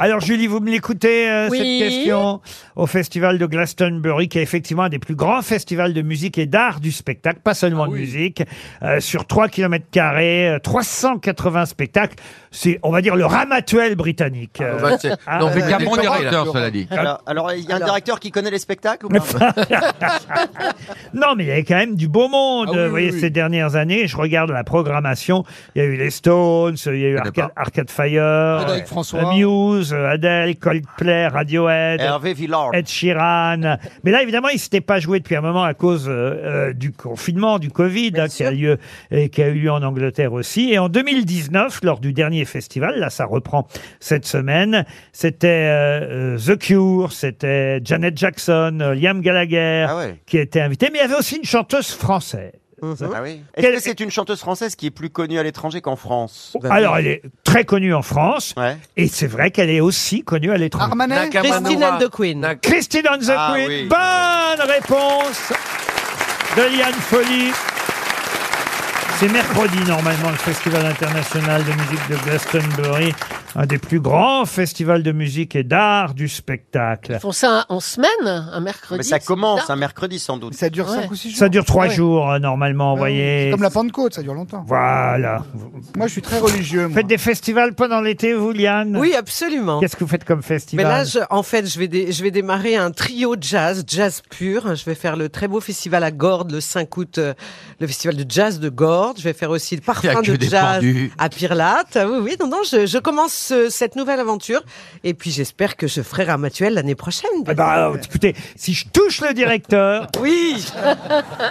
B: Alors Julie, vous me l'écoutez euh,
G: Oui.
B: cette question au festival de Glastonbury, qui est effectivement un des plus grands festivals de musique et d'art du spectacle, pas seulement
G: Ah
B: de musique, euh, sur 3 km carrés, euh, 380 spectacles. C'est, on va dire, le ramatuel britannique. Euh, Ah,
G: bah, c'est-
B: hein.
G: non, mais Avec un bon directeur,
H: cela dit.
G: Alors, alors, il y a un directeur qui connaît les spectacles ou pas
B: Non, mais il y avait quand même du beau monde.
G: Ah oui,
B: vous
G: oui,
B: voyez,
G: oui.
B: ces dernières années, je regarde la programmation. Il y a eu les Stones, il y a eu Arcade, Arcade Fire,
G: Frédéric
B: euh,
G: François.
B: Muse, euh, Adele, Coldplay, Radiohead,
G: Hervé Villard.
B: Ed Sheeran. Mais là, évidemment, il ne s'était pas joué depuis un moment à cause euh, euh, du confinement, du Covid, hein, qui a lieu et qui a eu lieu en Angleterre aussi. Et en 2019, lors du dernier festival, là, ça reprend cette semaine, c'était euh, euh, The Cure, c'était Janet Jackson, euh, Liam Gallagher qui étaient invités. Mais il y avait aussi une chanteuse française.
G: Ah oui. Est-ce que c'est une chanteuse française qui est plus connue à l'étranger qu'en France
B: Oh, Alors, elle est très connue en France. Et c'est vrai qu'elle est aussi connue à l'étranger.
E: Armanet Nakamura. Christine and the
B: Queen. Christine and the
E: Ah
B: Queen.
E: oui.
B: Bonne réponse de Liane Folly. C'est mercredi, normalement, le Festival international de musique de Glastonbury, un des plus grands festivals de musique et d'art du spectacle.
C: Ils font ça en semaine, un mercredi.
G: Mais ça
C: c'est
G: commence
C: bizarre.
G: un mercredi sans doute.
E: Ça dure
C: Ouais.
E: 5 ou 6 jours.
B: Ça dure trois
E: Ah ouais.
B: jours, euh, normalement, vous voyez.
E: C'est comme la Pentecôte, ça dure longtemps.
B: Voilà.
E: Moi, je suis très religieux.
B: Faites des festivals pendant l'été, vous, Liane
M: Oui, absolument.
B: Qu'est-ce que vous faites comme
M: Mais
B: festival
M: là, je- en fait, je vais, dé- je vais démarrer un trio jazz, jazz pur. Je vais faire le très beau festival à Gordes le 5 août, euh, le festival de jazz de Gordes. Je vais faire aussi le
H: Il y a
M: parfum
H: que
M: de
H: des
M: jazz
H: pendus.
M: à Pirlate. Ah Oui, oui, non, non, je, je commence ce- cette nouvelle aventure. Et puis, j'espère que je ferai Ramatuel l'année prochaine.
B: Eh ben, alors, écoutez, si je touche le directeur,
M: Oui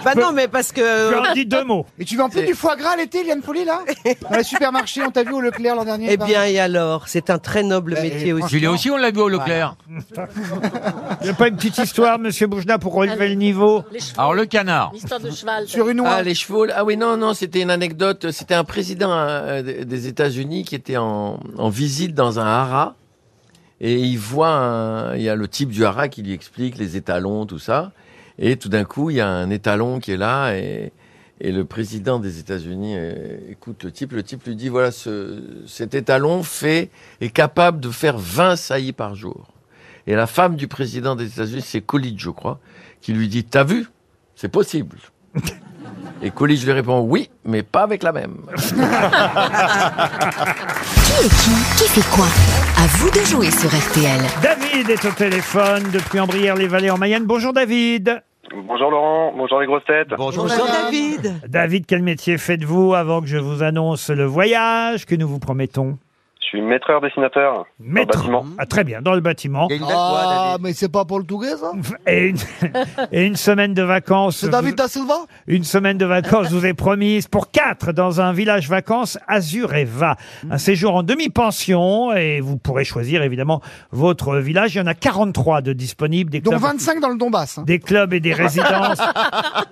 M: Bah non, mais parce que... euh,
B: je leur dis deux mots.
E: Et tu vends plus du foie gras l'été, Liane Poli, là Dans les supermarchés, on t'a vu au Leclerc l'an dernier.
M: Eh bien, et alors C'est un très noble
E: Eh,
M: métier aussi.
H: Julien aussi, on l'a vu au Leclerc.
B: Il n'y a pas une petite histoire, monsieur Boujna, pour relever le niveau
H: Alors, le canard.
C: L'histoire de cheval.
D: Ah, les chevaux. là. Ah oui, non, non, c'était une anecdote. C'était un président euh, des- des États-Unis qui était en, en visite dans un haras. Et il voit, un- il y a le type du haras qui lui explique les étalons, tout ça. Et tout d'un coup, il y a un étalon qui est là et, et le président des États-Unis euh, écoute le type. Le type lui dit, voilà, ce- cet étalon fait, est capable de faire 20 saillies par jour. Et la femme du président des États-Unis, c'est Coolidge, je crois, qui lui dit, t'as vu? C'est possible. Et Coolidge lui répond oui, mais pas avec la même.
O: Qui est qui Qui fait quoi À vous de jouer sur RTL.
B: David est au téléphone depuis Ambrières-les-Vallées en Mayenne. Bonjour David.
P: Bonjour Laurent, bonjour les grosses têtes. Bonjour,
M: David.
B: David, quel métier faites-vous avant que je vous annonce le voyage que nous vous promettons
P: Je suis maîtreur dessinateur.
B: Maître. Ah, très bien, dans le bâtiment.
E: Ah, mais c'est pas pour le Touguet, ça
B: Et une, et une semaine de vacances.
E: C'est David
B: vous-
E: Da Silva
B: Une semaine de vacances vous est promise pour quatre dans un village vacances Azureva. Un séjour en demi-pension et vous pourrez choisir évidemment votre village. Il y en a 43 de disponibles. Des
E: Dont
B: clubs-
E: 25 dans le Donbass. hein.
B: des clubs et des résidences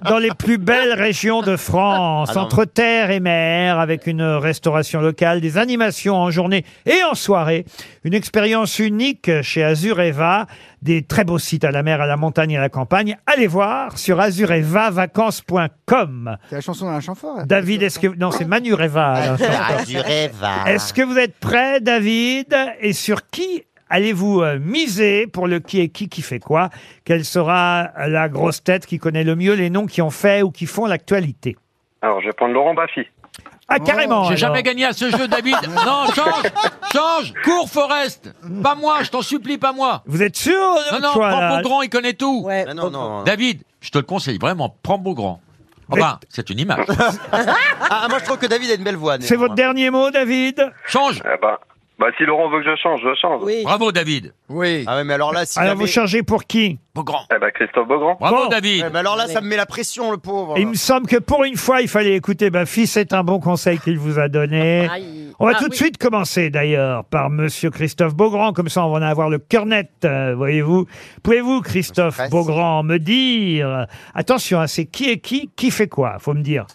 B: dans les plus belles régions de France,
E: Ah non.
B: entre terre et mer, avec une restauration locale, des animations en journée et en soirée, une expérience unique chez Azureva, des très beaux sites à la mer, à la montagne et à la campagne. Allez voir sur azurevavacances.com.
E: C'est la chanson d'un chanfort. là.
B: David, est-ce que non, Ah, c'est Manureva. à l'instant.
E: Ah.
G: Azureva.
B: Est-ce que vous êtes prêt, David Et sur qui allez-vous euh, miser pour le qui est qui qui fait quoi Quelle sera la grosse tête qui connaît le mieux les noms qui ont fait ou qui font l'actualité
P: Alors je vais prendre Laurent Baffy.
B: Ah, carrément
H: J'ai jamais
B: alors.
H: gagné à ce jeu, David. non, change Change Cours, Forest Pas moi, je t'en supplie, pas moi
B: Vous êtes sûr
H: Non, non,
B: toi,
H: prends
B: là
H: Beaugrand, il connaît tout
G: non, non.
H: David, je te le conseille vraiment, prends Beaugrand. Enfin, c'est une image.
G: ah, moi je trouve que David a une belle voix.
B: C'est votre dernier mot, David
H: Change
P: bah, bah, si Laurent veut que je change, je change.
H: Bravo, David
D: Oui.
G: Ah ouais, mais alors là, si
B: Alors vous changez pour qui
H: Beaugrand.
P: Eh ben, Christophe Beaugrand.
B: Bravo, Bon.
H: David.
G: mais Eh ben, alors là, ça me met la pression, le pauvre.
B: Et Il me semble que pour une fois, il fallait écouter ma fille. C'est un bon conseil qu'il vous a donné.
G: Aïe.
B: On va
G: Ah
B: tout de
G: oui.
B: suite commencer d'ailleurs par Monsieur Christophe Beaugrand. Comme ça, on va en avoir le cœur net, euh, voyez-vous. Pouvez-vous, Christophe Beaugrand, me dire Attention, hein, c'est qui est qui, qui fait quoi Faut me dire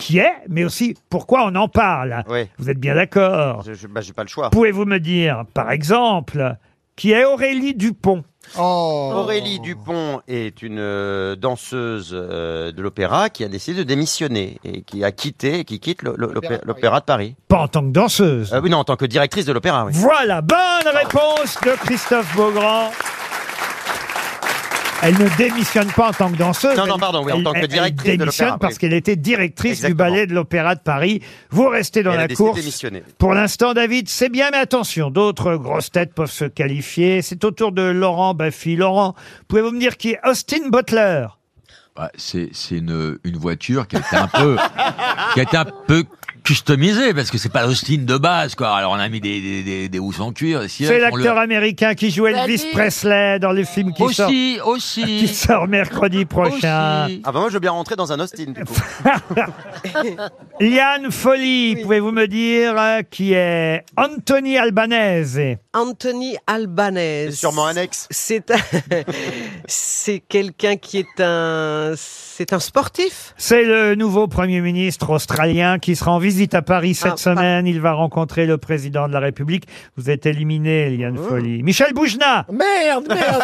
B: qui est, mais aussi pourquoi on en parle. Vous êtes bien d'accord
G: Je- je- bah, j'ai pas le choix.
B: Pouvez-vous me dire, par exemple, qui est Aurélie Dupont
G: Oh.
B: Oh.
G: Aurélie Dupont est une euh, danseuse euh, de l'opéra qui a décidé de démissionner et qui a quitté, qui quitte le- le- l'opé- l'opéra de Paris.
B: Pas en tant que danseuse.
G: Euh, oui, non, en tant que directrice de l'opéra. Oui.
B: Voilà, bonne réponse de Christophe Beaugrand. Elle ne démissionne pas en tant que danseuse.
G: Non, non,
B: elle-
G: pardon, oui, en
B: elle-
G: tant que
B: elle-
G: directrice de
B: Elle démissionne
G: l'opéra,
B: parce
G: oui.
B: qu'elle était directrice
G: Exactement.
B: du ballet de l'Opéra de Paris. Vous restez dans
G: Elle a
B: la
G: décidé de
B: course.
G: démissionner.
B: Pour l'instant, David, c'est bien, mais attention, d'autres grosses têtes peuvent se qualifier. C'est au tour de Laurent Baffy. Laurent, pouvez-vous me dire qui est Austin Butler
H: Bah, c'est c'est une, une voiture qui a été un peu qui a été un peu customisée parce que c'est pas l'Austin de base quoi. Alors on a mis des des des, des housses en cuir. les sièges,
B: C'est
H: on le-
B: l'acteur américain qui joue Elvis
H: Salut.
B: Presley dans le film qui sort.
H: Aussi, aussi.
B: Qui sort mercredi prochain.
G: Ah bah moi je veux bien rentrer dans un Austin du coup.
B: Liane Folly, pouvez-vous me dire euh, qui est Anthony Albanese
M: Anthony Albanese. C'est
G: sûrement un ex.
M: C'est c'est quelqu'un qui est un c'est un sportif.
B: C'est le nouveau Premier ministre australien qui sera en visite à Paris cette
M: Ah,
B: semaine. Il va rencontrer le président de la République. Vous êtes éliminé, Liane Folly. Michel Boujna
F: Oh. Merde, merde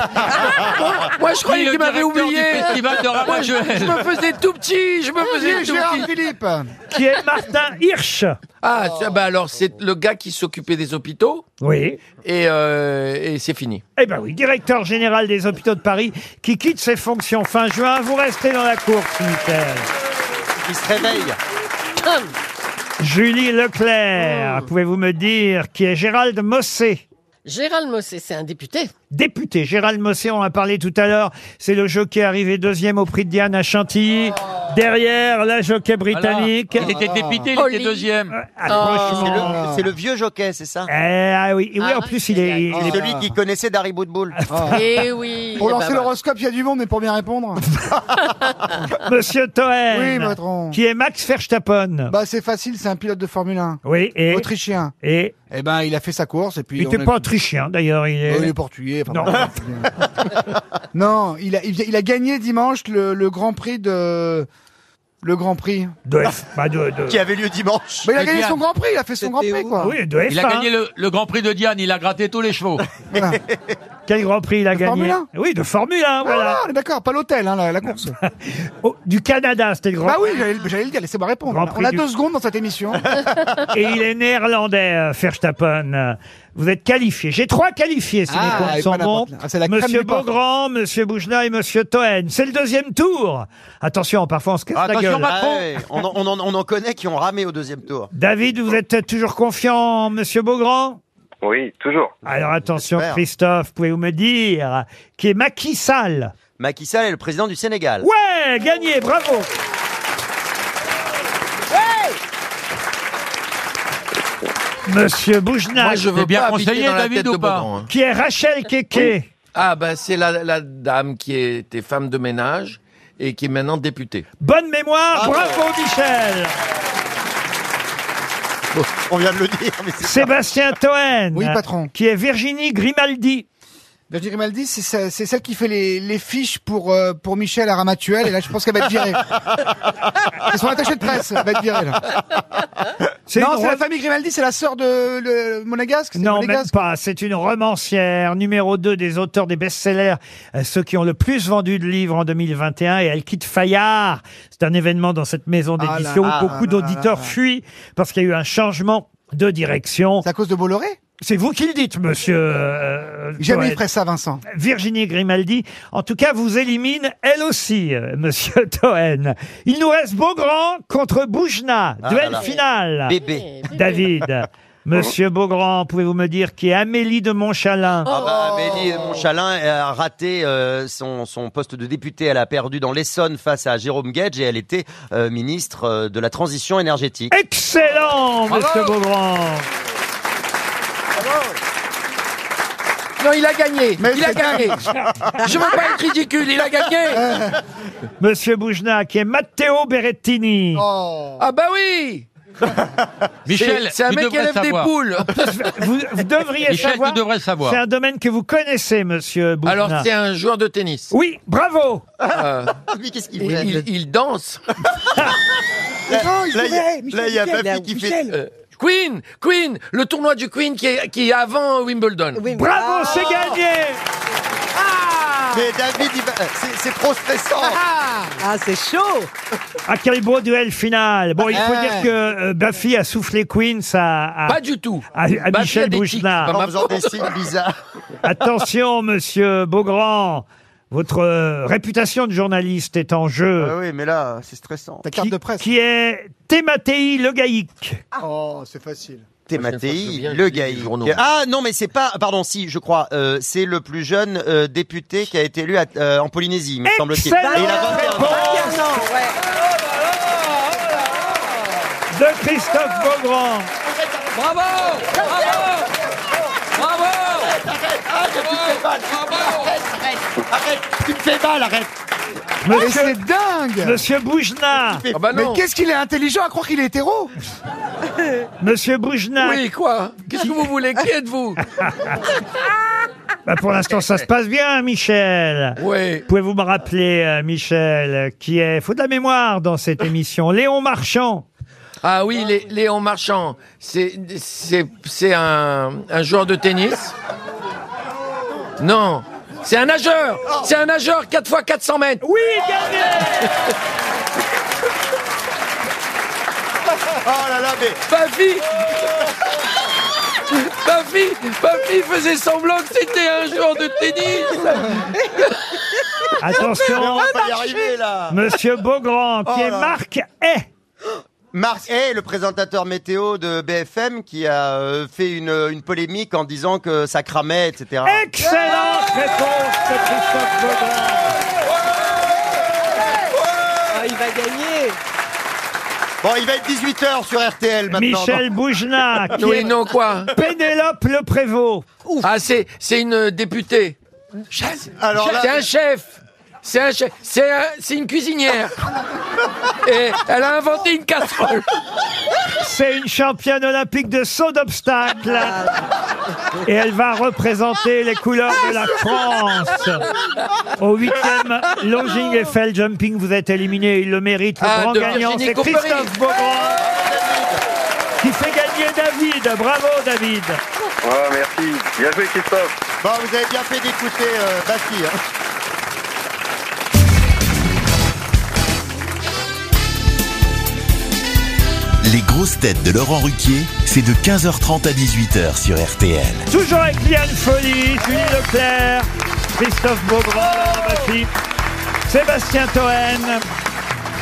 F: Moi, je croyais
B: Qui est
F: que tu
B: le
F: m'avais
B: directeur
F: oublié
B: du festival de
F: Moi, je,
B: Ramois-Joël.
F: je me faisais tout petit Je me faisais tout
E: Gérard
F: petit
E: Philippe
B: Qui est Martin Hirsch
D: Ah, ça, bah alors c'est le gars qui s'occupait des hôpitaux.
B: Oui.
D: Et, euh, et c'est fini.
B: Eh ben oui, directeur général des hôpitaux de Paris qui quitte ses fonctions fin juin. Vous restez dans la course, Michel.
G: Il se réveille.
B: Julie Leclerc,
E: Oh.
B: pouvez-vous me dire qui est Gérald Mossé
Q: Gérald Mossé, c'est un député.
B: Député Gérald Mossé, on en a parlé tout à l'heure. C'est le jockey arrivé deuxième au prix de Diane à Chantilly. Derrière, la jockey britannique. Euh,
H: Voilà. Il était député, il était deuxième.
B: franchement.
G: C'est le, c'est le vieux jockey, c'est ça
B: Oh. Eh, ah oui, oui, en plus, il est. il est- Ah.
G: Celui qui connaissait Dari Boudboul.
Q: Eh oui.
E: Pour
Q: eh
E: lancer
Q: ben voilà.
E: l'horoscope, il y a du monde, mais pour bien répondre.
B: Monsieur Toen.
E: Oui, patron.
B: Qui est Max Verstappen.
E: Bah, c'est facile, c'est un pilote de Formule 1.
B: Oui, et.
E: Autrichien.
B: Et.
E: Eh ben, il a fait sa course et puis.
B: Il
E: on
B: n'était
E: a-
B: pas autrichien, d'ailleurs. Il est.
E: Oh, il est portugais. enfin,
B: Non.
E: bon, non, il a, il, il a gagné dimanche le, le Grand Prix de. Le Grand Prix.
B: De F. bah, de- de-
G: Qui avait lieu dimanche.
E: Bah, il a
H: De
E: gagné
H: Diane.
E: son Grand Prix, il a fait son Grand Prix, quoi.
H: Il a gagné le, le Grand Prix de Diane, il a gratté tous les chevaux.
B: Quel Grand Prix il a gagné
E: Formule 1
B: Oui, de Formule 1,
E: Ah,
B: voilà.
E: voilà, on est d'accord, pas l'hôtel, hein, la, la course.
B: Oh, du Canada, c'était le Grand
E: bah oui, j'allais j'allais le dire, laissez-moi répondre.
B: Grand
E: On a- On a
B: Prix du-
E: deux secondes dans cette émission.
B: Et il est néerlandais, euh, Verstappen. Euh, Vous êtes qualifié. J'ai trois qualifiés, si
E: Ah,
B: mes
E: et
B: comptes sont
E: pas
B: bons.
E: n'importe- ah, c'est la crème
B: monsieur
E: du porc.
B: Beaugrand, Monsieur Boujna et Monsieur Toen. C'est le deuxième tour. Attention, parfois on se casse la
G: Ah, Attention
B: gueule. Ah
G: Macron on, en, on en- on en connaît qui ont ramé au deuxième tour.
B: David, vous êtes toujours confiant, Monsieur Beaugrand
P: Oui, toujours.
B: Alors attention,
G: J'espère.
B: Christophe, pouvez-vous me dire qui est Macky Sall
G: Macky Sall est le président du Sénégal.
B: Ouais, gagné, bravo Monsieur Boujna.
D: Moi, je veux pas habiter dans la tête de Beaugrand, hein.
B: Qui est Rachel Keke
D: Oui. Ah bah c'est la, la dame qui était femme de ménage et qui est maintenant députée.
B: Bonne mémoire, bravo Michel
G: On vient de le dire. mais c'est-
B: Sébastien Toen.
E: Oui, patron.
B: Qui est Virginie Grimaldi.
E: Virginie Grimaldi, c'est ce- c'est celle qui fait les, les fiches pour, euh, pour Michel Aramatuel, et là, je pense qu'elle va être virée. c'est son attaché de presse, elle va être virée, là.
B: C'est
E: non,
B: une
E: c'est la
B: rem-
E: famille Grimaldi, c'est la sœur de le, Monégasque c'est
B: Non, même
E: Monégasque
B: pas. C'est une romancière, numéro 2 des auteurs des best-sellers, euh, ceux qui ont le plus vendu de livres en 2021, et elle quitte Fayard. C'est un événement dans cette maison
E: Ah là
B: d'édition
E: là
B: où beaucoup
E: là là là
B: d'auditeurs
E: là.
B: fuient parce qu'il y a eu un changement de direction.
E: C'est à cause de Bolloré
B: C'est vous qui le dites, monsieur. euh,
E: Jamais il
B: Toen.
E: ferait ça, Vincent.
B: Virginie Grimaldi, en tout cas, vous élimine elle aussi, euh, monsieur Toen. Il nous reste Beaugrand contre Boujna,
G: Ah
B: duel
G: là là.
B: final.
G: Bébé.
B: David. Monsieur Beaugrand, pouvez-vous me dire qui est Amélie de
F: Oh.
B: Montchalin
G: Ah bah, Amélie Montchalin a raté euh, son, son poste de députée. Elle a perdu dans l'Essonne face à Jérôme Gage et elle était euh, ministre euh, de la transition énergétique.
B: Excellent,
G: Bravo.
B: monsieur Beaugrand.
F: Non, il a gagné. il a
B: c'est dingue.
F: gagné. Je veux pas être ridicule, il a gagné.
B: Monsieur Boujna, qui est Matteo Berrettini.
F: Ah bah oui.
H: Michel,
F: C'est- c'est un
H: tu
F: mec qui
H: devrais
F: élève des
H: savoir.
F: poules.
B: Vous, vous devriez
H: Michel,
B: savoir.
H: tu devrais savoir.
B: C'est un domaine que vous connaissez, monsieur Boujna.
D: Alors, c'est un joueur de tennis.
B: Ah. Oui, bravo
D: Euh,
G: Mais qu'est-ce qu'il
D: il, il- il danse.
E: Non, il
D: Là, y a-
E: voulait, Michel,
D: là, il y a
E: Michel,
D: Papy qui fait.
E: Michel.
D: euh, Queen, Queen, le tournoi du Queen qui est, qui est avant Wimbledon. Ah.
B: Bravo, c'est gagné
G: Mais David, il va- euh, c'est- c'est trop stressant.
M: Ah, c'est chaud
B: Ah, quel beau duel final Bon, il faut
G: Ouais.
B: dire que euh, Baffy a soufflé Queens à... à-
D: Pas du tout.
B: Ah. à- à
D: Bah,
B: Michel
D: il y a des tics,
B: Bouchenard.
D: pas
G: En
D: ma
G: faisant des
E: Ah.
G: signes bizarres.
B: Attention, monsieur Beaugrand votre euh, réputation de journaliste est en jeu.
G: Ah oui, mais là, c'est stressant.
E: Ta carte de presse.
B: Qui est Thématei Le Gaïc.
E: Oh, c'est facile.
G: T'es
D: Prochaine fois, je veux bien
G: Mattei,
D: que tu
G: le
D: lises
G: gars.
D: les journaux.
G: Ah non, mais c'est pas. Pardon, si, je crois. euh, c'est le plus jeune euh, député qui a été élu à- euh, en Polynésie, me semble-t-il. Et il a 21 ans.
B: Excellente réponse de Christophe Beaugrand.
F: Bravo. Bravo. Bravo.
E: Mais
B: Monsieur,
E: c'est dingue
B: monsieur
D: Ah
B: Boujna,
D: bah
E: Mais
D: non.
E: qu'est-ce qu'il est intelligent à croire qu'il est hétéro
B: monsieur Boujna,
D: Oui, quoi Qu'est-ce que vous voulez Qui êtes-vous
B: bah, pour l'instant ça se passe bien, Michel.
D: Oui.
B: Pouvez-vous me rappeler, euh, Michel, euh, qui est, faut de la mémoire dans cette émission, Léon Marchand.
D: Ah oui, Lé- Léon Marchand, c'est c'est- c'est un, un joueur de tennis Non, c'est un nageur C'est un nageur 4 x 400 mètres
B: Oui, gagné
G: Oh là là, mais.
F: Ma fille Ma fille, ma fille faisait semblant que c'était un joueur de tennis
B: Attention,
G: On va pas y arriver là.
B: monsieur Beaugrand, qui
G: Oh
B: est
G: là.
B: Marc Hay.
G: Marc Hay, le présentateur météo de BFM, qui a euh, fait une, une polémique en disant que ça cramait, etc.
B: Excellente réponse de Christophe Beaugrand.
M: Il va gagner
G: Bon, il va être 18h sur RTL maintenant.
B: Michel Boujna, Ah, qui
D: Oui,
B: est
D: non, quoi
B: Pénélope Le Prévost.
D: Ah, c'est c'est une députée
G: Alors là-
D: C'est un chef c'est un chef, c'est un- c'est une cuisinière. Et elle a inventé une casserole.
B: C'est une championne olympique de saut d'obstacle. Et elle va représenter les couleurs de la France. Au huitième Longing Jumping, vous êtes éliminé. Il le mérite. Le
D: Ah,
B: grand
D: de
B: gagnant,
D: Virginie
B: c'est
D: Couperie.
B: Christophe Beaugrand. Qui fait gagner David. Bravo, David.
P: Ouais, merci. Bien joué, Christophe.
G: Bon, vous avez bien fait d'écouter euh, Bastille, hein.
A: Les grosses têtes de Laurent Ruquier, c'est de 15h30 à 18h sur RTL.
B: Toujours avec Liane Folly, Julie Leclerc, Christophe Beaugrand, Laurent Baffy, Sébastien Toen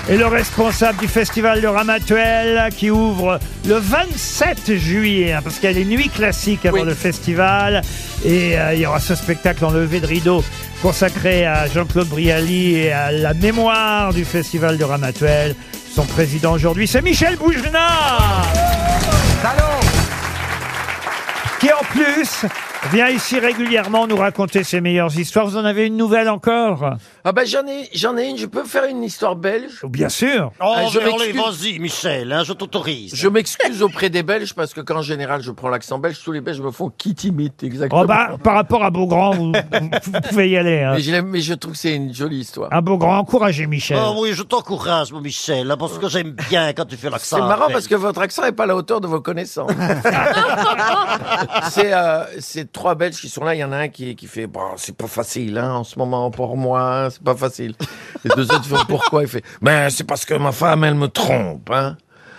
B: et le responsable du festival de Ramatuel qui ouvre le 27 juillet, hein, parce qu'il y a les nuits classiques avant
D: Oui.
B: le festival et euh, il y aura ce spectacle en levée de rideau consacré à Jean-Claude Brialy et à la mémoire du festival de Ramatuel. Son président aujourd'hui, c'est Michel Bougenat qui en plus vient ici régulièrement nous raconter ses meilleures histoires. Vous en avez une nouvelle encore
D: Ah bah j'en ai, j'en ai une. Je peux faire une histoire belge.
B: Bien sûr.
D: Ah, je m'excuse.
G: Oh, vas-y, Michel, hein, je t'autorise.
D: Je m'excuse auprès des Belges parce que quand en général je prends l'accent belge, tous les Belges me font qui t'imite exactement.
B: Oh bah, par rapport à Beaugrand, vous, vous pouvez y aller. hein.
D: mais, je l'aime- mais je trouve que c'est une jolie histoire.
B: Un Beaugrand, encouragez Ah, Michel.
D: Ah,
G: Ah oui, je t'encourage, mon Michel, hein, parce que j'aime bien quand tu fais
D: C'est marrant parce que votre accent n'est pas à la hauteur de vos connaissances. c'est euh, c'est trois Belges qui sont là. Il y en a un qui, qui fait bon, c'est pas facile hein, en ce moment pour moi, hein, c'est pas facile. Les deux autres font pourquoi Il fait ben c'est parce Ah, que ma femme elle me trompe. Hein.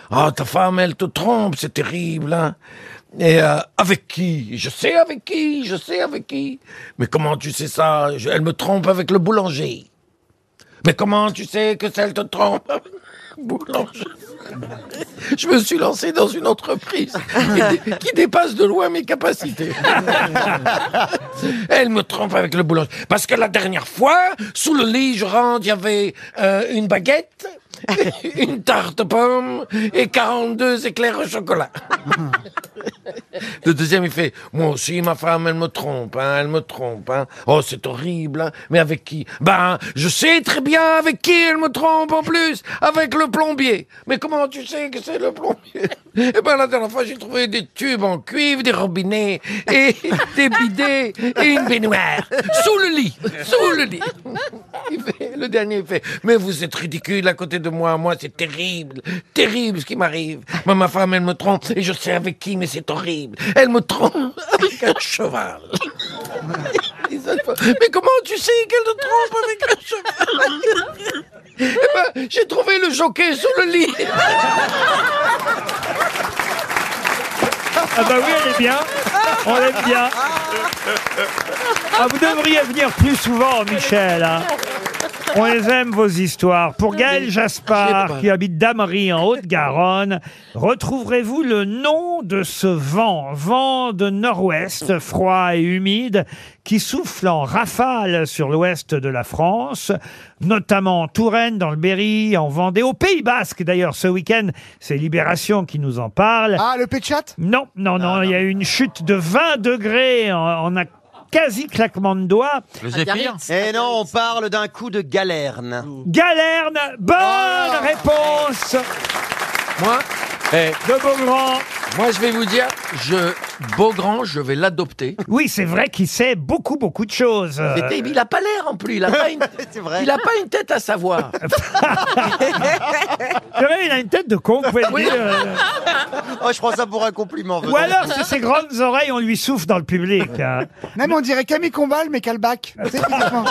D: Oh ta femme elle te trompe, c'est terrible. Hein. Et euh, avec qui Je sais avec qui, je sais avec qui. Mais comment tu sais ça Je- Elle me trompe avec le boulanger. Mais comment tu sais que celle te trompe avec le Boulanger. Je me suis lancé dans une entreprise qui dé- qui dépasse de loin mes capacités. Elle me trompe avec le boulanger. Parce que la dernière fois, sous le lit, je rentre, il y avait euh, une baguette, une tarte pomme et 42 éclairs au chocolat. Le deuxième, il fait Moi aussi, ma femme, elle me trompe, hein, elle me trompe. hein. Oh, c'est horrible, hein. mais avec qui Ben, je sais très bien avec qui elle me trompe en plus, avec le plombier. Mais comment tu sais que c'est le plombier Eh ben, la dernière fois, j'ai trouvé des tubes en cuivre, des robinets, et des bidets, et une baignoire, sous le lit, sous le lit. Il fait- le dernier il fait Mais vous êtes ridicule à côté de moi, moi c'est terrible, terrible ce qui m'arrive. Moi, ma femme elle me trompe et je sais avec qui, mais c'est horrible. Elle me trompe avec un cheval. Et ça, je fais, Mais comment tu sais qu'elle te trompe avec un cheval Eh ben, j'ai trouvé le jockey sous le lit.
B: Ah bah oui, elle est bien. On l'aime bien. Ah, vous devriez venir plus souvent, Michel. hein. On les aime, vos histoires. Pour
D: Ah,
B: Gaël Jaspar, qui habite Damery, en Haute-Garonne, retrouverez-vous le nom de ce vent, vent de nord-ouest, froid et humide, qui souffle en rafale sur l'ouest de la France, notamment en Touraine, dans le Berry, en Vendée, au Pays Basque d'ailleurs. Ce week-end, c'est Libération qui nous en parle. Ah, le Péchat Non, non, non, il y a eu une chute de 20 degrés en, en un quasi claquement de doigts.
G: Eh non, on parle d'un coup de galerne.
B: Galerne, bonne réponse
F: Moi
B: De Beaugrand
F: Moi, je vais vous dire, je, Beaugrand, je vais l'adopter.
B: Oui, c'est vrai qu'il sait beaucoup, beaucoup de choses. euh,
F: Mais Dave, il a pas l'air en plus, il a pas une, il a pas une tête à savoir.
B: c'est vrai, il a une tête de con, vous pouvez le dire, euh.
G: Oh, je prends ça pour un compliment.
B: Ou alors, si ses grandes oreilles, on lui souffle dans le public. hein.
E: Même on dirait Camille Combal, mais Calbac.
B: Euh.
E: Tu sais, typiquement.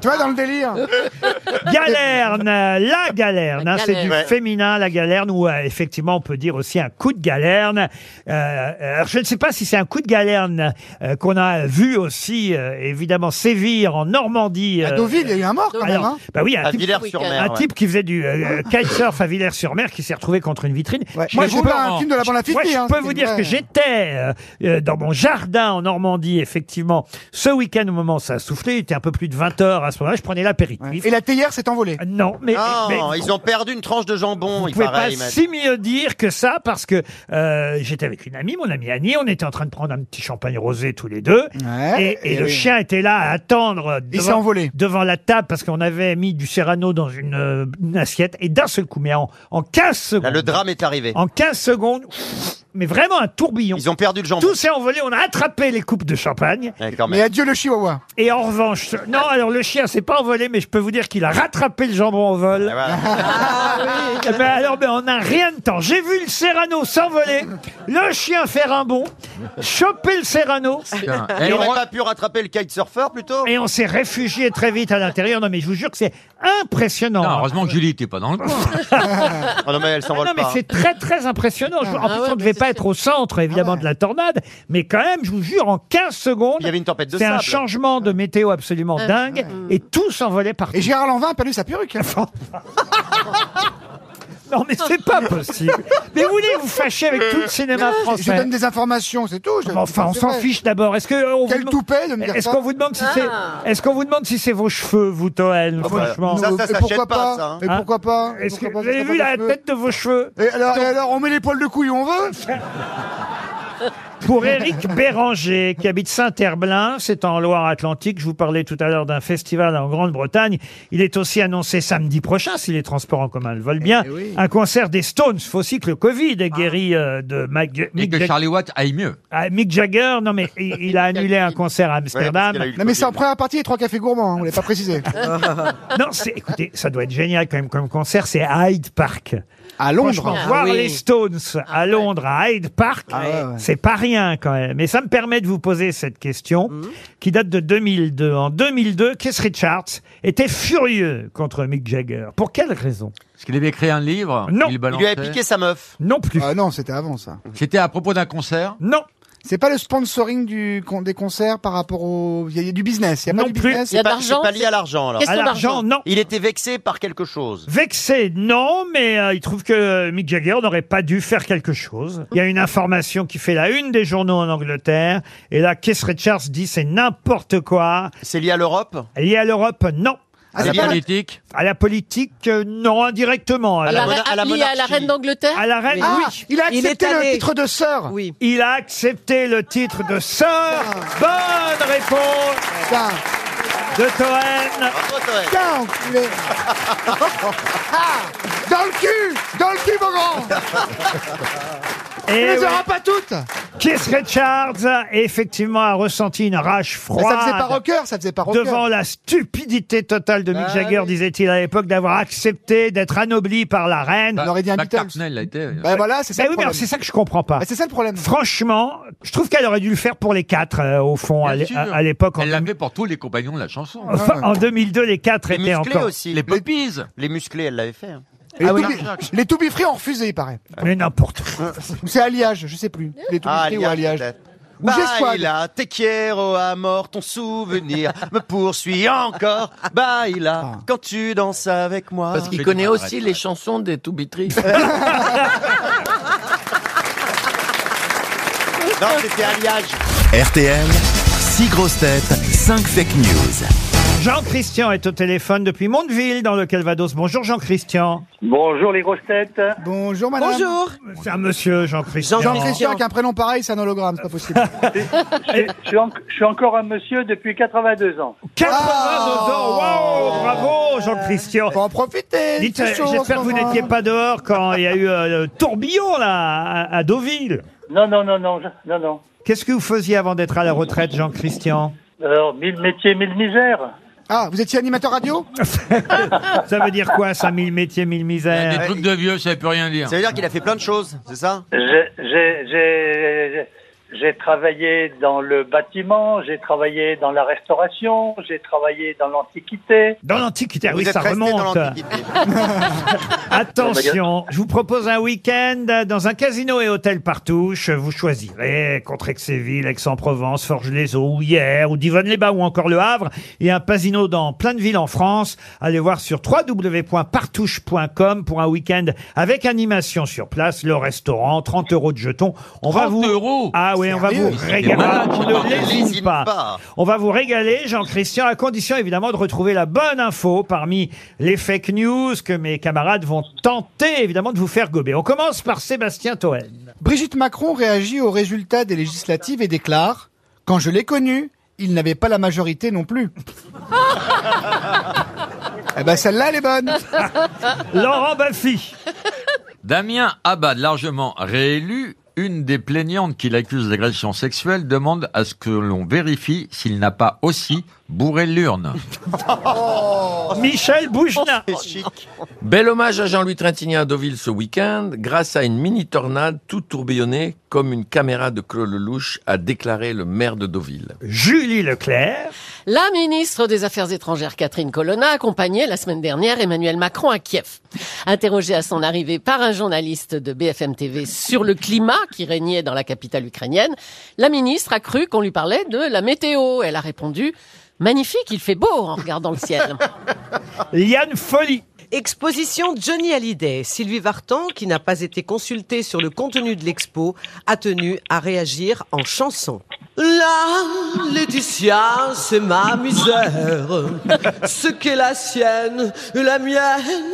E: tu vois, dans le délire.
B: Galerne, euh, la galerne, hein, c'est du
E: galerne. Ouais.
B: féminin, la galerne, ou euh, effectivement on peut dire aussi un coup de galerne. Euh, alors je ne sais pas si c'est un coup de galerne euh, qu'on a vu aussi, euh, évidemment, sévir en Normandie.
E: À
B: euh,
E: Deauville, il y a eu un mort, quand
B: alors,
E: même, hein.
B: bah oui, un
E: À
B: type,
E: Villers-sur-Mer,
B: un
E: ouais.
B: type qui faisait du euh, kitesurf à Villers-sur-Mer, qui s'est retrouvé contre une vitrine.
E: Moi,
B: Mais
E: j'ai
B: vous,
E: pas un
B: Laurent,
E: film de la bande à
B: moi,
E: Fifi, hein,
B: je peux
E: c'était
B: vous
E: une
B: dire
E: vraie-
B: que j'étais euh, euh, dans mon jardin en Normandie, effectivement, ce week-end au moment où ça a soufflé, il était un peu plus de 20 heures à ce moment-là, je prenais l'apéritif.
E: Et la théière s'est envolée.
B: Non, mais,
E: Ah,
G: non,
B: mais-
G: ils ont perdu une tranche de jambon.
B: Vous
G: il
B: pouvez
G: paraît,
B: pas
G: il m'a dit.
B: si mieux dire que ça parce que euh, j'étais avec une amie, mon amie Annie, on était en train de prendre un petit champagne rosé tous les deux
E: Ouais,
B: et, et
E: et
B: le
E: oui.
B: chien était là à attendre
E: Il s'est envolé.
B: devant la table parce qu'on avait mis du serrano dans une, euh, une assiette et d'un seul coup, mais en, en 15 secondes.
G: Là, le drame est arrivé.
B: En 15 secondes, mais vraiment un tourbillon. Ils
G: ont perdu le jambon.
B: Tout s'est envolé, on a attrapé les coupes de champagne.
E: Mais adieu le chihuahua.
B: Et en revanche, ce- non, alors le chien s'est pas envolé, mais je peux vous dire qu'il a rattrapé le jambon en vol.
G: Ah,
B: Mais Eh ben, alors, mais en un rien de temps, j'ai vu le Serrano s'envoler, le chien faire un bond, choper le Serrano.
G: Tiens, Il
B: Et on-
G: n'aurait pas pu rattraper le kitesurfer plutôt
B: Et on s'est réfugié très vite à l'intérieur. Non, mais je vous jure que c'est impressionnant.
H: Non, heureusement que Julie était pas dans le coin.
G: Oh non, mais elle
B: Ah
G: s'envole
B: non, mais
G: pas.
B: c'est très très impressionnant. Je- en plus, on ne devait pas être au centre, évidemment, de la tornade, mais quand même, je vous jure, en 15 secondes,
G: Il y avait une tempête de
B: c'est un
G: sable.
B: changement de météo absolument
E: Ah Ouais.
B: dingue, et tout s'envolait partout.
E: Et Gérard Lanvin a perdu sa perruque.
B: Non, mais c'est pas possible. Mais vous voulez vous fâcher avec tout le cinéma
E: Je-
B: français
E: Je donne des informations, c'est tout. je-
B: Enfin, on
E: c'est
B: s'en
E: vrai.
B: fiche d'abord. Est-ce que euh, on vous
E: Quel
B: demande-
E: toupet de me dire
B: Est-ce
E: ça
B: qu'on vous demande si
E: Ah.
B: c'est Est-ce qu'on vous demande si c'est vos cheveux, vous Toen
E: Ah bah,
B: Franchement,
E: ça, ça Et s'achète pourquoi pas, pas ça, hein. Et
B: Hein
E: pourquoi pas
B: Est-ce que
E: Pourquoi pas,
B: vous avez
E: pourquoi
B: vu
E: pas
B: la
E: de cheveux
B: tête de vos cheveux
E: Et alors, et alors, on met les poils de couille où on
B: Eh
E: veut
B: ben, Pour Éric Béranger, qui habite Saint-Herblain, c'est en Loire-Atlantique. Je vous parlais tout à l'heure d'un festival en Grande-Bretagne. Il est aussi annoncé samedi prochain, si les transports en commun le veulent
E: Eh
B: bien, un concert des Stones. Faut aussi que le Covid ait guéri euh, de Mag-
H: Et
B: Mick
H: que
B: Jag-
H: Charlie Watt aille mieux.
B: Ah, Mick Jagger. Non mais il, il a annulé un concert à Amsterdam.
E: Non, mais c'est en première partie, les trois cafés gourmands, hein, on l'a pas précisé.
B: Non, c'est, écoutez, ça doit être génial quand même comme concert, c'est à Hyde Park.
E: À Londres.
B: Franchement,
E: Ah
B: voir
E: oui.
B: les Stones à Londres, à Hyde Park,
E: Ah ouais, ouais.
B: c'est pas rien. rien quand même. Mais ça me permet de vous poser cette question
E: Mhm.
B: qui date de 2002. En 2002, Keith Richards était furieux contre Mick Jagger. Pour quelle raison
H: Parce qu'il avait écrit un livre.
B: Non.
H: Il balançait. Il lui avait piqué sa
B: meuf. Non plus.
E: Ah non, c'était avant ça.
H: C'était à propos d'un concert
B: Non.
E: C'est pas le sponsoring du, con- des concerts par rapport au. Il y a du business. Il y a pas du business.
G: C'est pas, c'est pas lié à l'argent, alors.
B: À l'argent, non.
G: Il était vexé par quelque chose.
B: Vexé, non, mais euh, il trouve que euh, Mick Jagger n'aurait pas dû faire quelque chose. Il y a une information qui fait la une des journaux en Angleterre, et là, Keith Richards dit c'est n'importe quoi.
G: C'est lié à l'Europe
B: Lié à l'Europe, non.
G: À la politique
B: À la politique, euh, non, indirectement.
Q: À la, à, lié à la reine d'Angleterre
B: À la reine,
E: Ah,
B: oui.
E: il a accepté le titre de sœur.
M: Oui.
B: Il a accepté le titre de sœur.
E: Ah.
B: Bonne réponse de Toen.
E: Ah, Dans le cul Dans le cul, mon grand
B: Et
E: Tu les
B: ouais.
E: auras pas toutes
B: Keith Richards, effectivement, a ressenti une rage
E: Mais
B: froide.
E: Ça faisait pas rocker, ça faisait pas rocker.
B: Devant la stupidité totale de Mick
E: Ah
B: Jagger,
E: oui.
B: disait-il à l'époque, d'avoir accepté d'être anobli par la reine.
E: On aurait dit un Beatles.
H: il a été. euh,
E: Bah voilà, c'est ça
B: Mais
E: le
B: oui, mais
E: problème.
B: alors, c'est ça que je comprends pas.
E: Bah, c'est ça le problème.
B: Franchement, je trouve qu'elle aurait dû le faire pour les quatre, euh, au fond, à l'é- à à l'époque.
H: Elle l'avait pour tous les compagnons de la chanson.
E: Ah.
B: Enfin, en 2002, les quatre
G: Les
B: étaient
G: musclés
B: encore.
G: aussi.
H: Les poppies.
G: Les musclés, elle l'avait fait. hein.
E: Les,
G: Ah oui.
E: To Be- les To Be Free ont refusé, il paraît.
B: Mais n'importe quoi.
E: Ou c'est alliage, je sais plus. Les To Be Free ou alliage.
G: peut-être. Bah,
E: Ou Gesquad.
G: Baila, te quiero à mort, ton souvenir me poursuit encore.
B: Ah.
G: Baila, quand tu danses avec moi.
D: Parce qu'il connaît aussi les chansons des To Be Tree.
G: Non, c'était alliage.
A: RTL, 6 grosses têtes, 5 fake news.
B: Jean-Christian est au téléphone depuis Mondeville, dans le Calvados. Bonjour, Jean-Christian.
P: Bonjour les grosses têtes.
E: Bonjour, madame.
M: Bonjour.
B: C'est un Ah, monsieur, Jean-Christian.
E: Jean-Christian avec un prénom pareil, c'est un hologramme, c'est pas possible.
P: Je, je suis en- je suis encore un monsieur depuis 82 ans.
B: 82
N: Ah.
B: ans, waouh, bravo Jean-Christian.
E: Faut en profiter.
B: Dites,
E: c'est
B: euh,
E: chaud en ce
B: j'espère que vous
E: moment.
B: n'étiez pas dehors quand il y a eu euh, le tourbillon là à, à Deauville.
P: Non, non, non, non, je- non, non.
B: Qu'est-ce que vous faisiez avant d'être à la retraite, Jean-Christian
P: Alors, Euh, mille métiers, mille misères.
E: Ah, vous étiez animateur radio
B: Ça veut dire quoi, ça, mille métiers, mille
H: Des
B: misères
H: trucs de vieux, ça ne peut rien dire.
G: Ça veut dire qu'il a fait plein de choses, c'est ça
P: J'ai- j'ai- J'ai j'ai travaillé dans le bâtiment, j'ai travaillé dans la restauration, j'ai travaillé dans l'antiquité.
B: Dans l'Antiquité, ah oui,
G: Vous êtes
B: ça
G: resté dans
B: remonte.
G: l'Antiquité.
B: Attention, je vous propose un week-end dans un casino et hôtel partouche. Vous choisirez contre Exéville, Aix-en-Provence, Forges-les-Eaux, ou Hier, ou Divonne-les-Bas, ou encore Le Havre. Et un casino dans plein de villes en France. Allez voir sur www.partouche.com pour un week-end avec animation sur place, le restaurant, 30 euros de jetons. On va
H: 30
B: vous...
H: euros
B: Ah oui, on va vous
E: Sérieux
B: régaler.
H: malade,
B: On
H: ça.
B: ne lésine
G: Lésine
B: pas.
G: pas.
B: On va vous régaler, Jean-Christian, à condition évidemment de retrouver la bonne info parmi les fake news que mes camarades vont tenter évidemment de vous faire gober. On commence par Sébastien Toen.
E: Brigitte Macron réagit aux résultats des législatives et déclare Quand je l'ai connu, il n'avait pas la majorité non plus. eh ben celle-là, elle est bonne.
B: Laurent Baffy.
H: Damien Abad, largement réélu, une des plaignantes qui l'accuse d'agression sexuelle, demande à ce que l'on vérifie s'il n'a pas aussi bourré l'urne.
B: Michel Boujna.
G: Oh, C'est chic.
D: Bel hommage à Jean-Louis Trintignant à Deauville ce week-end, grâce à une mini tornade tout tourbillonnée comme une caméra de Claude Lelouch, a déclaré le maire de Deauville.
B: Julie Leclerc.
Q: La ministre des Affaires étrangères Catherine Colonna accompagnait la semaine dernière Emmanuel Macron à Kiev. Interrogée à son arrivée par un journaliste de BFM TV sur le climat qui régnait dans la capitale ukrainienne, la ministre a cru qu'on lui parlait de la météo. Elle a répondu Magnifique, il fait beau en regardant le ciel.
B: Liane Folly.
M: Exposition Johnny Hallyday. Sylvie Vartan, qui n'a pas été consultée sur le contenu de l'expo, a tenu à réagir en chanson. La Laetitia, c'est ma misère. Ce qu'est la sienne, la mienne.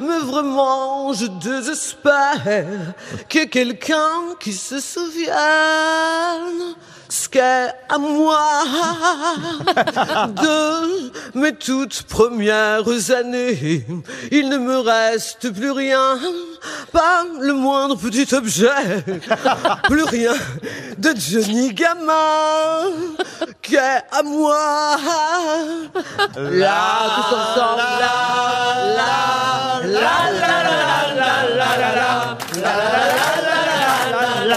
M: Mais vraiment, je désespère que quelqu'un qui se souvienne ce qu'est à moi de mes toutes premières années. Il ne me reste plus rien, pas le moindre petit objet, plus rien de Johnny Gamin qu'est à moi. Là, tous ensemble, là, là, là, là, là, là, là, là, là, là, là, là, là, là, là, là, là, là,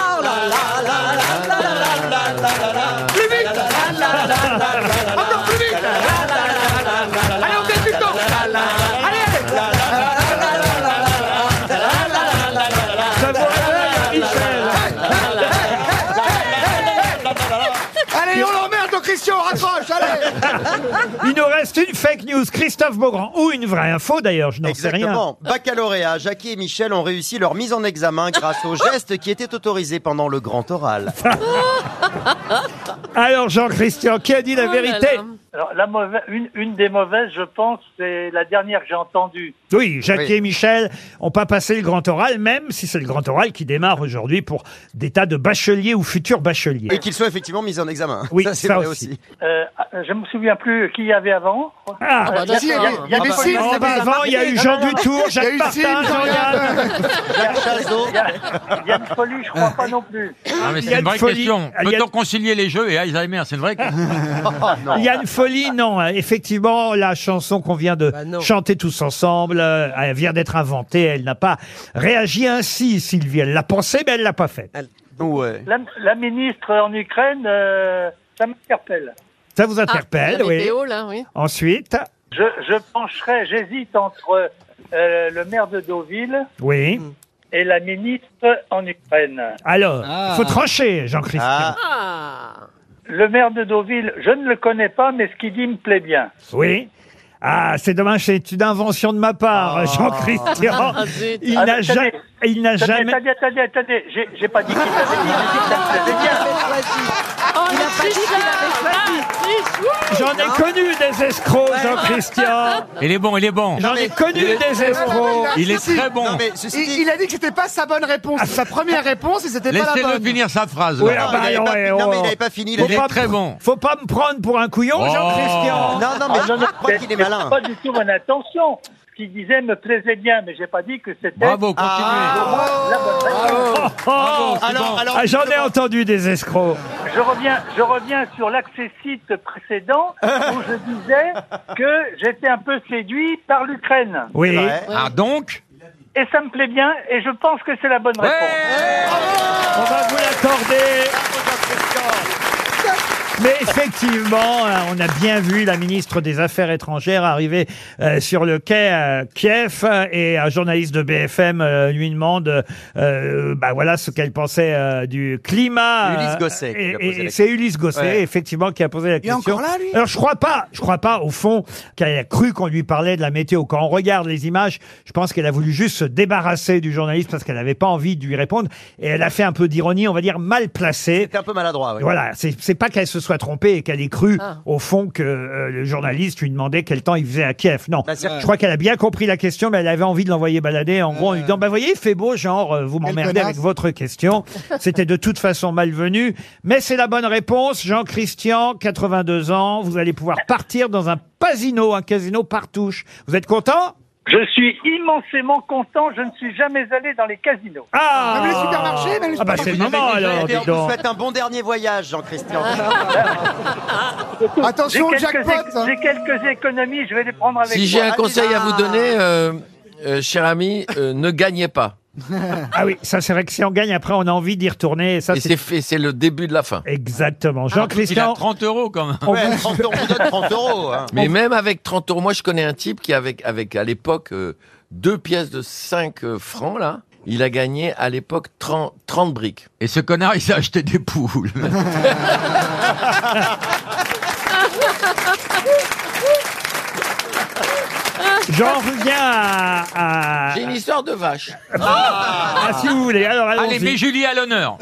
I: la la la la la la la la la la. Plus vite La la la la la la la. Encore plus vite La la la la la la. Allez, on gagne du temps La la Allez, allez La la la la la la la la la la la la la. Ça vous réveille, Michel
E: Allez, on l'emmerde, donc, Christian, raccroche, allez
B: Il nous reste une fake news, Christophe Beaugrand, ou une vraie info d'ailleurs, je n'en sais rien.
G: Exactement. Baccalauréat, Jackie et Michel ont réussi leur mise en examen grâce aux gestes qui étaient autorisés pendant le grand oral.
B: Alors Jean-Christian, qui a dit
P: Oh
B: la vérité
P: Alors, la mauvaise, une, une des mauvaises, je pense, c'est la dernière que j'ai entendue.
B: Oui, Jacques et Michel ont pas passé le grand oral, même si c'est le grand oral qui démarre aujourd'hui pour des tas de bacheliers ou futurs bacheliers.
G: Et qu'ils soient effectivement mis en examen.
B: Oui,
G: ça c'est
B: ça
G: vrai
B: aussi.
G: aussi.
P: Euh, je me souviens plus qui y avait avant.
B: Ah,
P: Euh,
B: bah,
P: y a-
B: si,
P: y a-
B: il y avait-
P: y a-
B: il y avait
P: y a-
B: Sim,
P: Non,
B: ça
P: bah,
B: vous a
P: avant,
B: marqué.
P: il y a eu
B: Non,
P: Jean
B: non, non.
P: Dutour,
B: Il y a
P: Jacques
B: eu
P: Martin,
B: Sim, Jean-Yann.
P: Jacques Chazot. Yann Follu, je crois pas non plus.
H: Ah, mais c'est une vraie question. Peut-on concilier les jeux et Alzheimer C'est une vraie question.
B: Il y a une folie, non. hein. Effectivement, la chanson qu'on vient de chanter tous ensemble, euh, elle vient d'être inventée. Elle n'a pas réagi ainsi, Sylvie. Elle l'a pensée, mais elle l'a pas faite.
G: Ouais.
P: La, la ministre en Ukraine, euh, ça m'interpelle.
B: Ça vous interpelle,
P: Ah, la
B: oui.
P: vidéo, là, oui.
B: Ensuite,
P: Je, je pencherais, j'hésite entre euh, le maire de Deauville
B: oui.
P: et la ministre en Ukraine.
B: Alors, il faut trancher, Jean-Christian.
P: Ah.
H: Ah.
P: Le maire de Deauville, je ne le connais pas, mais ce qu'il dit me plaît bien.
B: Oui. Ah, c'est dommage, c'est une invention de ma part, Jean-Christian.
P: Ah, zut.
B: Il
P: Ah,
B: n'a
P: mais
B: jamais,
P: tenez,
B: il n'a
P: Attendez,
B: jamais.
P: attendez, attendez, attendez, j'ai- j'ai pas dit qu'il avait dit, j'ai dit que ça me plaisait bien.
C: il a pas dit qu'il avait
B: J'en ai connu des escrocs, Jean-Christian.
H: Il est bon, il est bon.
B: J'en ai connu des escrocs.
H: Oh, Il est très bon.
E: il, il a dit que c'était pas sa bonne réponse. Sa première réponse, et c'était pas la
H: Laissez-le
E: bonne.
H: finir sa phrase.
B: Oui,
H: Laurent.
B: ah bah,
H: Il avait
B: ouais,
H: pas fini- non,
B: oh.
H: mais il n'avait pas fini.
B: Faut
H: Il est
B: pas-
H: très bon.
B: Faut pas me prendre pour un couillon,
H: Oh.
B: Jean-Christian.
H: Non, non, mais
P: Ah,
H: je
P: non,
H: crois
P: c'est-
H: qu'il est
P: c'est
H: malin.
P: pas du tout mon intention. Ce qu'il disait me plaisait bien, mais j'ai pas dit que c'était.
H: Bravo, continuez.
P: la bonne réponse.
B: Oh,
P: c'est Alors, bon. alors,
B: Ah, j'en ai entendu des escrocs.
P: Je reviens, je reviens sur l'accessite précédent où je disais que j'étais un peu séduit par l'Ukraine.
B: Oui.
H: Ah donc
P: Et ça me plaît bien, et je pense que c'est la bonne réponse.
B: On va vous l'accorder. Mais effectivement, euh, on a bien vu la ministre des Affaires étrangères arriver euh, sur le quai à Kiev euh, et un journaliste de BFM euh, lui demande, euh, euh, bah voilà ce qu'elle pensait euh, du climat.
G: Ah, Ulysse
B: euh,
G: Gosset qui lui a
B: et- et-
G: posé la
B: et C'est
G: question.
B: Ulysse Gosset
G: Ouais.
B: effectivement qui a posé la
E: est
B: question.
E: encore là, lui
B: Alors je crois pas, je crois pas au fond qu'elle a cru qu'on lui parlait de la météo. Quand on regarde les images, je pense qu'elle a voulu juste se débarrasser du journaliste parce qu'elle n'avait pas envie de lui répondre et elle a fait un peu d'ironie, on va dire mal placée.
G: C'était un peu maladroit. oui.
B: Voilà, c'est c'est pas qu'elle se soit trompée et qu'elle ait cru,
G: Ah.
B: au fond, que euh, le journaliste lui demandait quel temps il faisait à Kiev. Non,
G: Bah, c'est-
B: je crois qu'elle a bien compris la question, mais elle avait envie de l'envoyer balader, en gros, en lui disant, bah voyez, il fait beau, genre, euh, vous m'emmerdez
E: connasse.
B: avec votre question. C'était de toute façon malvenu, mais c'est la bonne réponse. Jean-Christian, 82 ans, vous allez pouvoir partir dans un casino, un casino par touche. Vous êtes content
P: Je suis immensément content, je ne suis jamais allé dans les casinos.
B: Ah Même les supermarchés, Ah. même les Ah bah, c'est le
G: Vous avez
B: moment,
G: déjà
B: alors,
G: été-
B: dis donc.
G: Vous faites un bon dernier voyage, Jean-Christian.
E: Attention au
P: J'ai quelques
E: jackpot hein.
P: éc-
B: hein.
P: J'ai quelques économies, je vais les prendre avec
D: Si
P: moi.
D: j'ai un conseil à vous donner, euh, euh, cher ami, euh, ne gagnez pas.
B: Ah oui, ça c'est vrai que si on gagne, après on a envie d'y retourner. Et ça,
D: Et c'est fait, c'est le début de la fin.
B: Exactement.
H: Ah, Il a
B: Jean-Christian,
H: 30 euros quand même.
B: Ah, On Ouais, vous-
G: 30 euros, on vous donne 30 euros. hein.
D: Mais même avec 30 euros, moi je connais un type qui avec, avec à l'époque euh, deux pièces de 5 euh, francs là, il a gagné à l'époque 30, 30 briques.
H: Et ce connard, il s'est acheté des poules.
B: j'en reviens à... à-
D: J'ai une histoire de vache.
B: Ah, si vous voulez, alors allons-y.
H: Allez, mais Julie à l'honneur.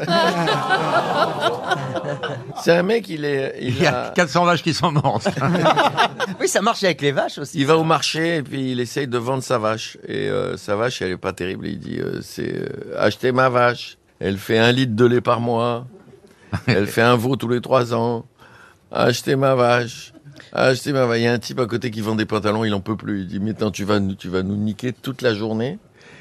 D: C'est un mec, il est. Il,
H: Il y a
D: a-
H: 400 vaches qui sont mortes.
G: Oui, ça marche avec les vaches aussi.
D: il va au marché et puis il essaye de vendre sa vache. Et euh, sa vache, elle est pas terrible. Il dit euh, c'est euh, acheter ma vache. Elle fait un litre de lait par mois. Elle fait un veau tous les trois ans. Achetez ma vache. Achetez ma vache. Il y a un type à côté qui vend des pantalons, il en peut plus. Il dit maintenant tu vas nous, tu vas nous niquer toute la journée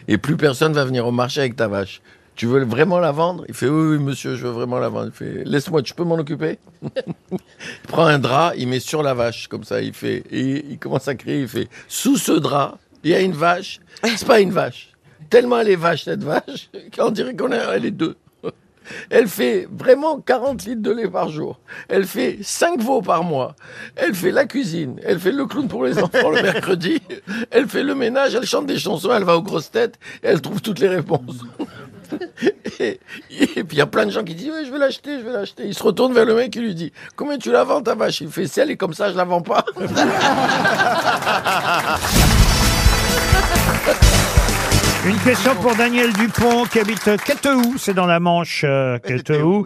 D: et plus personne va venir au marché avec ta vache. Tu veux vraiment la vendre Il fait oui, oui, monsieur, je veux vraiment la vendre. Il fait laisse-moi, tu peux m'en occuper Il prend un drap, il met sur la vache comme ça. Il fait et il commence à crier. Il fait sous ce drap, Il y a une vache. C'est pas une vache. Tellement elle est vache, cette vache, qu'on dirait qu'on est, elle est deux. Elle fait vraiment 40 litres de lait par jour. Elle fait 5 veaux par mois. Elle fait la cuisine. Elle fait le clown pour les enfants le mercredi. Elle fait le ménage. Elle chante des chansons. Elle va aux grosses têtes. Et elle trouve toutes les réponses. Et, et puis il y a plein de gens qui disent Ouais, Je vais l'acheter, je vais l'acheter. Il se retourne vers le mec et lui dit Combien tu la vends ta vache Il fait Celle et comme ça, je la vends pas.
B: Une question pour Daniel Dupont qui habite Quetehou, c'est dans la Manche, euh, Quetehou.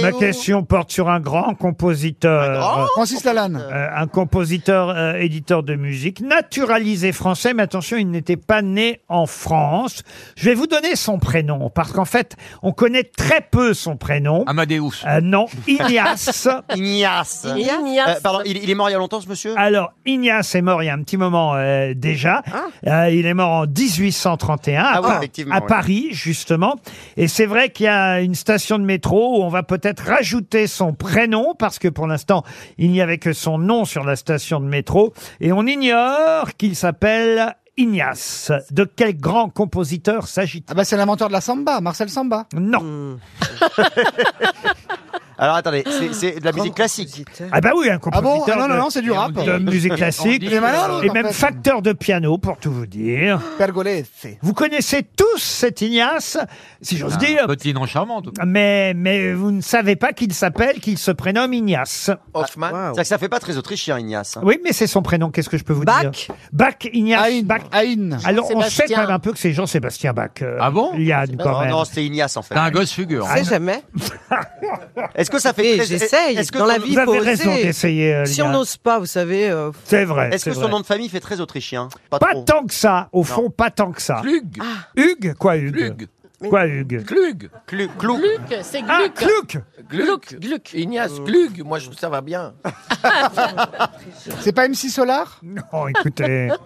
B: Ma question porte sur un grand compositeur. euh,
E: Francis Lalanne.
B: euh, un compositeur euh, éditeur de musique, naturalisé français, mais attention, il n'était pas né en France. Je vais vous donner son prénom, parce qu'en fait, on connaît très peu son prénom. Euh,
H: Amadeus.
B: non, Ignace.
G: Ignace.
Q: Ignace.
G: Euh, pardon, il, il est mort il y a longtemps, ce monsieur
B: Alors, Ignace est mort il y a un petit moment euh, déjà. Euh, il est mort en 1831 à,
G: Ah oui,
B: Par-
G: effectivement,
B: à
G: oui.
B: Paris, justement. Et c'est vrai qu'il y a une station de métro où on va peut-être rajouter son prénom, parce que pour l'instant, il n'y avait que son nom sur la station de métro. Et on ignore qu'il s'appelle... Ignace, de quel grand compositeur s'agit-il Ah
E: bah c'est l'inventeur de la samba, Marcel Samba.
B: Non.
G: Hmm. Alors attendez, c'est- c'est de la musique classique.
B: Ah bah oui, un compositeur
E: Ah bon Ah non, non,
B: de-
E: non, c'est du rap. euh,
B: de musique classique
E: Il est malade,
B: et
E: en
B: même
E: fait.
B: facteur de piano pour tout vous dire. Vous connaissez tous cet Ignace, si j'ose
M: Ah.
B: dire,
H: Petit non charmant. en tout cas.
B: mais mais vous ne savez pas qu'il s'appelle, qu'il se prénomme Ignace.
M: Ah,
G: Hoffman. C'est-à-dire que ça fait pas très autrichien, Ignace.
E: Ah.
G: hein.
B: Oui, mais c'est son prénom. Qu'est-ce que je peux vous dire Bach, Ignace, Bach. Alors on sait
G: Jean-Sébastien.
B: quand même un peu que c'est Jean-Sébastien Bach. ah bon Yann quand
G: Non,
B: même.
G: non, c'était Ignace en fait.
B: T'as un gosse fugueur. On
G: Ah,
B: sait
G: non.
M: jamais.
G: Est-ce que ça fait
M: Et
G: très-
M: j'essaye.
G: est-ce que
M: Dans la
G: ton-
M: vie,
B: Vous avez
M: faut
B: raison
M: oser.
B: d'essayer, euh,
M: Si on
B: Liane.
M: n'ose pas, vous savez. euh,
B: C'est vrai.
G: Est-ce
B: c'est
G: que son
B: vrai.
G: nom de famille fait très autrichien
B: Pas,
G: trop.
B: tant que ça, au
G: Non.
B: fond, pas tant que ça. Ah.
G: Klug.
B: Hugues Quoi Hugues Quoi Hugues
D: Klug.
G: Klug.
Q: Gluck, c'est Gluck.
B: Ah, Euh. Gluck.
D: Gluck. Ignace Glug. Moi, je trouve que ça va bien.
E: C'est pas MC Solar
B: Non, écoutez.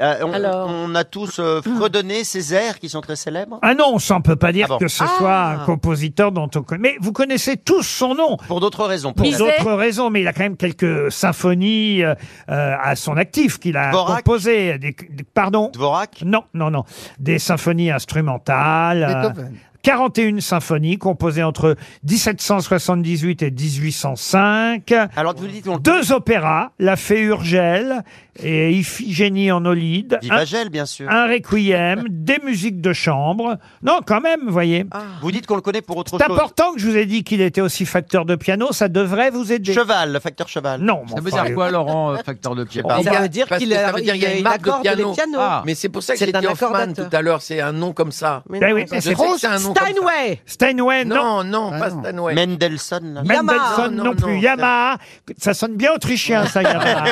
G: Euh, on, on a tous euh, fredonné ces airs qui sont très célèbres.
B: Ah non, ça on peut pas dire
G: Ah bon.
B: que ce
G: Ah.
B: soit un compositeur dont on connaît. Mais vous connaissez tous son nom.
G: Pour d'autres raisons.
B: Pour
G: peut-être.
B: d'autres raisons, mais il a quand même quelques symphonies euh, euh, à son actif qu'il a
G: Dvorak
B: composées. Des, des- pardon
G: Dvorak
B: Non, non, non. Des symphonies instrumentales. euh,
E: Beethoven.
B: 41 symphonies composées entre 1778 et 1805.
G: Alors vous dites on le
B: Deux opéras, La Fée Urgelle et Iphigénie en Olide.
G: Vivagel, bien sûr.
B: Un requiem, des musiques de chambre. Non, quand même, voyez.
M: Ah.
G: Vous dites qu'on le connaît pour autre
B: C'est
G: chose.
B: important que je vous ai dit qu'il était aussi facteur de piano, ça devrait vous aider.
G: Cheval, le facteur cheval.
B: Non,
H: Ça veut dire quoi, Laurent, euh, facteur de pied
D: Parce que
M: Ça veut dire qu'il a-
D: ça veut dire qu'il y a
M: il
D: une marque de
M: accorde les
D: piano.
M: pianos.
D: Ah. Mais c'est pour ça que
M: C'est
D: j'ai
M: un
D: dit Hoffman
M: accordateur.
D: tout à l'heure. C'est un nom comme ça.
M: Mais
B: Ben oui, mais
D: Je
B: c'est
D: sais que c'est un nom comme ça.
M: Steinway.
B: Steinway, non.
D: Non, non, pas Steinway.
G: Mendelssohn. là.
B: Mendelssohn non, plus. Yamaha, ça sonne bien autrichien, ça, Yamaha.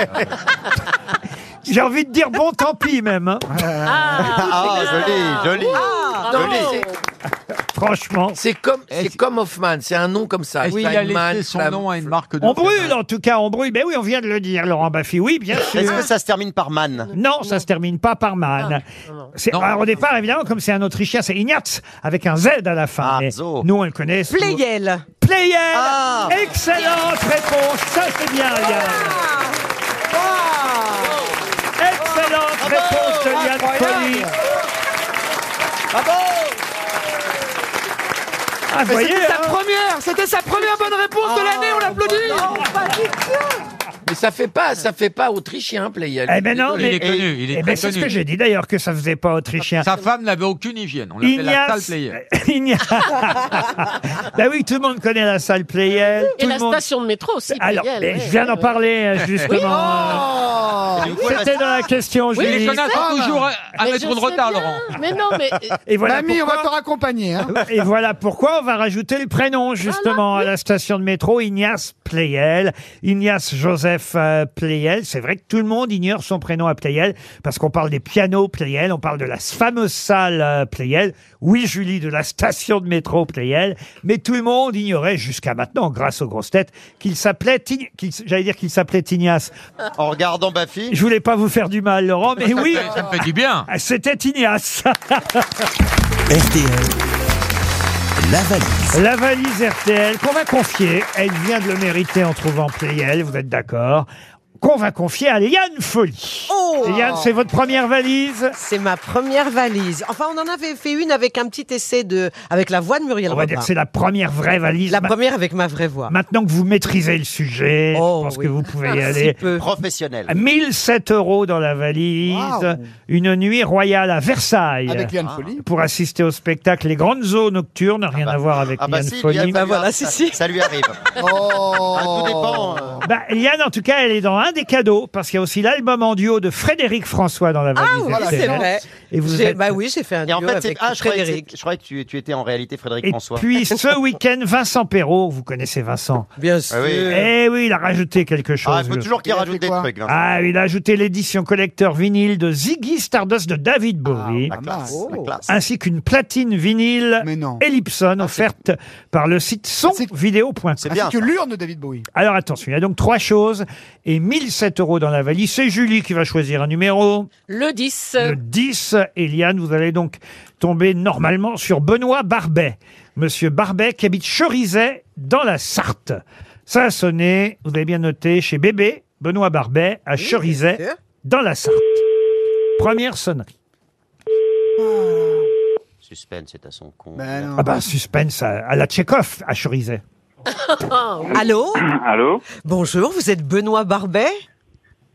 B: J'ai envie de dire bon, tant pis même. hein.
G: Ah, joli, joli.
D: Ah,
B: Ah,
D: Non, mais c'est-
B: Franchement, Eh,
D: c'est comme, c'est comme Hoffman. C'est un nom comme ça.
H: Est-ce qu'il Ah a
D: Steinman,
H: laissé son
D: Flam-
H: nom à une marque de
B: on brûle en tout cas, on brûle. Mais oui, on vient de le dire, Laurent Baffy. Oui, bien sûr.
G: Est-ce que ça se termine par man
B: Non, ça se termine pas par
Q: Ah,
B: man. C'est- alors, au départ, évidemment, comme c'est un Autrichien, c'est Ignatz avec un Z à la fin. Mais
G: Ah, zo.
B: nous, on le connaît. sous-
M: Pleyel.
B: Pleyel.
M: Ah.
B: Excellente réponse. Ça, c'est bien, Yann.
F: Ah.
B: Excellente réponse de Yann Folli. Ah, vous voyez,
F: C'était sa
B: hein, Ah.
F: première, c'était sa première bonne réponse de l'année, on l'applaudit.
D: Mais ça fait pas, ça fait pas autrichien, Pleyel.
B: eh ben non,
H: Il
B: mais
H: est connu, il est
B: eh ben,
H: très
B: c'est ce
H: connu.
B: que j'ai dit d'ailleurs que ça faisait pas autrichien.
H: Sa femme n'avait aucune hygiène. On l'appelait la salle player.
B: Ignace. ben oui, tout le monde connaît la salle Pleyel.
Q: Et
B: tout
Q: la
B: le monde...
Q: station de métro aussi.
B: Alors,
Q: Pleyel,
B: mais
Q: ouais. Oh,
B: je viens d'en parler euh, justement.
H: Oh.
G: Du coup, la-
B: C'était dans la question,
H: Il les
B: Julie.
H: connaît toujours à,
Q: Mais
H: à mettre
Q: je
H: de
Q: sais
H: retard,
Q: bien.
H: Laurent.
Q: Mais non, mais.
B: Et voilà,
E: Mamie, on va te
B: pourquoi,
E: raccompagner. Hein.
B: et voilà pourquoi on va rajouter le
Q: Ah,
B: prénom justement à la station de métro Ignace Pleyel, Ignace Joseph euh, Pleyel. C'est vrai que tout le monde ignore son prénom à Pleyel parce qu'on parle des pianos Pleyel, on parle de la fameuse salle euh, Pleyel. Oui, Julie, de la station de métro Pleyel, mais tout le monde ignorait jusqu'à maintenant, grâce aux grosses têtes, qu'il s'appelait, Ign- qu'il- j'allais dire qu'il s'appelait Ignace.
G: en regardant Baffy,
B: Je voulais pas vous faire du mal, Laurent, mais oui, Ah,
H: Ça, ça me fait du bien.
B: c'était Ignace.
A: RTL, la valise.
B: La valise RTL qu'on va confier, elle vient de le mériter en trouvant Playel, vous êtes d'accord qu'on va confier à Yann Folie.
M: Oh.
B: Yann, c'est votre première valise
M: C'est ma première valise. Enfin, on en avait fait une avec un petit essai de, avec la voix de Muriel
B: On va
M: Robin.
B: dire que c'est la première vraie valise.
M: La
B: Ma-
M: première avec ma vraie voix. Oh, Ah,
B: Maintenant que vous maîtrisez le sujet, je pense que vous Ah, pouvez y aller.
G: Professionnel.
B: 1007 euros dans la valise,
G: Wow.
B: une nuit royale à Versailles.
G: Avec Liane Folly.
B: Pour assister au spectacle Les Grandes Eaux Nocturnes, rien à voir avec
G: Ah bah
B: Liane
G: si,
B: Folly.
G: Liane, ça lui a- ça- Ça lui arrive.
M: Oh.
G: Ah, tout dépend. euh.
B: Bah, Liane, en tout cas, elle est dans un des cadeaux, parce qu'il y a aussi l'album en duo de Frédéric François dans la valise.
M: bah, oui,
B: RTL.
M: Ah, c'est vrai.
B: Et vous
M: J'ai-
B: êtes-
M: Bah oui, j'ai fait un
G: Et en
M: duo
G: fait, c'est-
M: avec
G: ah, je croyais, que
M: Frédéric.
G: c'est- je croyais que tu, tu étais en réalité Frédéric
B: Et
G: François.
B: puis ce week-end, Vincent Perrault, vous connaissez Vincent
M: Bien
G: sûr. Ah oui.
B: Eh oui, il a rajouté quelque chose.
G: Ah, il faut toujours qu'il rajoute des trucs. Vincent.
B: Ah, il a ajouté l'édition collecteur vinyle de Ziggy Stardust de David
E: Ah,
B: Bowie,
G: classe,
E: Oh.
G: la classe.
B: ainsi qu'une platine vinyle Ellipson offerte par le site sonvideo.com.
E: Ah, C'est que l'urne de David Bowie.
B: Alors attention, il y a donc trois choses et 1007 euros dans la valise. C'est Julie qui va choisir un numéro.
Q: Le 10.
B: Le 10, Eliane, vous allez donc tomber normalement sur Benoît Barbet. Monsieur Barbet qui habite Cherizay dans la Sarthe. Ça a sonné, vous avez bien noté, chez Bébé, Benoît Barbet à Cherizay dans la Sarthe. Première sonnerie.
M: Ah.
G: Suspense, c'est à son con.
M: Ben
B: Ah bah suspense à, à la Tchekhov à Cherizay.
Q: Oh
M: Allô
N: Allô
M: Bonjour, vous êtes Benoît Barbet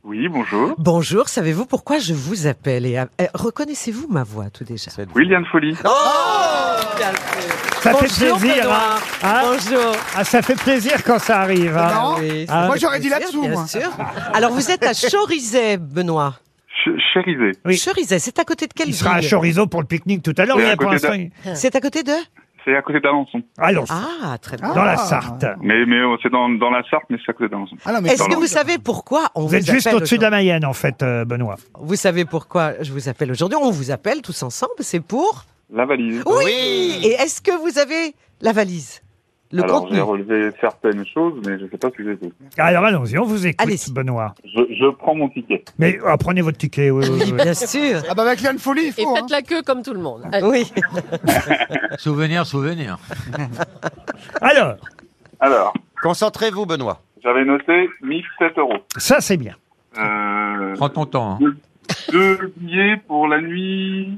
N: Oui, bonjour.
M: Bonjour, savez-vous pourquoi je vous appelle et, eh, Reconnaissez-vous ma voix tout déjà
N: Oui, Liane Folie.
B: Oh
M: Oh,
B: Ça fait
M: Bonjour,
B: plaisir.
M: Benoît.
B: hein. Ah,
M: Bonjour.
B: Ah, ça fait plaisir quand ça arrive. hein. Ah,
M: ça fait plaisir, bien sûr. Alors vous êtes à Chorizet, Benoît.
N: Chérisé.
M: Chorizet, c'est à côté de quelle
B: Il sera à
M: ville
B: Chorizo pour le pique-nique tout à l'heure.
N: C'est
B: il y a
N: à
B: pour
N: côté
B: l'instant,
N: de-
B: il-
M: C'est à côté de
N: C'est à côté d'Alençon.
B: Allons.
M: Ah, très bien.
B: Dans la Sarthe. Ah
N: Mais, mais euh, c'est dans, dans la Sarthe, mais c'est à côté d'Alençon.
M: Est-ce que vous savez pourquoi on
B: Vous,
M: vous,
B: êtes juste
M: appelle
B: au-dessus de la Mayenne, en fait, euh, Benoît.
M: aujourd'hui Vous savez pourquoi je vous appelle aujourd'hui On vous appelle tous ensemble, c'est pour
N: La valise.
M: Oui, Et est-ce que vous avez la valise Le
N: Alors,
M: contenu
N: j'ai relevé certaines choses, mais je ne sais pas ce que j'ai fait.
B: Alors allons-y, on vous écoute, Benoît.
N: Je, je prends mon ticket.
B: Mais ah, prenez votre ticket. oui, oui, oui.
M: sûr. Ah.
E: Ah bah avec Liane Folie, il
Q: Et
E: faut. hein.
Q: faites la queue comme tout le monde. Allez.
M: Oui.
H: Souvenir, souvenir.
B: Alors
N: Alors,
G: Concentrez-vous, Benoît.
N: j'avais noté 1007 euros.
B: Ça, c'est bien.
N: Euh,
H: Prends ton temps. hein.
N: deux billets pour la nuit.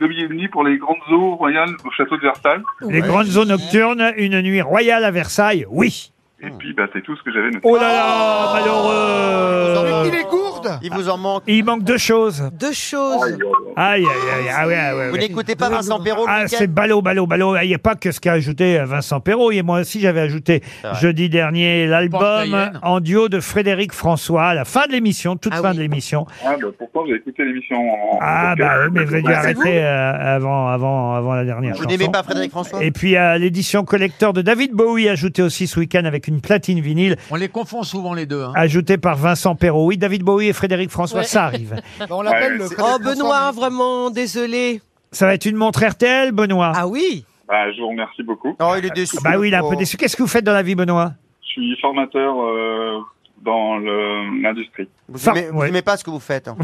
N: Deux billets de nuit pour les grandes eaux royales au château de Versailles.
B: Les grandes eaux nocturnes, une nuit royale à Versailles, oui.
N: Et puis, bah, c'est tout ce que j'avais noté.
B: Oh là là, malheureux
E: Il est gourde
G: Il vous en manque.
B: Il manque deux choses.
M: deux choses.
B: Aïe, aïe, aïe, ah ouais, ah ouais,
G: Vous
B: ouais.
G: n'écoutez pas Vincent Perrault le
B: Ah,
G: week-end
B: c'est ballot, ballot, ballot. Il n'y a pas que ce qu'a ajouté euh, Vincent Perrault. Et moi aussi, j'avais ajouté
G: vrai.
B: jeudi dernier
H: Porte
B: l'album
H: Cayenne.
B: en duo de Frédéric François à la fin de l'émission, toute fin de l'émission.
N: Ah, bah, pourtant, j'ai écouté l'émission en.
B: Ah,
N: parce que-
B: bah oui, mais vous avez dû
N: Ah,
B: arrêter euh, avant, avant, avant la dernière.
G: Vous
B: chanson.
G: n'aimez pas Frédéric François
B: Et puis euh, l'édition collector de David Bowie, ajoutée aussi ce week-end avec une platine vinyle,
H: On les confond souvent les deux. hein.
B: ajoutée par Vincent Perrault. Oui, David Bowie et Frédéric Ah, François,
M: Ouais.
B: ça arrive.
E: Bah, on l'appelle
N: Ouais,
E: le
N: c'est-
E: Frédéric
M: Oh
E: François,
M: Benoît, vraiment désolé.
B: Ça va être une montre RTL, Benoît
M: Ah oui.
N: Bah, je vous remercie beaucoup.
G: Non, Oh, il est déçu.
B: Bah oui, il est un peu déçu. Qu'est-ce que vous faites dans la vie, Benoît
N: Je suis formateur euh, dans le- l'industrie.
G: Vous
B: Enfin,
G: aimez, vous
B: ouais.
G: aimez pas ce que vous faites. hein. on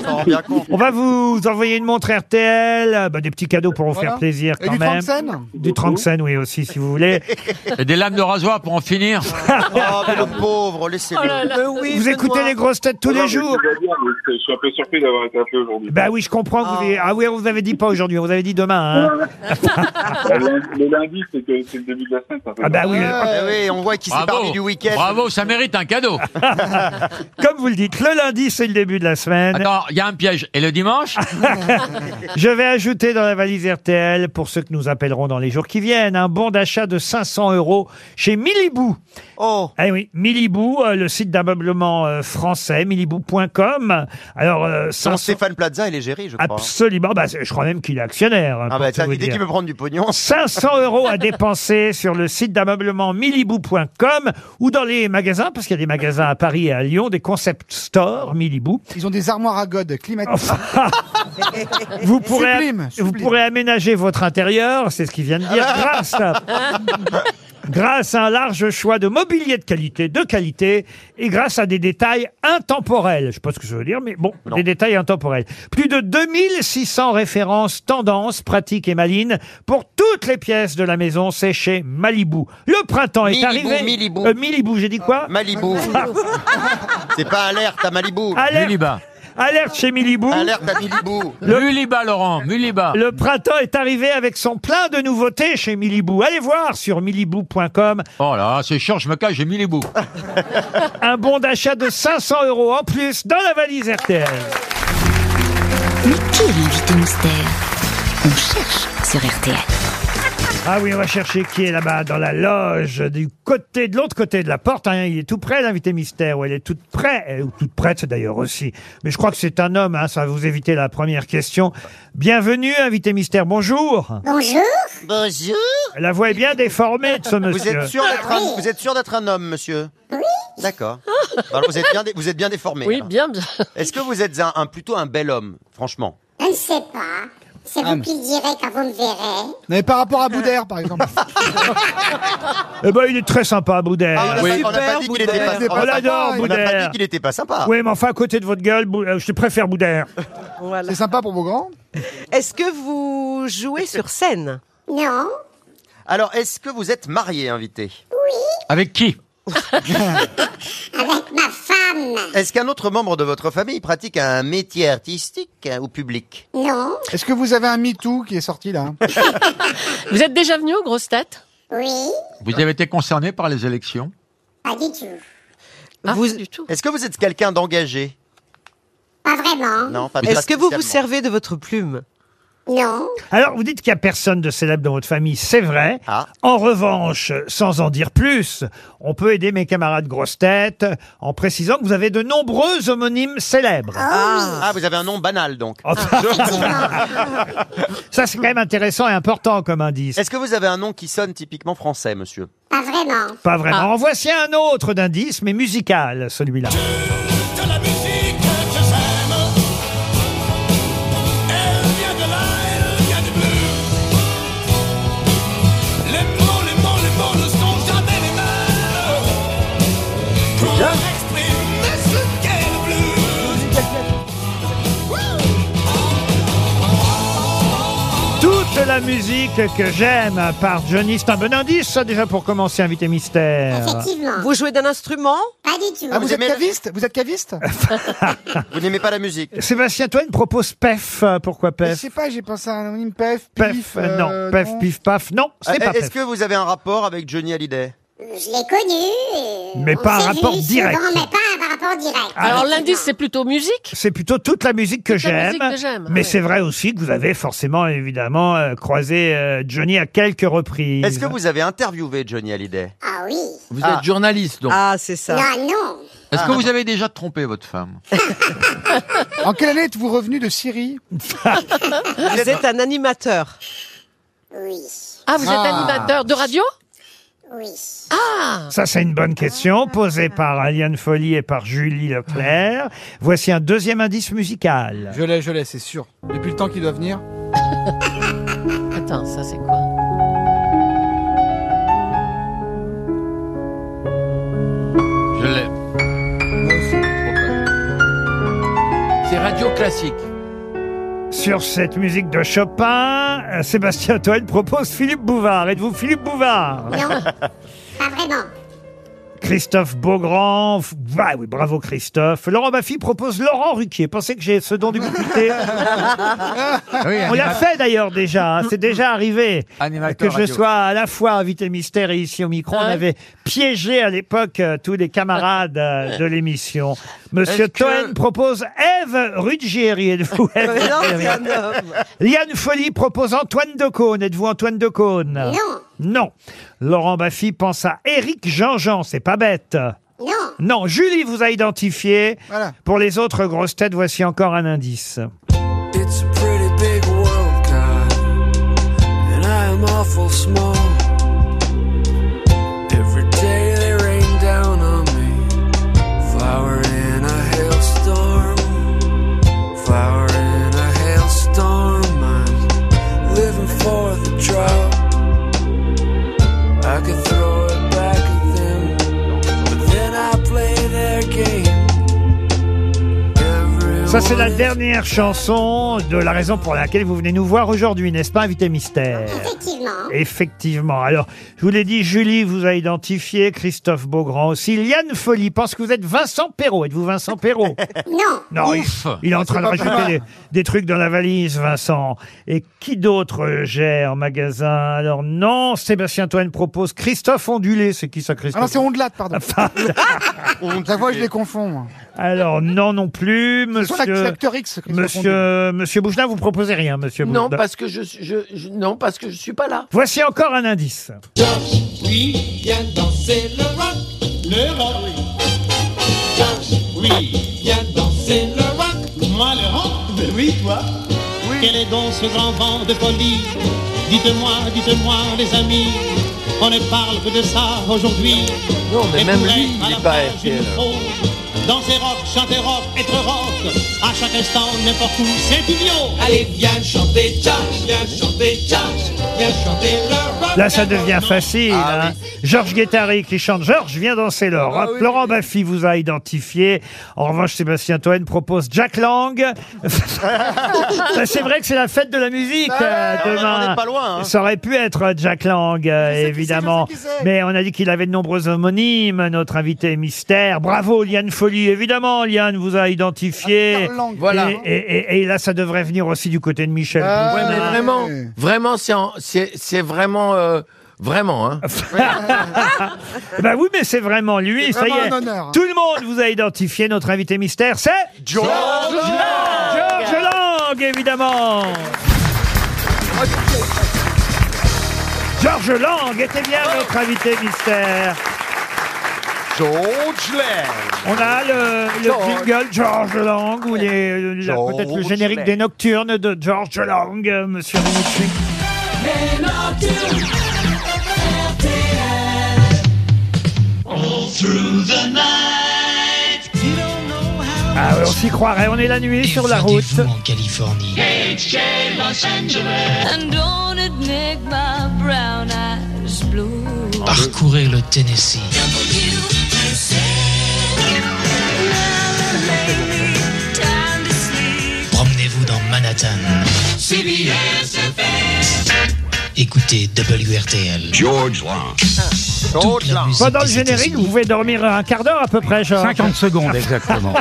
G: s'en rend bien compte.
B: On va vous envoyer une montre RTL, euh, bah, des petits cadeaux pour vous
E: Voilà.
B: faire plaisir
E: Et
B: quand
E: du
B: même.
E: Franzen
B: Du Tranxen, oui, aussi, si vous voulez.
H: Et des lames de rasoir pour en finir.
G: Oh, mais le pauvre, laissez-le.
Q: Oh là là.
M: Mais oui,
B: vous
M: Benoît.
B: écoutez les grosses têtes tous
N: Non,
B: les
N: mais
B: jours.
N: c'est bien, mais c'est- Je suis un peu surpris d'avoir été appelé aujourd'hui.
B: Bah oui, je comprends. que vous ayez- Ah oui, on vous avait dit pas aujourd'hui, on vous avait dit demain. hein.
N: Bah, le, le lundi, c'est que- c'est le début de la semaine. ça fait
B: Ah bah
N: bien.
B: oui,
G: Ah oui, on voit qu'il s'est parlé
H: Bravo.
G: du week-end.
H: Bravo, ça mérite un cadeau.
B: comme vous le dites, le lundi, c'est le début de la semaine.
H: Attends, il y a un piège. Et le dimanche
B: Je vais ajouter dans la valise RTL, pour ceux que nous appellerons dans les jours qui viennent, un bon d'achat de 500 euros chez Milibou.
G: Oh,
B: Eh oui, Milibou, euh, le site d'ameublement euh, français, milibou.com. Alors, euh, 500...
G: son Stéphane Plaza, il est géré, je crois.
B: Absolument, bah, c'est- je crois même qu'il est actionnaire. hein,
G: Ah
B: pour
G: bah,
B: tout
G: tiens,
B: vous
G: dès
B: dire.
G: qu'il peut prendre du pognon.
B: 500 euros à dépenser sur le site d'ameublement milibou.com ou dans les magasins, parce qu'il y a des magasins à Paris et à Lyon, des concept stores Milibou.
E: Ils ont des armoires à godes climatiques.
B: Vous pourrez,
E: Sublime,
B: vous
E: sublime.
B: pourrez aménager votre intérieur, c'est ce qu'il vient de dire, grâce à- grâce à un large choix de mobilier de qualité, de qualité, et grâce à des détails intemporels. Je sais pas ce que je veux dire, mais bon, des détails intemporels. Plus de 2600 références, tendances, pratiques et malines pour toutes les pièces de la maison, c'est chez Malibu. Le printemps est
G: Milibou,
B: arrivé.
G: Milibou.
B: Euh, Milibou, j'ai dit quoi Ah.
G: Malibu. C'est pas alerte à Malibu.
B: Alerte. Alerte chez Milibou.
G: Alerte à Milibou.
B: Muliba, Laurent, Muliba. Le printemps est arrivé avec son plein de nouveautés chez Milibou. Allez voir sur milibou.com.
H: Oh là, c'est chiant, je me cache, j'ai mis les bouts.
B: Un bon d'achat de 500 euros en plus dans la valise RTL.
O: Mais qui est l'invité mystère On cherche sur RTL.
B: Ah oui, on va chercher qui est là-bas dans la loge du côté, de l'autre côté de la porte. hein. il est tout près, l'invité mystère, ou elle est toute près, euh, ou toute prête d'ailleurs aussi. Mais je crois que c'est un homme, hein, ça va vous éviter la première question. Bienvenue, invité mystère, bonjour.
R: Bonjour. Bonjour.
B: La voix est bien déformée de ce monsieur.
G: Vous êtes sûr d'être
R: Ah
G: un, vous êtes sûr d'être un homme, monsieur Oui. D'accord. Alors, vous êtes bien, dé- vous êtes bien déformé.
Q: Oui,
G: alors.
Q: bien, bien.
G: Est-ce que vous êtes un, un- plutôt un bel homme, franchement
R: Je ne sais pas. C'est
G: Ah,
R: vous
G: mais-
R: qui le direz quand vous me verrez.
E: Mais par rapport à Boudère, par exemple.
B: Eh ben, il est très sympa, Boudère.
G: Ah, on a Oui. pas- on a pas dit qu'il était pas- on a
B: On
G: pas-
B: l'adore,
G: on a pas
B: Boudère.
G: dit qu'il était pas sympa.
B: Oui, mais enfin, à côté de votre gueule, Bou- euh, je te préfère Boudère.
M: Voilà.
E: C'est sympa pour vos grands
M: Est-ce que vous jouez sur scène
R: Non.
G: Alors, est-ce que vous êtes marié, invité
H: Avec qui
R: Avec ma femme.
G: Est-ce qu'un autre membre de votre famille pratique un métier artistique hein, ou public
R: Non.
E: Est-ce que vous avez un MeToo qui est sorti là
Q: Vous êtes déjà venu aux grosses têtes
R: Oui.
H: Vous avez été concerné par les élections
R: Pas du tout.
Q: Ah,
M: Vous-
G: Est-ce que vous êtes quelqu'un d'engagé
R: Pas vraiment.
G: Non, pas
M: Est-ce que vous vous
G: spécialement.
M: servez de votre plume
R: Non.
B: Alors, vous dites qu'il n'y a personne de célèbre dans votre famille, c'est vrai.
G: Ah.
B: En revanche, sans en dire plus, on peut aider mes camarades grosses têtes en précisant que vous avez de nombreux homonymes célèbres.
G: ah. Ah, vous avez un nom banal donc.
B: Ah, bah, Ça, c'est quand même intéressant et important comme indice.
G: Est-ce que vous avez un nom qui sonne typiquement français, monsieur
R: Pas vraiment.
B: Pas vraiment. En voici un autre d'indice, mais musical, celui-là.
F: Les mots, les mots, les mots ne sont jamais les mêmes pour exprimer ce qu'est le blues.
B: Toute la musique que j'aime par Johnny, c'est un bon indice, ça, déjà pour commencer, invité mystère.
M: Vous jouez d'un instrument
R: Ah. Pas du tout.
E: Ah, vous, êtes caviste Vous êtes caviste
G: Vous n'aimez pas la musique
B: Sébastien Toine propose PEF. euh, Pourquoi
E: Je
B: PEF
E: sais pas, j'ai pensé à un anonyme PEF,
B: PEF,
E: PIF.
B: euh, non. PEF, pif, paf. Non,
G: Euh,
B: c'est pas
G: Est-ce
B: PEF.
G: que vous avez un rapport avec Johnny Hallyday
R: Je l'ai connu. et
B: Mais
R: on
B: pas un
R: s'est
B: rapport
R: vu
B: direct.
R: souvent, mais pas un rapport direct.
Q: Alors l'indice, c'est plutôt musique.
B: C'est plutôt toute la musique que
Q: Toute la
B: j'aime.
Q: musique que j'aime,
B: Mais
Q: ouais.
B: c'est vrai aussi que vous avez forcément, évidemment, euh, croisé euh, Johnny à quelques reprises.
G: Est-ce que vous avez interviewé Johnny Hallyday
R: Ah oui.
G: Vous
H: êtes journaliste, donc.
M: Ah, c'est ça.
R: Non, non.
H: Est-ce
G: Ah.
H: que vous avez déjà trompé votre femme
E: En quelle année êtes-vous revenu de Syrie
M: Vous êtes un animateur.
R: Oui.
Q: Ah, vous êtes
E: Ah.
Q: animateur de radio
R: Oui.
Q: Ah
B: Ça, c'est une bonne question, posée par Aliane Folly et par Julie
Q: Ah.
B: Leclerc. Voici un deuxième indice musical.
E: Je l'ai, je l'ai, c'est sûr. Depuis le temps qu'il doit venir.
Q: Attends, ça c'est quoi
F: Je l'ai. C'est radio classique.
B: Sur cette musique de Chopin, euh, Sébastien Toen propose Philippe Bouvard. Êtes-vous Philippe Bouvard
R: Non. pas vraiment.
B: Christophe Beaugrand. f- Bah oui, bravo Christophe. Laurent Baffy propose Laurent Ruquier. Pensez que j'ai ce don d'ubiquité. On l'a fait d'ailleurs déjà. hein. C'est déjà arrivé que
H: Animateur
B: je
H: radio.
B: sois à la fois invité mystère et ici au micro.
F: Hein?
B: On avait piégé à l'époque euh, tous les camarades euh, de l'émission. Monsieur
F: Est-ce que-
B: Toen propose Eve Ruggieri. Êtes-vous Ève
F: Mais non, c'est un
B: Ruggieri Liane Folly propose Antoine Decaune. Êtes-vous Antoine Decaune Non. Non. Laurent Baffy pense à Éric Jean-Jean. C'est pas bête.
R: Non.
B: Non, Julie vous a identifié. Pour les autres grosses têtes, voici encore un indice.
F: It's a pretty big world, God, and I am awful small. Every day they rain down on me, flower in a hailstorm, flower in a hailstorm. I'm living for the drought. I could throw
B: Ça, c'est la dernière chanson de la raison pour laquelle vous venez nous voir aujourd'hui, n'est-ce pas, invité mystère
R: Effectivement.
B: Effectivement. Alors, je vous l'ai dit, Julie vous a identifié, Christophe Beaugrand aussi. Liane Folly pense que vous êtes Vincent Perrault. Êtes-vous Vincent Perrault
R: Non.
B: Non, il, il est en train de rajouter des, des trucs dans la valise, Vincent. Et qui d'autre euh, j'ai en magasin Alors, non, Sébastien Toine propose Christophe Ondulé. C'est qui ça,
E: Ah non,
B: Christophe
E: c'est Ondelat, pardon. La voix, je les confonds. moi.
B: Alors, non, non plus.
E: C'est son
B: Monsieur,
E: acteur X, Christophe
B: monsieur, monsieur Bougelin, vous proposez rien, monsieur
D: Non,
B: Bougelin.
D: parce que je, je, je- non, parce que je suis pas là.
B: Voici encore un indice.
F: Oui, viens danser le rock, le rock. Josh, oui, viens danser le rock. Moi le rock, ben oui toi. Quel est donc ce grand vent de folie Dites-moi, dites-moi les amis, on ne parle que de ça aujourd'hui.
D: Non, mais
F: Et
D: même
F: pour
D: lui,
F: être à
D: il
F: la
D: est pas
F: page, il
D: RTL.
F: nous faut Danser rock, chanter rock, être rock, à chaque instant, n'importe où, c'est idiot. Allez, viens chanter Josh, viens chanter Josh, viens chanter le rock.
B: Là, ça devient facile.
D: Ah
B: hein. Georges Guettari qui chante Georges vient danser l'or. hein. Laurent Baffy vous a identifié. En revanche, Sébastien Toen propose Jack Lang. Bah, c'est vrai que c'est la fête de la musique euh, demain.
G: on est pas loin, hein.
B: Ça aurait pu être euh, Jack Lang, euh, évidemment. Mais on a dit qu'il avait de nombreux homonymes, notre invité mystère. Bravo, Liane Folly. Évidemment, Liane vous a identifié.
D: Ah, Lang. Voilà.
B: Et, et- et- et là, ça devrait venir aussi du côté de Michel.
D: Ouais,
B: Bougelin.
D: mais vraiment, vraiment, c'est en- c'est c'est vraiment, euh, vraiment. Hein.
B: Eh Ben oui, mais c'est vraiment lui,
D: C'est
B: ça y
D: vraiment
B: est.
D: un honneur.
B: Tout le monde vous a identifié, notre invité mystère, c'est...
F: George Lang.
B: George Lang, évidemment George Lang était bien notre invité mystère.
F: George Lang.
B: On a le, le
F: George.
B: jingle George Lang, ou les- le- la-
F: George
B: peut-être le générique
F: Lang.
B: des Nocturnes de George Lang, euh, monsieur Minucci.
F: Les nocturnes RTL. All through the night. You don't know how.
B: Ah ouais, on s'y croirait, on est la nuit sur la route.
F: Californie. HJ Los Angeles.
S: And don't it make my brown eyes blue?
F: Parcourez le Tennessee. Promenez-vous dans Manhattan. CBS Écoutez WRTL. George Lang. George Lang.
B: Pendant le générique, vous pouvez dormir un quart d'heure à peu près, Georges.
T: 50 secondes exactement.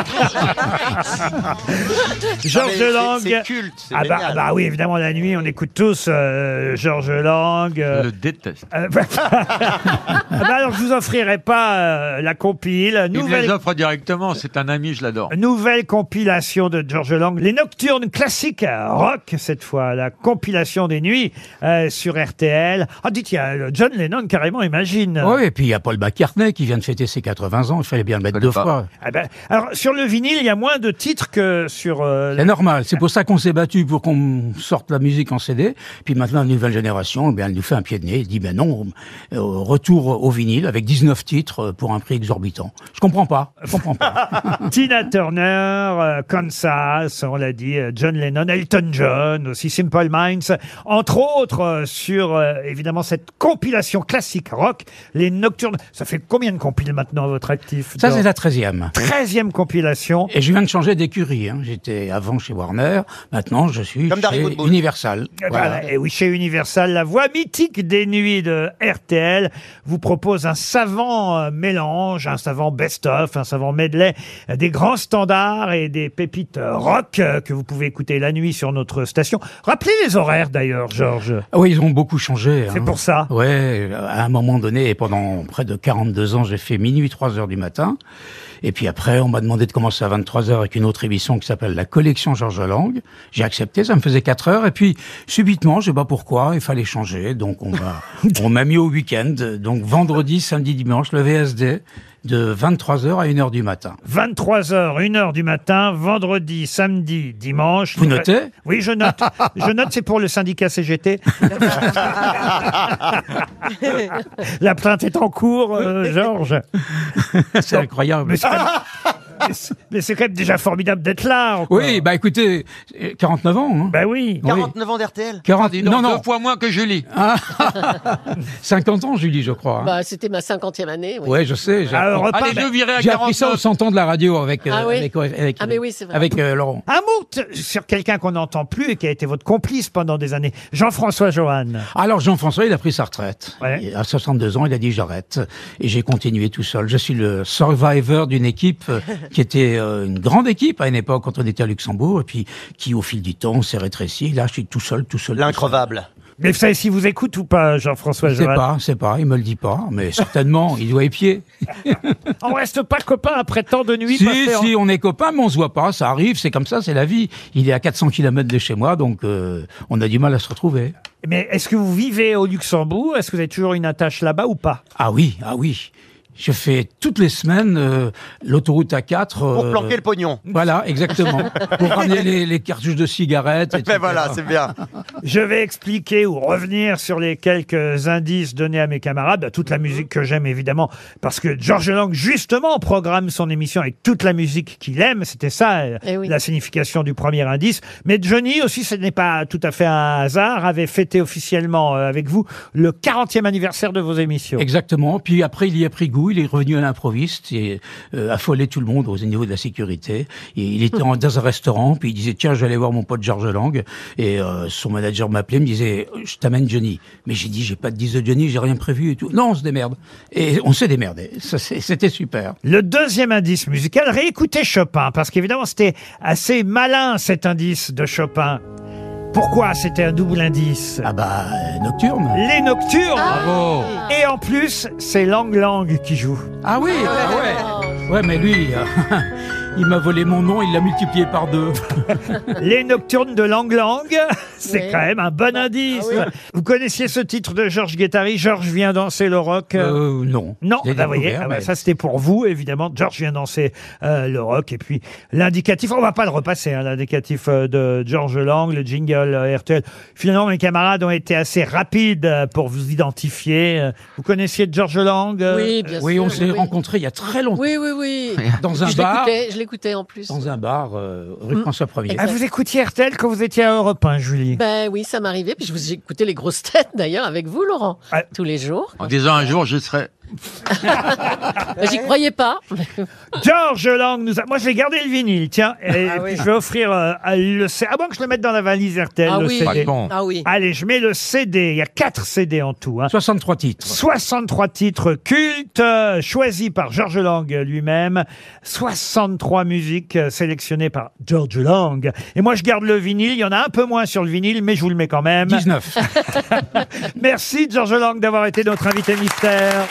B: Georges
G: Non, mais
B: Lang.
G: c'est- c'est culte, c'est
B: ah bah,
G: génial.
B: bah oui, évidemment, la nuit, on écoute tous euh, Georges Lang. euh,
H: le déteste.
B: euh, bah- Ah bah alors, je vous offrirai pas euh, la compile.
H: Il me les
B: Nouvelle,
H: offre directement, c'est un ami, je l'adore.
B: nouvelle compilation de Georges Lang. Les Nocturnes classiques euh, rock, cette fois. La compilation des nuits euh, sur RTL. Ah, dites, il y a euh, John Lennon, carrément, imagine.
T: oui, et puis il y a Paul McCartney qui vient de fêter ses 80 ans, il fallait bien le mettre deux fois.
B: Ah bah, alors, sur le vinyle, il y a moins de titres que sur... euh,
T: C'est normal, c'est pour ça qu'on s'est battu pour qu'on sorte la musique en CD. Puis maintenant, la nouvelle génération, eh bien, elle nous fait un pied de nez, elle dit ben non, euh, retour au vinyle avec 19 titres euh, pour un prix exorbitant. Je comprends pas, je comprends pas.
B: Tina Turner, euh, Kansas, on l'a dit, euh, John Lennon, Elton John, aussi Simple Minds, entre autres euh, sur euh, évidemment cette compilation classique rock, les Nocturnes. Ça fait combien de compiles maintenant à votre actif
T: Ça,
B: Dans-
T: c'est la 13e.
B: 13e compilation.
T: Et je viens de changer d'écurie. hein. J'étais avant chez Warner, maintenant je suis chez Universal.
B: Eh ben,
T: Voilà.
B: Et oui, chez Universal, la voix mythique des nuits de RTL vous propose un savant euh, mélange, un savant best-of, un savant medley euh, des grands standards et des pépites euh, rock euh, que vous pouvez écouter la nuit sur notre station. Rappelez les horaires d'ailleurs, Georges.
T: Ah Oui, ils ont beaucoup changé. hein.
B: C'est pour ça.
T: Ouais, à un moment donné, et pendant près de 42 ans, j'ai fait minuit 3 heures du matin. Et puis après, on m'a demandé de commencer à 23 heures avec une autre émission qui s'appelle La Collection Georges Lang. J'ai accepté, ça me faisait 4 heures. Et puis, subitement, je sais pas pourquoi, il fallait changer. Donc, on m'a, on m'a mis au week-end. Donc, vendredi, samedi, dimanche, le VSD de 23 heures à 1 heure du matin.
B: 23h, 1h du matin, vendredi, samedi, dimanche.
T: Vous notez
B: Oui, je note. Je note, c'est pour le syndicat CGT. La plainte est en cours, euh, Georges.
T: C'est incroyable.
B: Mais c'est pas- Mais c'est- Mais c'est quand même déjà formidable d'être là. encore.
T: Oui, bah écoutez, euh, 49 ans. Hein.
B: Bah oui.
G: 49 ans d'RTL
T: 40,
H: Dis donc,
T: non, non,
H: deux fois moins que Julie.
T: 50 ans, Julie, je crois. hein.
Q: Bah, c'était ma cinquantième année. Oui.
T: Ouais, je sais. J'ai
B: Ah,
T: appris,
B: repas,
H: Allez, deux virés à
T: j'ai appris ça
H: 49.
T: aux 100 ans de la radio avec, euh,
Q: Ah oui.
T: avec, avec-
Q: Ah, mais oui, c'est vrai.
T: avec, euh, Laurent.
B: Un mot t- sur quelqu'un qu'on n'entend plus et qui a été votre complice pendant des années. Jean-François Johan.
T: Alors Jean-François, il a pris sa retraite.
B: Ouais.
T: Et À 62 ans, il a dit j'arrête. Et j'ai continué tout seul. Je suis le survivor d'une équipe euh, qui était euh, une grande équipe à une époque quand on était à Luxembourg et puis qui au fil du temps s'est rétrécie. Là, je suis tout seul, tout seul.
G: L'increvable.
B: Mais vous savez si vous écoute ou pas, Jean-François
T: Je sais
B: Johan
T: pas, je sais pas, il me le dit pas, mais certainement, il doit épier.
B: On reste pas copains après tant de nuits
T: si,
B: passées en-
T: si, on est copains, mais on se voit pas, ça arrive, c'est comme ça, c'est la vie. Il est à 400 km de chez moi, donc euh, on a du mal à se retrouver.
B: Mais Eh est-ce que vous vivez au Luxembourg Est-ce que vous avez toujours une attache là-bas ou pas
T: Ah oui, ah oui. Je fais toutes les semaines euh, l'autoroute A4.
G: Pour
T: euh,
G: planquer le pognon.
T: Voilà, exactement. Pour ramener les, les cartouches de cigarettes. etc.
G: Ben voilà, c'est bien.
B: Je vais expliquer ou revenir sur les quelques indices donnés à mes camarades, toute la musique que j'aime évidemment, parce que Georges Lang justement programme son émission avec toute la musique qu'il aime, c'était ça euh,
Q: Eh oui.
B: la signification du premier indice. Mais Johnny aussi, ce n'est pas tout à fait un hasard, avait fêté officiellement euh, avec vous le 40e anniversaire de vos émissions.
T: Exactement. Puis après, il y a pris goût. Il est revenu à l'improviste et euh, affolé tout le monde au niveau de la sécurité. Et il était en- dans un restaurant, puis il disait tiens, je vais aller voir mon pote Georges Lang. Et euh, son manager m'appelait, me disait euh, je t'amène Johnny. Mais j'ai dit j'ai pas de 10 de Johnny, j'ai rien prévu et tout. Non, on se démerde. Et on s'est démerdé. Ça, c'est- C'était super.
B: Le deuxième indice musical, réécoutez Chopin, parce qu'évidemment c'était assez malin cet indice de Chopin. Pourquoi c'était un double indice
T: Ah bah euh, nocturne.
B: Les Nocturnes
T: Ah.
H: Bravo.
B: Et en plus, c'est Lang Lang qui joue.
T: Ah oui, ah ouais. Ouais, mais lui, euh, il m'a volé mon nom, il l'a multiplié par deux.
B: Les Nocturnes de Lang Lang, c'est
Q: Oui. Bah, ah
B: quand même un bon indice. Vous connaissiez ce titre de Georges Guettari, Georges vient danser le rock euh,
T: Euh, non.
B: Non,
T: J'ai
B: bah, vous voyez,
T: découvert,
B: ah bah,
T: mais-
B: ça c'était pour vous, évidemment. Georges vient danser euh, le rock. Et puis l'indicatif, on va pas le repasser, hein, l'indicatif euh, de Georges Lang, le jingle euh, RTL. Finalement, mes camarades ont été assez rapides euh, pour vous identifier. Euh, Vous connaissiez Georges Lang euh,
Q: Oui, bien
T: Oui,
Q: sûr.
T: on s'est rencontrés il y a très longtemps
Q: Oui, oui, oui.
T: dans un
Q: Je
T: bar,
Q: l'écoutais, je l'écoutais en plus.
T: dans un bar euh, rue François 1er.
B: Ah, vous écoutiez RTL quand vous étiez à Europe 1, Julie
Q: Ben oui, ça m'arrivait. Puis je vous écoutais les grosses têtes d'ailleurs avec vous, Laurent,
B: Ah.
Q: tous les jours.
H: En disant un jour, je serai.
Q: Ben, J'y croyais pas.
B: George Lang nous a... Moi, je vais garder le vinyle, tiens. Et
Q: Ah
B: puis, je vais offrir euh, à le CD. À moins que je le mette dans la valise RTL,
Q: Ah
B: le
Q: oui.
B: CD.
H: Pas con.
Q: Ah oui.
B: Allez, je mets le CD. Il y a 4 CD en tout. Hein.
T: 63 titres.
B: 63 titres cultes euh, choisis par George Lang lui-même, 63 musiques euh, sélectionnées par George Lang. Et moi je garde le vinyle, il y en a un peu moins sur le vinyle, mais je vous le mets quand même.
T: 19.
B: Merci George Lang d'avoir été notre invité mystère.